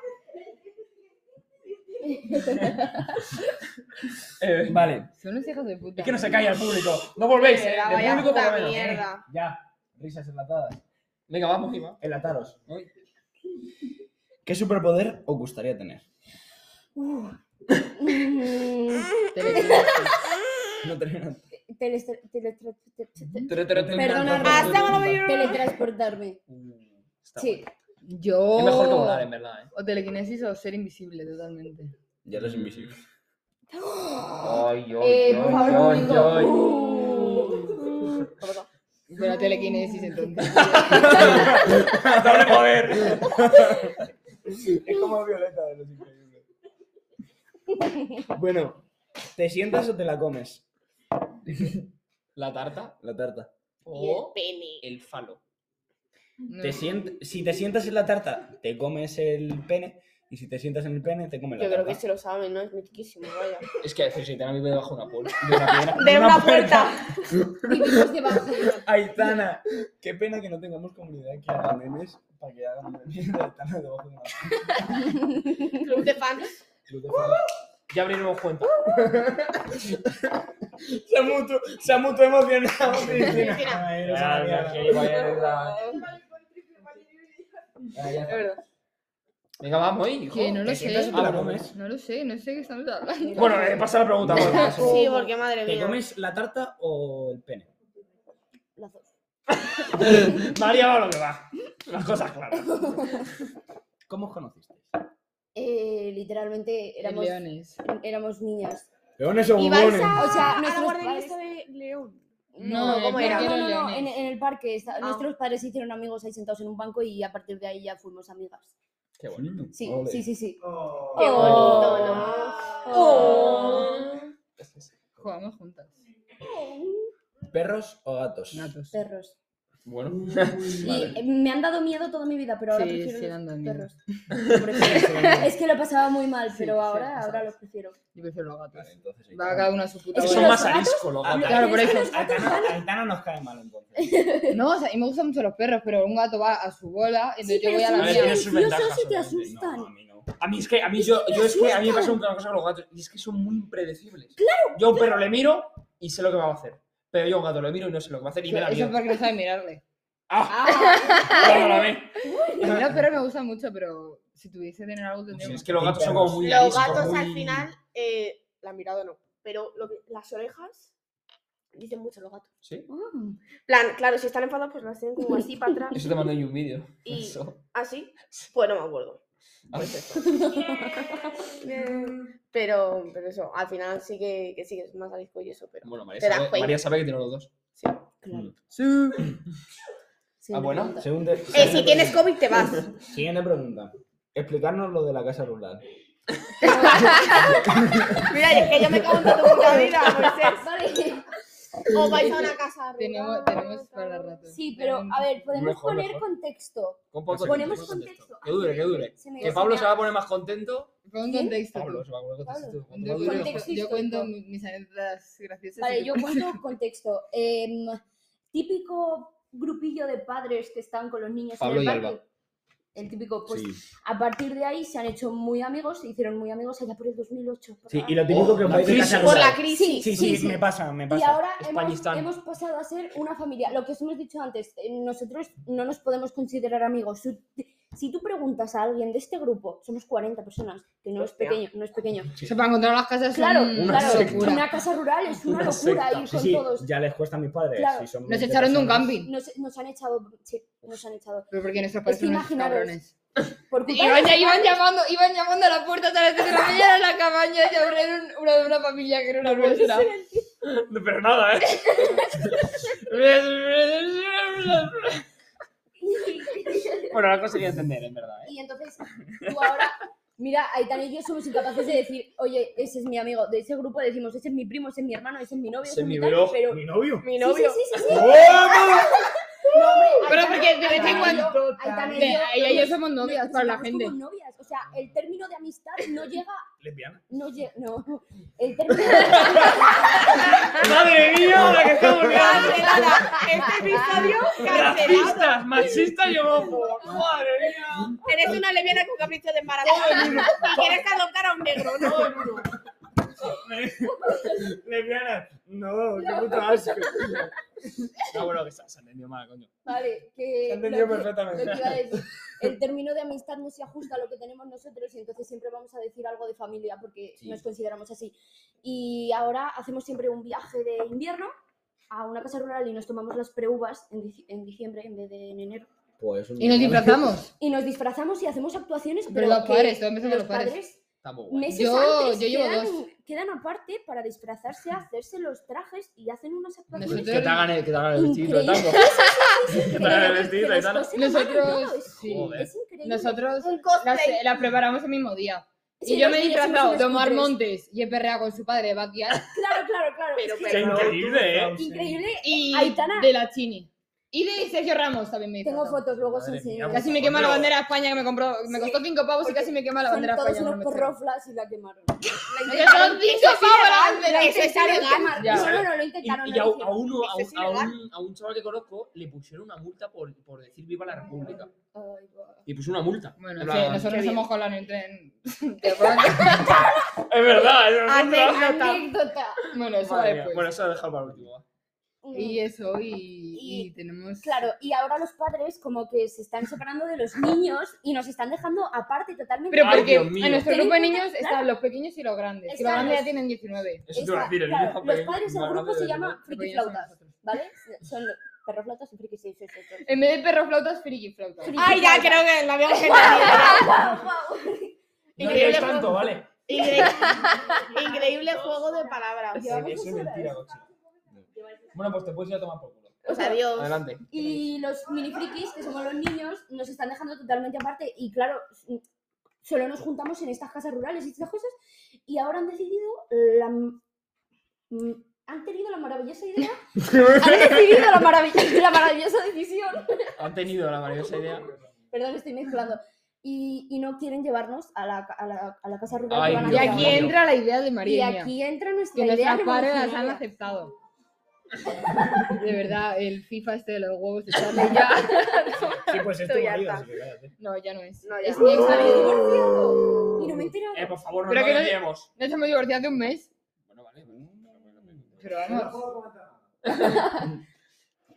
Speaker 3: Eh,
Speaker 2: Vale.
Speaker 4: Son unos hijos de puta.
Speaker 3: Es que no se calla el público. No volvéis, ¿eh?
Speaker 1: Mierda,
Speaker 3: El
Speaker 1: vaya
Speaker 3: público por lo
Speaker 1: puta
Speaker 3: menos.
Speaker 1: mierda.
Speaker 2: Ya. Risas enlatadas.
Speaker 3: Venga, vamos, Iba.
Speaker 2: Enlataros.
Speaker 3: Uy.
Speaker 2: ¿Qué superpoder os gustaría tener?
Speaker 6: Uh. Mm,
Speaker 4: Telequinesis.
Speaker 2: No tener antojo.
Speaker 6: telestra- telestra- te- te- te-
Speaker 3: Perdona,
Speaker 6: Perdona,
Speaker 1: Hasta ahora me
Speaker 6: Teletransportarme. Sí.
Speaker 4: Yo.
Speaker 3: Es mejor que volar, en verdad, ¿eh?
Speaker 4: O telequinesis o ser invisible totalmente.
Speaker 2: Ya eres invisible.
Speaker 3: Ay,
Speaker 6: Eh, por favor, un momento. Uh.
Speaker 4: Pero telequinesis entonces.
Speaker 3: ¡Doble poder!
Speaker 2: Es como Violeta de los increíbles. Bueno, ¿te sientas o te la comes?
Speaker 3: La tarta
Speaker 2: La tarta.
Speaker 1: Y el
Speaker 3: o
Speaker 1: pene.
Speaker 3: el falo.
Speaker 4: No.
Speaker 2: Te sient- Si te sientas en la tarta, te comes el pene. Y si te sientas en el pene, te comes la
Speaker 1: Yo creo
Speaker 2: tarta.
Speaker 1: que se lo saben, ¿no? Es mitiquísimo, vaya.
Speaker 3: Es que si te han debajo de una pol- de una piedra.
Speaker 1: De una puerta.
Speaker 6: Vivimos debajo de una
Speaker 2: Aitana, qué pena que no tengamos comunidad que haga memes para que hagan memes de Aitana debajo de una
Speaker 1: Club de fans.
Speaker 2: Club de fans.
Speaker 3: Ya abriremos cuenta.
Speaker 2: Se ha mutuo, se ha mutuo emocionado. Cristina.
Speaker 1: Cristina.
Speaker 2: Ay, no
Speaker 3: Ya,
Speaker 2: sabía.
Speaker 3: ya, que iba a ir la-
Speaker 2: Ay, Ah, ya.
Speaker 3: Venga, vamos, ¿eh, hijo.
Speaker 4: Que no lo sé.
Speaker 2: sientas o te
Speaker 3: Ah,
Speaker 2: la
Speaker 3: bueno,
Speaker 2: comes?
Speaker 4: No lo sé, no sé qué estamos hablando.
Speaker 3: Bueno, eh, pasa la pregunta. bueno.
Speaker 1: Sí, porque madre
Speaker 2: ¿Te
Speaker 1: mía.
Speaker 2: comes la tarta o el pene?
Speaker 6: las dos.
Speaker 3: María va lo que va. Las cosas claras.
Speaker 2: ¿Cómo os conocisteis?
Speaker 6: Eh, literalmente éramos,
Speaker 4: Leones.
Speaker 6: éramos niñas.
Speaker 2: Leones o
Speaker 1: ¿Ibais a,
Speaker 6: O sea,
Speaker 1: a la
Speaker 6: nuestros
Speaker 1: guardería
Speaker 6: padres-
Speaker 1: esta de León?
Speaker 4: No,
Speaker 1: No, ¿cómo
Speaker 4: eh,
Speaker 1: era?
Speaker 6: No, no,
Speaker 4: porque eran
Speaker 6: no, no, en,
Speaker 4: leones.
Speaker 6: en el parque. está-
Speaker 1: Ah.
Speaker 6: Nuestros padres se hicieron amigos ahí sentados en un banco y a partir de ahí ya fuimos amigas.
Speaker 3: Qué bonito.
Speaker 6: Sí,
Speaker 2: Ole.
Speaker 6: sí, sí, sí.
Speaker 1: Qué
Speaker 4: Oh.
Speaker 1: bonito, ¿no?
Speaker 6: Oh.
Speaker 4: Jugamos juntas.
Speaker 2: ¿Perros o gatos?
Speaker 4: Natos.
Speaker 6: Perros.
Speaker 3: Bueno.
Speaker 6: Y eh, me han dado miedo toda mi vida, pero ahora
Speaker 4: Sí,
Speaker 6: prefiero
Speaker 4: sí,
Speaker 6: los
Speaker 4: dan miedo.
Speaker 6: perros. Lo prefiero. es que lo pasaba muy mal,
Speaker 4: Sí,
Speaker 6: pero
Speaker 4: sí, lo
Speaker 6: ahora, ahora
Speaker 4: pasabas.
Speaker 6: los prefiero.
Speaker 4: Yo prefiero los gatos.
Speaker 2: Vale, entonces ahí
Speaker 4: Va
Speaker 2: está.
Speaker 4: cada uno a su puta
Speaker 6: Es que
Speaker 4: bola.
Speaker 3: Son
Speaker 6: los
Speaker 3: más
Speaker 6: gatos-
Speaker 3: arisco
Speaker 8: Ah,
Speaker 3: los gatos.
Speaker 4: Claro, por
Speaker 6: Pues
Speaker 4: eso.
Speaker 2: Aitana, Aitana nos cae mal entonces.
Speaker 4: No, o sea, y me gustan mucho los perros, pero un gato va a su bola, entonces
Speaker 6: Sí,
Speaker 4: yo voy a
Speaker 6: pero
Speaker 4: la
Speaker 3: A ver, tiene
Speaker 4: mía.
Speaker 6: sí,
Speaker 3: sus
Speaker 6: Dios,
Speaker 3: ventajas,
Speaker 6: así te
Speaker 3: obviamente.
Speaker 6: asustan.
Speaker 2: No, a mí no.
Speaker 3: A mí es que a mí yo, yo es que a mí me pasa una cosa con los gatos y es que son muy impredecibles. Yo a un perro le miro y sé lo que va a hacer. Pero yo a un gato le miro y no sé lo que va a hacer y me da
Speaker 4: Eso es
Speaker 3: miedo.
Speaker 4: porque no sabe mirarle.
Speaker 3: Ah, no, no, no,
Speaker 4: A mí los perros me gustan mucho, pero si tuviese que tener algo
Speaker 3: no.
Speaker 4: tendría
Speaker 3: Sí,
Speaker 4: más.
Speaker 3: es que los gatos son como muy
Speaker 1: Los
Speaker 3: ariscos,
Speaker 1: gatos al
Speaker 3: muy-
Speaker 1: final, eh, la mirada no, pero lo que- las orejas dicen mucho los gatos.
Speaker 3: Sí.
Speaker 1: plan, claro, si están enfadados, pues las tienen como así para atrás.
Speaker 3: Eso te mandé yo un vídeo.
Speaker 1: Y-
Speaker 3: Eso.
Speaker 1: ¿Así? Pues no me acuerdo.
Speaker 3: Pues eso.
Speaker 1: Pero, pero eso, al final sí que, que sí que es más arisco y eso, pero.
Speaker 3: Bueno, María
Speaker 1: Te das
Speaker 3: sabe,
Speaker 1: cuenta.
Speaker 3: María sabe que tiene los dos.
Speaker 1: Sí.
Speaker 6: Claro.
Speaker 3: Ah, bueno.
Speaker 2: Segunda-
Speaker 8: Ah,
Speaker 3: Ah,
Speaker 1: Eh, si tienes COVID te vas.
Speaker 2: Siguiente pregunta. explicarnos lo de la casa rural.
Speaker 1: Mira, es que yo me cago en toda tu puta vida, Moisés.
Speaker 6: Vale.
Speaker 1: O vais a una casa.
Speaker 4: Tenemos,
Speaker 1: rural,
Speaker 4: tenemos para rato. Em,
Speaker 6: Sí, pero
Speaker 3: Em,
Speaker 6: a ver, podemos
Speaker 3: Mejor,
Speaker 6: poner
Speaker 3: mejor.
Speaker 6: contexto.
Speaker 3: Con
Speaker 4: Pues
Speaker 3: poco
Speaker 6: Ponemos
Speaker 3: contexto,
Speaker 6: contexto.
Speaker 3: Que dure, que dure.
Speaker 6: Se me
Speaker 3: Que
Speaker 6: va
Speaker 3: Pablo
Speaker 6: señal.
Speaker 3: se va a poner más contento.
Speaker 4: Pon
Speaker 6: ¿Quién?
Speaker 4: contexto.
Speaker 3: Pablo se va a poner contento. Cuanto
Speaker 4: Yo
Speaker 3: más
Speaker 6: Pablo.
Speaker 4: cuento-
Speaker 3: dure,
Speaker 6: Contexto
Speaker 4: yo
Speaker 6: histórico.
Speaker 4: cuento mi- mis anécdotas graciosas.
Speaker 6: Vale,
Speaker 4: y-
Speaker 6: yo cuento contexto. Em, típico grupillo de padres que están con los niños
Speaker 3: Pablo
Speaker 6: en
Speaker 3: y
Speaker 6: el
Speaker 3: Alba.
Speaker 6: parque. El típico, pues
Speaker 2: Sí.
Speaker 6: a partir de ahí se han hecho muy amigos, se hicieron muy amigos allá por el 2008. por
Speaker 5: Sí,
Speaker 6: ahí.
Speaker 5: y lo típico que os vais de
Speaker 2: sí,
Speaker 5: casa
Speaker 1: Por la
Speaker 5: rural.
Speaker 1: crisis.
Speaker 6: Sí,
Speaker 5: Sí, sí,
Speaker 6: sí.
Speaker 5: me pasa, me
Speaker 6: Y
Speaker 5: pasa.
Speaker 6: ahora hemos,
Speaker 3: Españistán.
Speaker 6: hemos pasado a ser una familia. Lo que os hemos dicho antes, eh, nosotros no nos podemos considerar amigos. Si, si tú preguntas a alguien de este grupo, somos 40 personas, que no es pequeño, no es pequeño.
Speaker 4: Se para encontrar las casas
Speaker 6: Claro,
Speaker 4: son
Speaker 6: claro,
Speaker 4: locura.
Speaker 6: una casa rural es una,
Speaker 5: Una
Speaker 6: locura
Speaker 5: secta.
Speaker 6: ir
Speaker 5: Sí,
Speaker 6: con
Speaker 5: sí,
Speaker 6: todos.
Speaker 5: ya les cuesta a mis padres.
Speaker 6: Claro.
Speaker 5: si son
Speaker 4: Nos
Speaker 5: 20
Speaker 4: echaron de un
Speaker 5: personas.
Speaker 4: camping.
Speaker 6: Nos, nos han echado, sí, nos han echado.
Speaker 4: Pero porque nuestros
Speaker 6: Es
Speaker 4: padres
Speaker 6: que
Speaker 4: son unos
Speaker 6: imaginaros.
Speaker 4: cabrones.
Speaker 6: Por culpa de
Speaker 4: Iban, ya-
Speaker 6: los
Speaker 4: iban
Speaker 6: padres,
Speaker 4: llamando, iban llamando a la puerta a las tres de la mañana en la cabaña y abrieron una de una familia que era una nuestra.
Speaker 3: Pero nada, ¿eh? bueno, la conseguí entender, en verdad, ¿eh?
Speaker 6: Y entonces tú ahora, mira, Aitana y yo somos incapaces de decir, oye, ese es mi amigo. De ese grupo decimos, ese es mi primo, ese es mi hermano, ese es mi novio, ese es mi tal,
Speaker 3: bro.
Speaker 6: pero...
Speaker 5: ¿Mi novio?
Speaker 1: Mi
Speaker 6: Sí,
Speaker 1: novio.
Speaker 6: Sí, sí, sí, sí.
Speaker 4: Pero porque de vez en cuando.
Speaker 6: Aitana y
Speaker 4: de-
Speaker 6: yo-
Speaker 4: Ella y yo somos novias
Speaker 6: nos
Speaker 4: para la
Speaker 6: consideramos
Speaker 4: gente.
Speaker 6: como novias. O sea, el término de amistad no llega.
Speaker 5: Lesbiana.
Speaker 6: No, lle- no. El término de
Speaker 3: ¡Madre mía, la que estamos
Speaker 1: Cancelada. Este episodio cancelado.
Speaker 3: Racista, machista y homófobo. ¡Madre mía!
Speaker 1: Eres una lesbiana con capricho de embarazo. Y quieres adoptar a un negro, ¿no?
Speaker 5: Lesbiana. No, qué puto asco.
Speaker 3: No, bueno, que se se ha entendido mal, coño.
Speaker 6: Vale, que.
Speaker 3: Se ha entendido
Speaker 6: lo que-
Speaker 3: perfectamente.
Speaker 6: lo que iba a decir. El término de amistad no se ajusta a lo que tenemos nosotros y entonces siempre vamos a decir algo de familia porque nos consideramos así. Y ahora hacemos siempre un viaje de invierno a una casa rural y nos tomamos las preuvas en, dic- en diciembre en vez de en enero.
Speaker 2: Pues un-
Speaker 4: Y nos disfrazamos.
Speaker 6: Y nos disfrazamos y hacemos actuaciones,
Speaker 4: Pero
Speaker 6: pero
Speaker 4: los
Speaker 6: que
Speaker 4: padres, todos empezamos
Speaker 6: los
Speaker 4: los padres.
Speaker 6: padres
Speaker 3: Está muy guay.
Speaker 6: meses
Speaker 4: Yo-
Speaker 6: antes
Speaker 4: yo llevo
Speaker 6: quedan,
Speaker 4: dos.
Speaker 6: quedan aparte para disfrazarse, hacerse los trajes y hacen unas
Speaker 3: Que
Speaker 6: actuaciones.
Speaker 4: Nosotros-
Speaker 3: te hagan el, que te hagan el vestido y
Speaker 6: Increíble.
Speaker 3: tal.
Speaker 6: que
Speaker 3: te hagan el
Speaker 6: los-
Speaker 3: vestido
Speaker 6: que
Speaker 3: y
Speaker 6: los
Speaker 3: tal.
Speaker 6: cosen a mano y todo,
Speaker 4: Nosotros.
Speaker 6: es-
Speaker 4: sí.
Speaker 3: Joder.
Speaker 6: Es increíble.
Speaker 4: Nosotros
Speaker 1: Un
Speaker 4: las,
Speaker 1: cosplay.
Speaker 4: las preparamos el mismo día.
Speaker 6: Sí,
Speaker 4: y yo
Speaker 6: los
Speaker 4: me he
Speaker 6: niños somos
Speaker 4: disfrazado
Speaker 6: unos
Speaker 4: de Omar
Speaker 6: cutres.
Speaker 4: Montes y he perreado con su padre, Baquiar.
Speaker 6: Claro, claro, claro.
Speaker 1: Pero,
Speaker 6: es que-
Speaker 3: ¡Qué increíble, eh!
Speaker 6: increíble.
Speaker 4: Y
Speaker 6: Aitana.
Speaker 4: de la Chini. Y de Sergio Ramos también me he
Speaker 6: Tengo
Speaker 4: disfrazado.
Speaker 6: fotos, luego os
Speaker 3: Madre
Speaker 6: enseño.
Speaker 3: mía,
Speaker 4: Casi me quema la
Speaker 3: Pero-
Speaker 4: bandera de España que me compró. Me
Speaker 6: Sí,
Speaker 4: costó cinco pavos y
Speaker 6: porque
Speaker 4: casi me quema la
Speaker 6: Son
Speaker 4: bandera de
Speaker 6: todos
Speaker 4: España. no
Speaker 6: unos
Speaker 4: me entero.
Speaker 6: porroflas y la quemaron.
Speaker 4: Son cinco pavos la bandera.
Speaker 1: Eso es ilegal.
Speaker 4: Ya.
Speaker 6: No, no, no, lo
Speaker 3: Y,
Speaker 6: intentaron.
Speaker 3: y
Speaker 6: no lo
Speaker 3: a, un- a
Speaker 6: hicieron.
Speaker 3: uno, a,
Speaker 1: Eso
Speaker 3: un,
Speaker 1: es
Speaker 3: a,
Speaker 1: ilegal.
Speaker 3: un, a un chaval que conozco le pusieron una multa por, por decir viva la república.
Speaker 6: Ay, guau.
Speaker 3: Y puso una multa.
Speaker 4: Bueno,
Speaker 3: En
Speaker 4: sí,
Speaker 3: plan-
Speaker 4: nosotros
Speaker 1: Qué
Speaker 4: nos
Speaker 1: bien.
Speaker 4: hemos colado en el tren. ¿Te acuerdas?
Speaker 3: Es verdad, es verdad.
Speaker 1: Anécdota.
Speaker 6: Anécdota.
Speaker 4: bueno, eso va
Speaker 3: Madre mía.
Speaker 4: después.
Speaker 3: Bueno, eso lo he dejado para el último. ¿eh? va.
Speaker 6: Mm.
Speaker 4: Y eso, y,
Speaker 6: Y-
Speaker 4: y tenemos.
Speaker 6: Claro, y ahora los padres como que se están separando de los niños y nos están dejando aparte totalmente.
Speaker 4: Pero
Speaker 3: Ay,
Speaker 4: porque
Speaker 3: Dios mío.
Speaker 4: en nuestro
Speaker 6: Ten en
Speaker 4: grupo de
Speaker 6: cuenta,
Speaker 4: niños están los pequeños y los grandes. Y los
Speaker 6: Están
Speaker 4: grandes
Speaker 6: los-
Speaker 4: ya tienen 19.
Speaker 3: Eso te iba a
Speaker 6: Esa-
Speaker 3: decir. El
Speaker 6: claro,
Speaker 3: niño
Speaker 6: los
Speaker 3: pequeño,
Speaker 6: padres del
Speaker 3: más
Speaker 6: grupo
Speaker 3: grande
Speaker 6: se
Speaker 3: del
Speaker 6: llaman
Speaker 3: mundo.
Speaker 4: Los
Speaker 6: friki
Speaker 4: pequeños son
Speaker 6: flautas,
Speaker 4: nosotros.
Speaker 6: ¿vale? Son perroflautas y friki sí, sí, sí, sí.
Speaker 4: En vez de perro flautas, friki flautas.
Speaker 6: Friki
Speaker 1: Ay, ya
Speaker 6: flautas.
Speaker 1: creo que la habíamos entendido.
Speaker 5: No
Speaker 1: Increíble
Speaker 5: ríais tanto,
Speaker 1: juego-
Speaker 5: ¿vale?
Speaker 1: incre- Increíble juego de palabras.
Speaker 6: Llevamos
Speaker 3: Eso es
Speaker 6: dos horas.
Speaker 3: mentira, coche. Bueno, pues te puedes ir a tomar por culo.
Speaker 1: O sea, Dios.
Speaker 3: Adelante.
Speaker 6: Y los mini frikis, que somos los niños, nos están dejando totalmente aparte. Y claro, s- solo nos juntamos en estas casas rurales y estas cosas. Y ahora han decidido la. m- m- Han tenido la maravillosa idea. han decidido la, maravi- la maravillosa decisión.
Speaker 3: Han tenido la maravillosa idea.
Speaker 6: Perdón, estoy mezclando. Y, y no quieren llevarnos a la, ca- a la, a la casa rural.
Speaker 3: Ay,
Speaker 6: que van a
Speaker 4: Y
Speaker 3: Dios
Speaker 6: llevar.
Speaker 4: aquí
Speaker 3: mío.
Speaker 4: entra la idea de
Speaker 6: Y
Speaker 4: María.
Speaker 6: aquí entra nuestra
Speaker 4: Que
Speaker 6: idea.
Speaker 4: nuestras padres las han
Speaker 6: revolucionaria.
Speaker 4: aceptado. De verdad, el FIFA este de los huevos de Charlie ya.
Speaker 5: Sí, pues es tu
Speaker 1: Estoy
Speaker 5: marido,
Speaker 1: harta.
Speaker 5: así que cállate.
Speaker 4: No, ya no es.
Speaker 1: No, ya
Speaker 4: es
Speaker 1: no.
Speaker 4: mi ex
Speaker 6: Ay,
Speaker 4: marido.
Speaker 6: divorciado. Y no me he enterado.
Speaker 3: Eh, por favor, no
Speaker 4: Pero
Speaker 3: nos
Speaker 4: que no-
Speaker 3: desviemos.
Speaker 4: Nos hemos divorciado hace un mes.
Speaker 3: Bueno, vale. bueno.
Speaker 4: Pero vamos.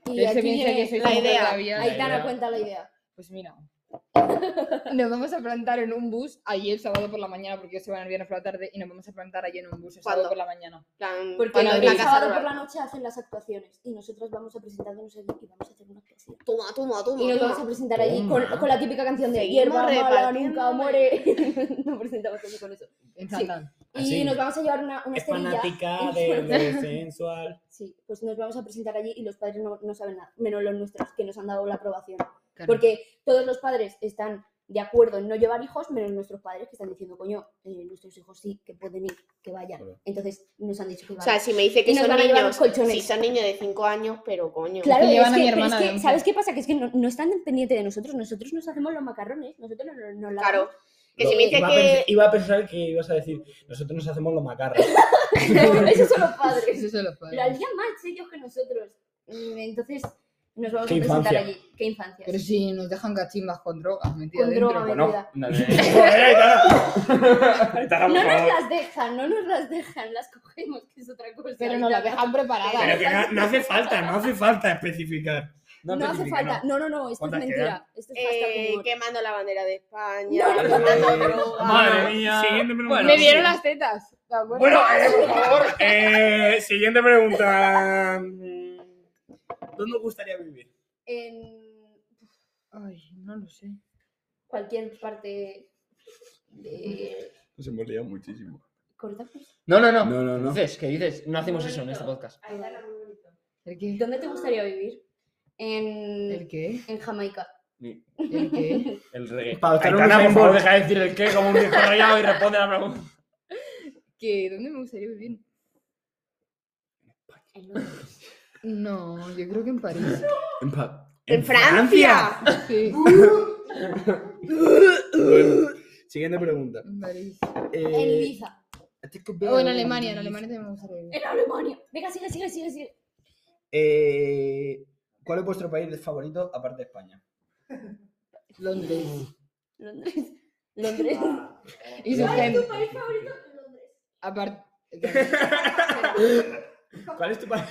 Speaker 6: Y
Speaker 4: Él se
Speaker 6: aquí
Speaker 4: piensa que
Speaker 6: viene.
Speaker 4: soy
Speaker 1: la
Speaker 4: la
Speaker 1: idea.
Speaker 4: vida.
Speaker 6: Aitana
Speaker 3: idea.
Speaker 6: cuenta la idea.
Speaker 4: Pues mira. Nos vamos a plantar en un bus allí el sábado por la mañana, porque se van el viernes por la tarde, y nos vamos a plantar allí en un bus el sábado
Speaker 1: ¿Cuándo?
Speaker 4: por la mañana.
Speaker 1: plan,
Speaker 6: Porque
Speaker 1: cuando
Speaker 4: Madrid.
Speaker 1: la
Speaker 6: el
Speaker 1: casa
Speaker 6: sábado
Speaker 1: rural.
Speaker 6: por la noche hacen las actuaciones y nosotros vamos a presentarnos allí y vamos a hacer una actuación.
Speaker 1: Toma, toma, toma.
Speaker 6: Y nos vamos a
Speaker 1: toma.
Speaker 6: presentar allí con,
Speaker 2: Toma.
Speaker 6: con la típica canción de
Speaker 1: Seguimos
Speaker 6: hierba mala
Speaker 1: repartiendo.
Speaker 6: nunca muere. nos presentamos allí con eso.
Speaker 4: En
Speaker 6: Sí.
Speaker 4: Santán.
Speaker 6: Y
Speaker 5: Así.
Speaker 6: nos vamos a llevar una, una
Speaker 5: Es
Speaker 6: esterilla.
Speaker 5: fanática de lo sensual.
Speaker 6: Sí, pues nos vamos a presentar allí y los padres no, no saben nada, menos los nuestros, que nos han dado la aprobación.
Speaker 4: Claro.
Speaker 6: Porque todos los padres están de acuerdo en no llevar hijos, menos nuestros padres que están diciendo, coño, eh, nuestros hijos sí que pueden ir, que vayan.
Speaker 2: Claro.
Speaker 6: Entonces nos han dicho que
Speaker 1: O
Speaker 6: vayan.
Speaker 1: sea, si me dice que
Speaker 6: Y nos
Speaker 1: son
Speaker 6: van a llevar los
Speaker 1: niños,
Speaker 6: colchones.
Speaker 1: sí, son niños de 5 años, pero coño.
Speaker 6: Claro,
Speaker 4: Que
Speaker 6: es
Speaker 4: llevan a
Speaker 6: que,
Speaker 4: mi
Speaker 6: pero
Speaker 4: hermana
Speaker 6: es que,
Speaker 4: de once.
Speaker 6: ¿sabes qué pasa? Que es que no, no están pendientes de nosotros. Nosotros nos hacemos los macarrones, nosotros nos, nos, nos lavamos.
Speaker 1: Claro. Que si me dice
Speaker 2: iba, A
Speaker 1: que.
Speaker 2: pensar, iba a pensar que ibas a decir, nosotros nos hacemos los macarros.
Speaker 6: Esos son los padres.
Speaker 4: Eso se lo
Speaker 6: Lo
Speaker 4: pago.
Speaker 6: harían más ellos que nosotros. Mm, Entonces nos vamos a
Speaker 2: Qué
Speaker 6: presentar
Speaker 2: infancia.
Speaker 6: allí. ¿Qué infancia?
Speaker 4: Pero si nos dejan cachimbas con drogas, metida
Speaker 6: Con
Speaker 4: dentro.
Speaker 6: droga,
Speaker 4: Bueno,
Speaker 3: Bueno, no,
Speaker 6: Mira. No nos las dejan, no nos las dejan, las cogemos, que es otra cosa.
Speaker 4: Pero
Speaker 6: y
Speaker 4: nos las
Speaker 6: nada.
Speaker 4: dejan
Speaker 6: Pero
Speaker 4: preparadas.
Speaker 6: que no- no
Speaker 5: hace falta, no hace falta especificar.
Speaker 6: No, hace falta. No, no, no, esto es
Speaker 5: ¿Cuántas
Speaker 6: mentira. Esto es hashtag
Speaker 1: eh,
Speaker 6: humor.
Speaker 1: quemando la bandera de España.
Speaker 6: No, no, no,
Speaker 1: plantando
Speaker 3: no, no.
Speaker 1: droga.
Speaker 3: Madre mía.
Speaker 5: Siguiente pregunta.
Speaker 3: Bueno,
Speaker 4: Me dieron las tetas. ¿De acuerdo?
Speaker 5: Bueno, eh, por favor. eh, siguiente pregunta. ¿Dónde os gustaría vivir?
Speaker 6: En
Speaker 4: Ay, no lo sé.
Speaker 6: cualquier parte de.
Speaker 2: Nos hemos liado muchísimo.
Speaker 6: ¿Cortamos?
Speaker 3: No, no, no.
Speaker 2: No, no, no.
Speaker 3: Dices, que dices, no hacemos eso en este podcast.
Speaker 4: ¿El qué?
Speaker 6: ¿Dónde te gustaría vivir? En,
Speaker 4: ¿El qué?
Speaker 6: en Jamaica.
Speaker 4: ¿El qué?
Speaker 3: El reggae.
Speaker 2: Para estar en un
Speaker 3: Aitana, por favor,
Speaker 2: fútbol.
Speaker 3: deja de decir el qué como un viejo rayado y responde a la pregunta.
Speaker 4: ¿Qué? ¿Dónde me gustaría vivir?
Speaker 6: En Londres.
Speaker 4: No, yo creo que en París.
Speaker 2: En, pa-
Speaker 1: ¡En Francia!
Speaker 4: Sí,
Speaker 2: Siguiente pregunta.
Speaker 4: en París.
Speaker 6: En
Speaker 2: Eh,
Speaker 6: Ibiza.
Speaker 4: O en Alemania, en Alemania también me gustaría vivir.
Speaker 6: En Alemania. Venga, sigue, sigue, sigue, sigue.
Speaker 2: eh, ¿Cuál es vuestro país favorito aparte de España?
Speaker 4: Londres.
Speaker 6: Londres. Londres.
Speaker 4: Y su gente.
Speaker 6: país favorito? Londres.
Speaker 4: Aparte.
Speaker 2: ¿Cuál es tu país?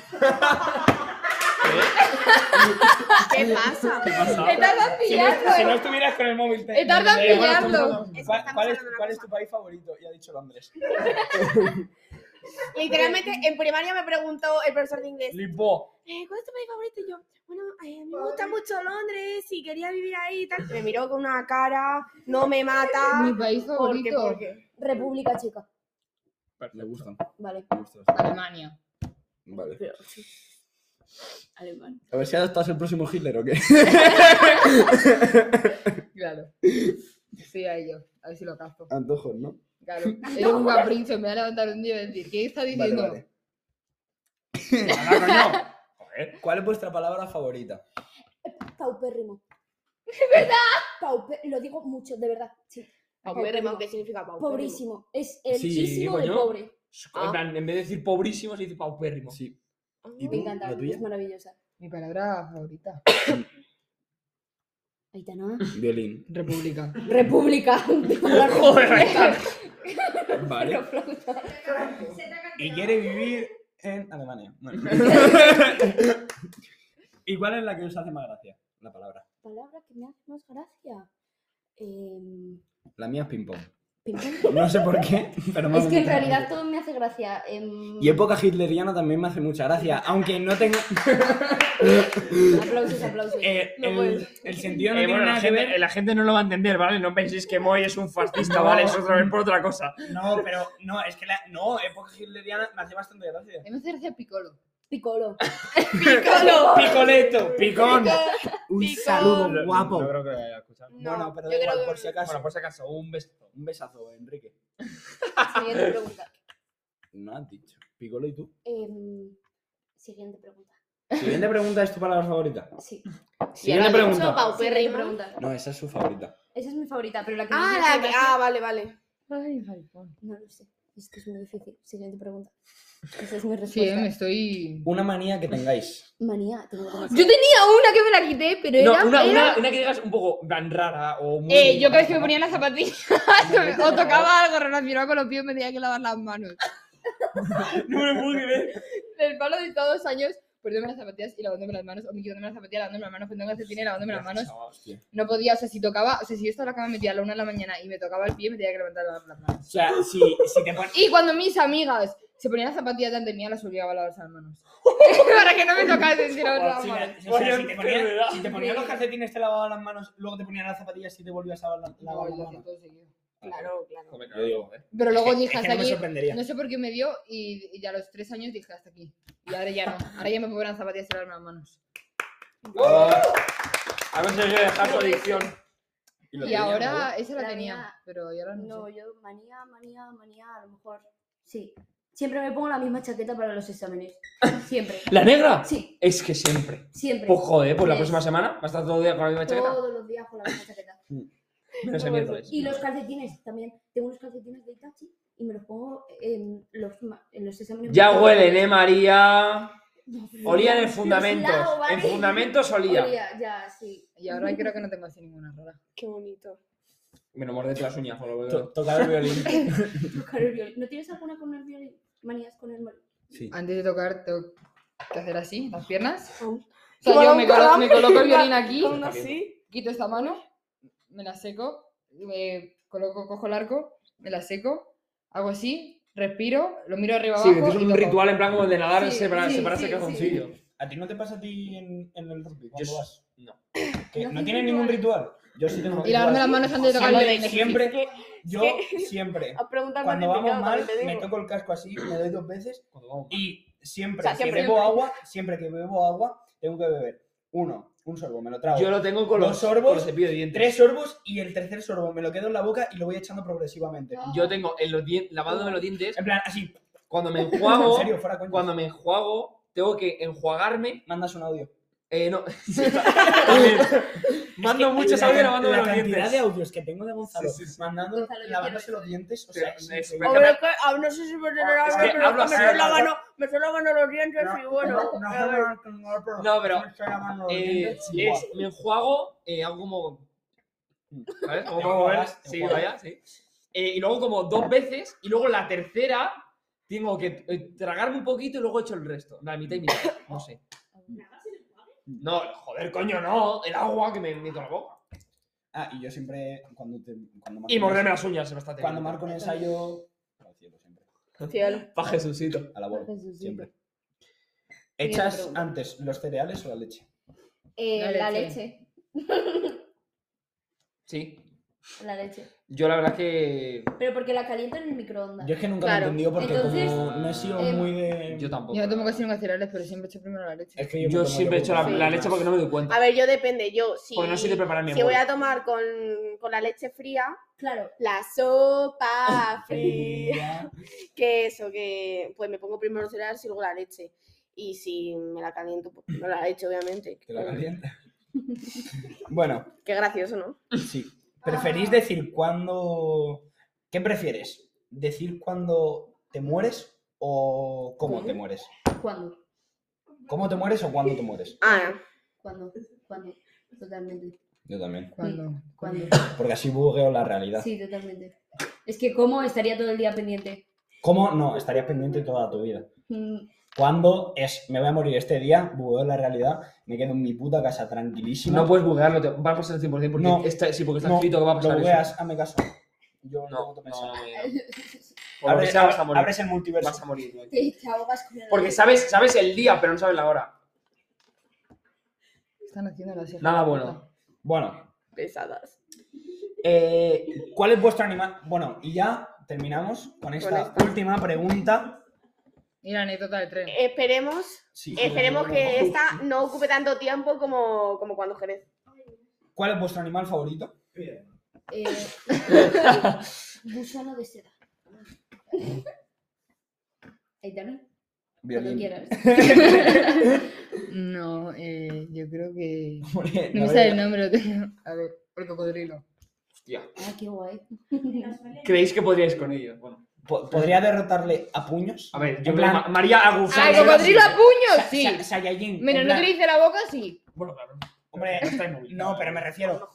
Speaker 1: ¿Qué pasa?
Speaker 4: Tardan en pillarlo.
Speaker 5: estuvieras con el móvil,
Speaker 4: eh. Tardan en pillarlo.
Speaker 1: Es que
Speaker 2: ¿Cuál,
Speaker 1: estamos
Speaker 2: cuál es,
Speaker 1: hablando de
Speaker 2: cuál es
Speaker 1: una
Speaker 2: tu país favorito? Y ha dicho Londres.
Speaker 1: cosa. Literalmente, en primaria me preguntó el profesor de inglés.
Speaker 3: Lipo.
Speaker 1: "Eh, ¿Cuál es tu país favorito? Y yo, bueno, eh, a mí me gusta mucho Londres y quería vivir ahí y tal. Me miró con una cara, no me
Speaker 4: Mi
Speaker 1: mata.
Speaker 4: país
Speaker 1: ¿Por qué?
Speaker 4: favorito.
Speaker 1: ¿Por qué?
Speaker 6: República Checa.
Speaker 2: Me gustan,
Speaker 6: Vale.
Speaker 2: me gustan.
Speaker 4: Alemania.
Speaker 2: Vale.
Speaker 6: Pero, sí. Alemán.
Speaker 2: A ver si ahora estás el próximo Hitler o qué.
Speaker 4: Claro. Sí, a ellos. A ver si lo capto.
Speaker 2: Antojos, ¿no?
Speaker 4: Claro. Es un capricho. Me voy a levantar un día y decir, ¿qué está
Speaker 2: Vale,
Speaker 4: diciendo?
Speaker 2: vale. Ah,
Speaker 3: Nada, coño. Joder.
Speaker 2: ¿Cuál es vuestra palabra favorita?
Speaker 6: Paupérrimo. ¿De verdad? lo digo mucho, de verdad. Sí.
Speaker 1: Paupérrimo, ¿qué significa paupérrimo?
Speaker 6: Pobrísimo. Es el
Speaker 2: Sí,
Speaker 3: digo
Speaker 6: chísimo de
Speaker 3: yo.
Speaker 6: pobre.
Speaker 1: Ah.
Speaker 3: En plan, en vez de decir pobrísimo, se dice paupérrimo.
Speaker 2: Sí.
Speaker 1: Ah.
Speaker 2: ¿Y
Speaker 6: Me
Speaker 2: tú?
Speaker 6: encanta,
Speaker 2: ¿La tuya?
Speaker 6: es maravillosa.
Speaker 4: Mi palabra favorita.
Speaker 6: Aitana.
Speaker 2: Violín.
Speaker 4: República.
Speaker 6: República.
Speaker 3: Joder, Aitana.
Speaker 2: Vale. Y quiere vivir en Alemania. Bueno. ¿Y cuál es la que os hace más gracia? La palabra.
Speaker 6: Palabra que me hace más gracia. Eh,
Speaker 2: La mía es ping-pong.
Speaker 6: ping-pong.
Speaker 2: No sé por qué, pero me
Speaker 6: es
Speaker 2: hace
Speaker 6: que en
Speaker 2: mucha
Speaker 6: realidad
Speaker 2: gracia.
Speaker 6: todo me hace gracia. em,
Speaker 2: Y época hitleriana también me hace mucha gracia, aunque no tenga...
Speaker 6: Aplausos, aplausos.
Speaker 2: Eh,
Speaker 6: No
Speaker 2: el,
Speaker 6: puedes.
Speaker 2: el sentido no
Speaker 3: Eh,
Speaker 2: tiene
Speaker 3: bueno, la
Speaker 2: nada que
Speaker 3: gente,
Speaker 2: ver...
Speaker 3: la gente no lo va a entender, ¿vale? No penséis que Moy es un fascista,
Speaker 2: No.
Speaker 3: ¿vale? Es otra vez por otra cosa.
Speaker 2: No, pero... No, es que la... No, época hitleriana me hace bastante gracia.
Speaker 4: Me hace gracia Piccolo.
Speaker 6: Piccolo.
Speaker 1: ¡Pícalo!
Speaker 2: Picoleto, picón. Un
Speaker 1: Picón.
Speaker 2: saludo guapo.
Speaker 3: No creo que lo haya escuchado.
Speaker 1: No,
Speaker 2: bueno, pero
Speaker 1: yo
Speaker 2: da igual,
Speaker 1: creo
Speaker 2: por
Speaker 1: que-
Speaker 2: si acaso.
Speaker 3: Bueno, por si acaso, un beso.
Speaker 2: Un besazo, Enrique.
Speaker 6: Siguiente pregunta.
Speaker 2: No has dicho. Picolo y tú.
Speaker 6: Em, siguiente pregunta.
Speaker 2: Siguiente pregunta es tu palabra favorita.
Speaker 6: Sí.
Speaker 1: ahora
Speaker 2: Siguiente
Speaker 1: le he
Speaker 2: pregunta.
Speaker 1: hecho Paupérrimo.
Speaker 6: Siguiente pregunta.
Speaker 2: No, esa es su favorita.
Speaker 6: Esa es mi favorita, pero la que más me
Speaker 1: Ah,
Speaker 6: hace
Speaker 1: la que...
Speaker 6: gracia-
Speaker 1: ah, vale, vale.
Speaker 4: Ay, Jalpón.
Speaker 6: No lo sé. Es que es muy difícil. Siguiente pregunta. Esa es mi
Speaker 4: Sí, eh,
Speaker 6: respuesta.
Speaker 4: me estoy.
Speaker 2: Una manía que tengáis.
Speaker 6: Manía, tengo que
Speaker 4: Yo tenía una que me la quité, pero
Speaker 3: No,
Speaker 4: era.
Speaker 3: una,
Speaker 4: era-
Speaker 3: una, una que digas un poco tan rara o muy.
Speaker 4: Eh, yo cada vez que me ponía las zapatillas o tocaba algo relacionado con los pies me tenía que lavar las manos.
Speaker 3: No me puedo creer.
Speaker 4: El palo de todos los años, poniéndome las zapatillas y lavándome las manos, o me quitándome las zapatillas, lavándome las manos, poniéndome calcetines y lavándome las manos.
Speaker 2: Hostia.
Speaker 4: No podía, o sea, si tocaba, o sea, si yo estaba en la cama metida a la una de la mañana y me tocaba el pie, me tenía que levantar las las
Speaker 2: O
Speaker 4: manos.
Speaker 2: sea, si, si te pones.
Speaker 4: Y cuando mis amigas se ponían las zapatillas delante mía, las obligaba a lavarse las manos. Para que no me tocasen si las
Speaker 2: Si,
Speaker 4: manos.
Speaker 2: o sea, si te
Speaker 3: enfermedad.
Speaker 2: ponías, si te ponías los calcetines, te lavabas las manos, luego te ponías las zapatillas y te volvías a lavar la-
Speaker 4: No,
Speaker 2: lavar las
Speaker 4: lo hacía
Speaker 2: manos.
Speaker 4: todo seguido.
Speaker 1: Claro, claro.
Speaker 2: Yo digo,
Speaker 4: Pero luego dije
Speaker 2: es que
Speaker 4: hasta
Speaker 2: no me
Speaker 4: aquí.
Speaker 2: sorprendería.
Speaker 4: No sé por qué me dio y, y a los tres años dije hasta aquí. Y ahora ya no. Ahora ya me pongo las zapatillas
Speaker 3: Oh.
Speaker 4: y lavarme las manos.
Speaker 3: A ver si yo dejar su adicción.
Speaker 5: Y, lo
Speaker 4: Y
Speaker 5: tenía,
Speaker 4: ahora esa la
Speaker 6: La
Speaker 4: tenía,
Speaker 6: mía-
Speaker 4: pero yo ahora no
Speaker 6: No,
Speaker 4: sé.
Speaker 6: yo manía, manía, manía, a lo mejor. Sí. Siempre me pongo la misma chaqueta para los exámenes. Siempre.
Speaker 8: ¿La negra?
Speaker 6: Sí,
Speaker 8: Es que siempre.
Speaker 6: siempre.
Speaker 8: Pues joder, pues la
Speaker 6: Sí.
Speaker 8: próxima semana va a estar todo el día con la misma chaqueta.
Speaker 6: Todos los días con la misma chaqueta.
Speaker 8: Menos el
Speaker 1: Todo
Speaker 8: miércoles.
Speaker 6: Y los calcetines también. Tengo unos calcetines de Itachi y me los pongo en los, ma- en los exámenes.
Speaker 8: Ya huelen, ¿eh, María?
Speaker 6: No,
Speaker 8: Olían en
Speaker 6: los
Speaker 8: fundamentos.
Speaker 6: lavo, ¿vale?
Speaker 8: En fundamentos olía.
Speaker 6: Olía, ya, sí.
Speaker 4: Y ahora creo que no tengo así ninguna rara.
Speaker 1: Qué bonito.
Speaker 8: Bueno, mordete las uñas, por lo
Speaker 2: To-
Speaker 8: menos.
Speaker 2: Tocar el violín.
Speaker 6: Tocar el violín. ¿No tienes alguna con el violín? Manías con el violín.
Speaker 2: Sí.
Speaker 4: Antes de tocar, tengo que hacer así, las piernas.
Speaker 1: Oh.
Speaker 4: O sea,
Speaker 1: Como
Speaker 4: yo
Speaker 1: un
Speaker 4: me, colo-
Speaker 1: calambre,
Speaker 4: me coloco el
Speaker 1: una-
Speaker 4: violín aquí,
Speaker 1: Aún así,
Speaker 4: quito esta mano, me la seco, me coloco, cojo el arco, me la seco, hago así, respiro, lo miro arriba
Speaker 8: Sí,
Speaker 4: abajo.
Speaker 8: es
Speaker 4: y
Speaker 8: un
Speaker 4: toco.
Speaker 8: ritual en plan como el de nadar,
Speaker 4: Sí,
Speaker 8: separa-
Speaker 4: sí,
Speaker 8: separarse
Speaker 4: sí,
Speaker 8: el calzoncillo.
Speaker 2: ¿A ti no te pasa a ti en, en el rugby cuando
Speaker 8: Yo-
Speaker 2: vas?
Speaker 8: no.
Speaker 2: ¿Que
Speaker 6: No
Speaker 2: ¿No
Speaker 6: haces
Speaker 2: tienes
Speaker 6: ritual.
Speaker 2: ningún ritual? Yo sí tengo un
Speaker 4: Y lavarme las
Speaker 2: ritual.
Speaker 4: manos antes de tocar
Speaker 2: Siempre-
Speaker 4: el violín.
Speaker 2: Siempre,
Speaker 1: Es que-
Speaker 2: yo siempre.
Speaker 1: a preguntarme
Speaker 2: Cuando
Speaker 1: de
Speaker 2: vamos
Speaker 1: picado,
Speaker 2: mal,
Speaker 1: también te
Speaker 2: me
Speaker 1: digo.
Speaker 2: toco el casco así, me doy dos veces
Speaker 8: Cuando vamos.
Speaker 2: y siempre
Speaker 1: O sea,
Speaker 2: que
Speaker 1: siempre.
Speaker 2: bebo agua, siempre que bebo agua, tengo que beber uno, un sorbo, me lo trago.
Speaker 8: Yo lo tengo con
Speaker 2: Dos
Speaker 8: los
Speaker 2: sorbos,
Speaker 8: con los cepillos de dientes.
Speaker 2: Tres sorbos y el tercer sorbo me lo quedo en la boca y lo voy echando progresivamente.
Speaker 8: Yo tengo en los dientes, lavándome los dientes,
Speaker 2: En plan, así.
Speaker 8: cuando me
Speaker 2: En
Speaker 8: enjuago,
Speaker 2: serio, fuera coño.
Speaker 8: cuando me enjuago, tengo que enjuagarme.
Speaker 2: mandas un audio.
Speaker 8: Eh, no. También. Mando muchos
Speaker 2: la,
Speaker 8: audios
Speaker 2: la
Speaker 8: lavándome los
Speaker 2: cantidad
Speaker 8: dientes.
Speaker 2: de audios que tengo de Gonzalo
Speaker 5: Sí, sí, sí.
Speaker 2: mandando
Speaker 6: Gonzalo, yo
Speaker 2: lavándose
Speaker 6: quiero
Speaker 2: los dientes, o
Speaker 8: Sí,
Speaker 2: sea,
Speaker 8: es-
Speaker 2: es increíble.
Speaker 1: A ver, que- ah, no sé si me
Speaker 8: Ah, es
Speaker 1: sonará,
Speaker 8: que
Speaker 1: pero es
Speaker 8: hablo
Speaker 1: que me
Speaker 8: así,
Speaker 1: suena la
Speaker 2: hablo-
Speaker 1: mano- me suena la mano los dientes
Speaker 2: No,
Speaker 1: y bueno.
Speaker 2: no,
Speaker 1: a ver.
Speaker 2: no,
Speaker 8: No, pero,
Speaker 2: estoy lavando los
Speaker 8: Eh,
Speaker 2: dientes.
Speaker 8: es, me enjuago, eh, hago como. ¿Sabes? Como
Speaker 2: Te
Speaker 8: para mover.
Speaker 2: enjuagas, te
Speaker 8: Sí,
Speaker 2: enjuagas.
Speaker 8: vaya, sí. Eh, y luego, como dos veces, y luego la tercera, tengo que eh, tragarme un poquito y luego echo el resto. La mitad y mitad. No sé. No, joder, coño, no. El agua que me meto en la boca.
Speaker 2: Ah, y yo siempre, cuando te. Cuando marco,
Speaker 8: Y morderme las uñas, se me está
Speaker 2: cuando marco un ensayo. al cielo, siempre.
Speaker 1: Cielo.
Speaker 8: Pa' Jesucito.
Speaker 2: A la bola,
Speaker 6: Jesucito.
Speaker 2: pues, siempre.
Speaker 6: Bien,
Speaker 2: ¿Echas
Speaker 6: pregunta.
Speaker 2: antes los cereales o la leche?
Speaker 6: Eh,
Speaker 4: La
Speaker 6: la
Speaker 4: leche.
Speaker 6: leche.
Speaker 8: Sí.
Speaker 6: La leche.
Speaker 8: Yo la verdad es que.
Speaker 6: Pero porque la caliento en el microondas.
Speaker 2: Yo es que nunca
Speaker 4: Claro.
Speaker 2: lo he entendido porque
Speaker 6: Entonces,
Speaker 2: como no he sido
Speaker 6: eh,
Speaker 2: muy de.
Speaker 8: Yo tampoco.
Speaker 4: Yo no tomo
Speaker 8: la
Speaker 4: casi nunca cereales, pero siempre echo primero la leche.
Speaker 2: Es que
Speaker 8: verdad.
Speaker 2: me
Speaker 8: Yo
Speaker 2: tomo
Speaker 8: siempre he hecho la,
Speaker 2: yogur,
Speaker 8: la
Speaker 2: nada
Speaker 8: leche
Speaker 2: más.
Speaker 8: porque no me doy
Speaker 1: A
Speaker 8: cuenta.
Speaker 1: ver, yo depende, yo
Speaker 2: Pues
Speaker 1: si,
Speaker 8: Porque no sé de preparar mi
Speaker 1: si voy
Speaker 8: almuerzo.
Speaker 1: a tomar con, con la leche fría,
Speaker 6: Claro.
Speaker 1: la sopa fría,
Speaker 2: Fría.
Speaker 1: que eso, que pues me pongo primero los cereales y luego la leche. Y si me la caliento, pues no la leche, obviamente.
Speaker 2: Que la calienta. bueno,
Speaker 1: Qué gracioso, ¿no?
Speaker 2: sí. ¿Preferís
Speaker 6: Ah.
Speaker 2: decir cuándo. ¿Qué prefieres? ¿Decir cuándo te mueres o cómo
Speaker 6: ¿Cómo?
Speaker 2: te mueres?
Speaker 6: ¿Cuándo?
Speaker 2: ¿Cómo te mueres o cuándo te mueres?
Speaker 1: Ah,
Speaker 6: ¿Cuándo? ¿Cuándo? Totalmente.
Speaker 2: Yo también.
Speaker 4: Cuando.
Speaker 6: ¿Cuándo?
Speaker 2: Porque así bugueo la realidad.
Speaker 6: Sí, totalmente. Es que como estaría todo el día pendiente.
Speaker 2: ¿Cómo? No, estarías pendiente toda tu vida.
Speaker 6: Mm,
Speaker 2: ¿Cuándo es? Me voy a morir este día, bugueo la realidad, me quedo en mi puta casa tranquilísimo.
Speaker 8: No puedes buguearlo, te va a pasar el 100% porque
Speaker 2: No.
Speaker 8: está, sí, porque está
Speaker 2: No,
Speaker 8: escrito que va a
Speaker 2: Lo
Speaker 8: pasar eso.
Speaker 2: bugueas, hazme caso. Yo
Speaker 8: No,
Speaker 2: no,
Speaker 8: no,
Speaker 2: tengo pensar.
Speaker 8: no, no. Por lo que
Speaker 2: Abres,
Speaker 8: sea, vas a morir.
Speaker 2: abres el multiverso.
Speaker 8: Vas a morir. güey.
Speaker 6: Te, te ahogas con el
Speaker 8: Porque sabes, sabes el día, pero no sabes la hora.
Speaker 4: Están haciendo la sierra.
Speaker 8: Nada bueno.
Speaker 2: Bueno,
Speaker 1: pesadas.
Speaker 2: eh, ¿cuál es vuestro animal? Bueno, y ya terminamos con esta,
Speaker 1: esta.
Speaker 2: última pregunta.
Speaker 4: Y la anécdota del tren.
Speaker 1: Esperemos,
Speaker 2: Sí.
Speaker 1: esperemos que esta no ocupe tanto tiempo como, como cuando Jerez.
Speaker 2: ¿Cuál es vuestro animal favorito?
Speaker 6: Eh, gusano de seda. Aitana, cuando quieras.
Speaker 4: No, eh, yo creo que.
Speaker 2: Hombre,
Speaker 4: No
Speaker 2: la
Speaker 4: me sale el
Speaker 2: verdad.
Speaker 4: nombre, lo tengo. A ver, el cocodrilo.
Speaker 6: Ah, qué guay.
Speaker 8: ¿Creéis que podríais con ellos? Bueno.
Speaker 2: Po- ¿Podría derrotarle a puños?
Speaker 8: A ver, yo
Speaker 2: En
Speaker 8: creo que
Speaker 2: plan-
Speaker 8: Ma- María Agusán.
Speaker 4: ¡Ah, el cocodrilo a puños! Sí.
Speaker 2: Sa- Saiyajin, en
Speaker 4: Menos no
Speaker 2: plan-
Speaker 4: te le dice la boca, sí.
Speaker 8: Bueno, claro.
Speaker 2: Hombre, no, pero me refiero.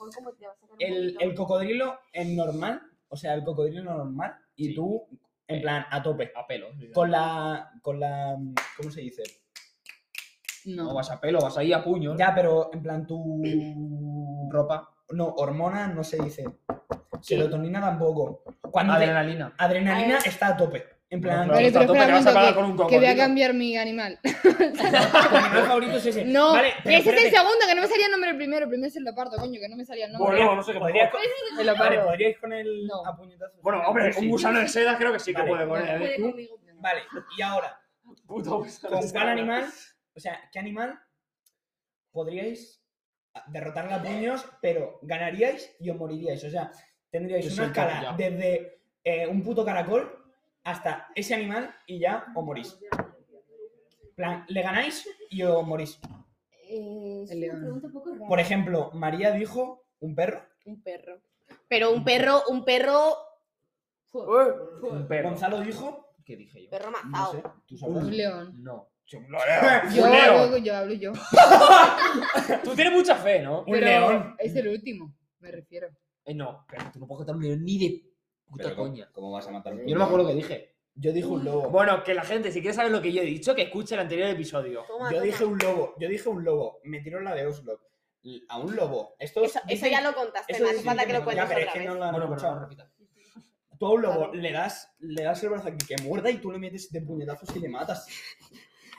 Speaker 2: El, el cocodrilo es normal, o sea, el cocodrilo normal, y
Speaker 8: Sí.
Speaker 2: tú, en
Speaker 8: Eh.
Speaker 2: plan, a tope.
Speaker 8: A pelo.
Speaker 2: Con la. Con la. ¿Cómo se dice?
Speaker 8: No
Speaker 4: No.
Speaker 8: vas a pelo, vas ahí a puño.
Speaker 2: Ya, pero en plan, tu.
Speaker 8: Ropa.
Speaker 2: No, hormona no se dice. Serotonina tampoco. Cuando te- adrenalina,
Speaker 8: Adrenalina.
Speaker 2: está a tope. En plan,
Speaker 8: Vale,
Speaker 4: Vale,
Speaker 8: está
Speaker 4: pero
Speaker 8: a tope, te
Speaker 4: espera un
Speaker 8: vas a parar
Speaker 4: momento,
Speaker 8: con un
Speaker 4: que, que voy a
Speaker 8: cocodrilo.
Speaker 4: cambiar mi animal.
Speaker 2: tu animal favorito es ese.
Speaker 4: No,
Speaker 2: Vale, pero
Speaker 4: ese es el
Speaker 2: espérate,
Speaker 4: segundo, que no me salía el nombre el primero. El primero es el leopardo, coño, que no me salía el nombre.
Speaker 8: Bueno, no sé qué
Speaker 2: podrías
Speaker 8: podría.
Speaker 2: con-
Speaker 4: el
Speaker 2: Vale,
Speaker 4: leopardo.
Speaker 2: podríais con el.
Speaker 4: No.
Speaker 2: a puñetazos.
Speaker 8: Bueno, hombre,
Speaker 2: Sí.
Speaker 8: un gusano de seda creo que sí que
Speaker 2: Vale.
Speaker 8: puede con
Speaker 4: Bueno,
Speaker 8: él. ¿eh?
Speaker 6: Puede conmigo.
Speaker 2: Vale, y ahora,
Speaker 8: Puto gusano
Speaker 2: ¿con
Speaker 8: de
Speaker 2: cuál
Speaker 8: seda.
Speaker 2: animal? O sea, ¿qué animal podríais
Speaker 5: derrotarla a puños, pero ganaríais y os moriríais. O sea, tendríais
Speaker 9: Yo
Speaker 5: una
Speaker 9: soy
Speaker 5: escala
Speaker 9: capilla.
Speaker 5: desde eh, un puto caracol hasta ese animal y ya os morís. plan, le ganáis y os morís.
Speaker 6: Eh, es
Speaker 4: El
Speaker 6: una
Speaker 4: león.
Speaker 6: pregunta un poco rara.
Speaker 5: Por ejemplo, María dijo un perro.
Speaker 1: Un perro. Pero un perro, un perro.
Speaker 8: Un perro.
Speaker 5: Gonzalo dijo,
Speaker 8: ¿Qué dije yo?
Speaker 1: Perro
Speaker 5: no
Speaker 1: mazao.
Speaker 5: sé, tú sabrás.
Speaker 4: Un león.
Speaker 8: No. Yo-
Speaker 4: Yo
Speaker 8: Un león.
Speaker 4: hablo, yo hablo yo.
Speaker 8: Tú tienes mucha fe, ¿no?
Speaker 5: Un
Speaker 4: pero
Speaker 5: león.
Speaker 4: es el último, me refiero.
Speaker 8: Eh, no, pero tú no puedes contar un león ni de puta
Speaker 2: Pero, ¿cómo-
Speaker 8: coña.
Speaker 2: ¿Cómo vas a matar un
Speaker 8: Yo no me acuerdo qué dije.
Speaker 5: Yo dije un lobo.
Speaker 8: Bueno, que la gente, si quiere saber lo que yo he dicho, que escuche el anterior episodio.
Speaker 1: Toma,
Speaker 5: Yo
Speaker 1: toma.
Speaker 5: dije un lobo, yo dije un lobo. Me tiró la de Oslo. L- A un lobo. Esto
Speaker 1: Eso, eso
Speaker 5: dicen-
Speaker 1: ya lo contaste,
Speaker 5: eso
Speaker 1: no hace
Speaker 5: dicen
Speaker 1: falta que lo
Speaker 5: no- ya,
Speaker 1: cuentes
Speaker 5: pero es
Speaker 1: otra
Speaker 5: que
Speaker 1: vez.
Speaker 5: no lo han
Speaker 8: Bueno, pero
Speaker 5: escuchado.
Speaker 8: no repita.
Speaker 5: Tú a un lobo le das, le das el brazo aquí que muerda y tú le metes de puñetazos y le matas.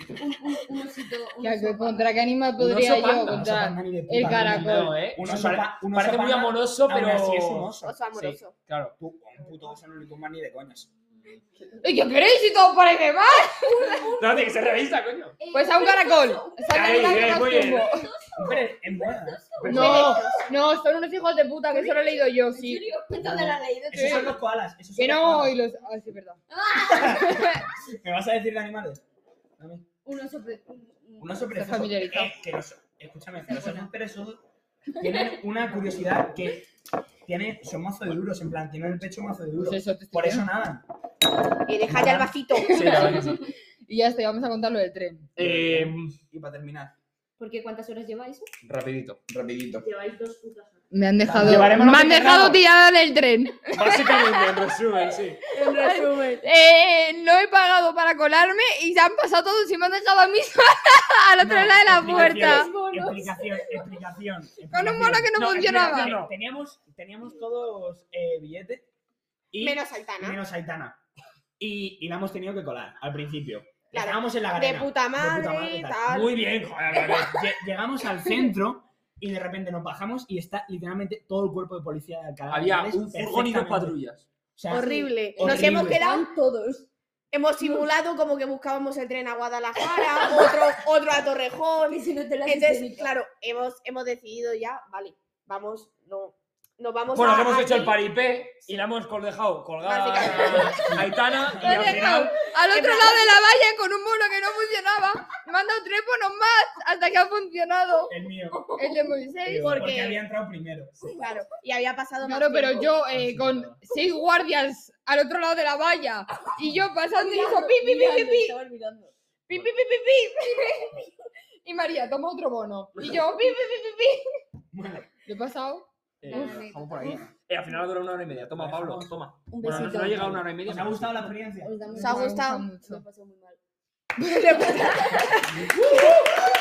Speaker 6: Un, un- un osito. un
Speaker 4: Ya,
Speaker 6: oso
Speaker 4: que ¿Contra qué animal
Speaker 8: Un oso
Speaker 4: podría yo?
Speaker 8: panda,
Speaker 5: Oso
Speaker 4: Contra
Speaker 5: panda ni de puta
Speaker 4: el
Speaker 5: madre.
Speaker 4: caracol.
Speaker 8: No, ¿eh?
Speaker 5: Un
Speaker 8: O sea,
Speaker 5: oso
Speaker 8: pare-
Speaker 5: pa- un oso
Speaker 8: parece muy
Speaker 5: pana,
Speaker 8: amoroso,
Speaker 5: aún
Speaker 8: pero.
Speaker 5: así es un oso.
Speaker 1: Oso amoroso.
Speaker 8: Sí, claro.
Speaker 5: Tú, a un puto oso no le tumbas ni de coñas.
Speaker 4: ¿Y qué queréis si todo parece mal?
Speaker 8: No, tiene que ser realista, coño.
Speaker 6: Eh,
Speaker 4: Pues a un
Speaker 6: pero
Speaker 4: caracol.
Speaker 6: oso,
Speaker 4: Es al
Speaker 8: Ahí,
Speaker 4: animal que
Speaker 8: ahí,
Speaker 4: más
Speaker 8: muy bien.
Speaker 4: tumbo.
Speaker 5: Hombre, es buena. ¿eh?
Speaker 4: No, no, son unos hijos de puta, que eso lo he leído yo,
Speaker 6: ¿En
Speaker 4: sí.
Speaker 6: serio? ¿Dónde la has leído?
Speaker 5: Esos son los koalas. esos son
Speaker 4: Que
Speaker 5: los
Speaker 4: no,
Speaker 5: koalas.
Speaker 4: y los... Ah, sí, perdón.
Speaker 5: ¿Me vas a decir de animales? Dame.
Speaker 6: Un oso. pre-
Speaker 5: Un oso
Speaker 4: Está
Speaker 5: perezoso.
Speaker 4: familiarizado.
Speaker 5: eh, que los- escúchame, que los osos perezosos tienen una curiosidad que tienen, son mazo de duros, en plan, tienen el pecho mazo de duro.
Speaker 4: Pues eso te estoy
Speaker 5: Por eso
Speaker 4: diciendo.
Speaker 5: nadan.
Speaker 1: Y deja ya el vasito.
Speaker 8: Sí, la verdad que sí.
Speaker 4: Y ya está, ya vamos a contar lo del tren.
Speaker 8: Eh,
Speaker 5: Y para terminar,
Speaker 6: Porque ¿cuántas horas lleva eso?
Speaker 8: rapidito.
Speaker 2: Rapidito.
Speaker 10: Lleváis dos putas horas.
Speaker 4: Me han dejado...
Speaker 5: Llevaremos
Speaker 4: Me
Speaker 5: lo
Speaker 4: han
Speaker 5: que
Speaker 4: dejado
Speaker 5: queramos.
Speaker 4: tirada en el tren.
Speaker 8: Básicamente, en resumen, sí.
Speaker 1: En resumen.
Speaker 4: Eh, no he pagado para colarme y se han pasado todos y me han dejado a mí sola al otro
Speaker 5: No,
Speaker 4: lado de la puerta.
Speaker 5: explicaciones, Explicación, explicación.
Speaker 4: Con un
Speaker 5: explicación.
Speaker 4: mono que no,
Speaker 5: No,
Speaker 4: funcionaba.
Speaker 5: explicación, no. Teníamos, teníamos todos eh, billetes y
Speaker 1: Menos Aitana.
Speaker 5: menos Aitana. Y, y la hemos tenido que colar al principio.
Speaker 1: Claro.
Speaker 5: Estábamos en la
Speaker 1: De
Speaker 5: galera.
Speaker 1: puta madre,
Speaker 5: tal.
Speaker 1: tal.
Speaker 5: Muy bien, joder, vale. Lle- Llegamos al centro y de repente nos bajamos y está literalmente todo el cuerpo de policía de Alcalá. de
Speaker 8: Había
Speaker 5: Henares
Speaker 8: un furgón y dos
Speaker 5: perfectamente.
Speaker 8: patrullas.
Speaker 5: O sea,
Speaker 1: Horrible. Nos
Speaker 5: horrible.
Speaker 1: hemos quedado,
Speaker 6: Van todos.
Speaker 1: hemos simulado como que buscábamos el tren a Guadalajara, otro, otro a
Speaker 6: Que
Speaker 1: Torrejón.
Speaker 6: si no te las
Speaker 1: Entonces,
Speaker 6: higiénicas.
Speaker 1: claro, hemos, hemos decidido ya, vale, vamos, no, nos vamos
Speaker 8: Bueno,
Speaker 1: a.
Speaker 8: que hemos
Speaker 1: a-
Speaker 8: hecho el Ah, paripé y la hemos col- dejado colgada
Speaker 1: Básicamente.
Speaker 8: a Aitana y
Speaker 4: Me han
Speaker 8: al
Speaker 4: dejado
Speaker 8: final.
Speaker 4: al otro lado de la valla con un mono que no funcionaba. Me han dado tres monos más hasta que ha funcionado
Speaker 5: El mío.
Speaker 4: el de Moisés.
Speaker 1: Porque-
Speaker 5: Porque había entrado primero.
Speaker 1: Claro, y había pasado más
Speaker 4: Claro, pero
Speaker 1: tiempo.
Speaker 4: yo eh, con seis guardias al otro lado de la valla y yo pasando y dijo pi, pi, pi, pi, pi,
Speaker 6: Estaban mirando.
Speaker 4: pi, pi, pi, pi, pi, pi. Y María, toma otro mono. Y yo pi, pi, pi, pi, pi. ¿Lo he pasado?
Speaker 8: Eh, lo dejamos por ahí. Eh, al final dura una hora y media. Toma, Pablo, toma.
Speaker 6: Un
Speaker 8: Bueno, no,
Speaker 6: besito.
Speaker 8: no ha llegado a una hora y media.
Speaker 5: ¿Os ha gustado la experiencia?
Speaker 6: Os damos
Speaker 1: ¿Os ha
Speaker 6: un
Speaker 4: Me
Speaker 1: gustado?
Speaker 6: beso.
Speaker 4: mucho.
Speaker 6: Lo he pasado muy mal.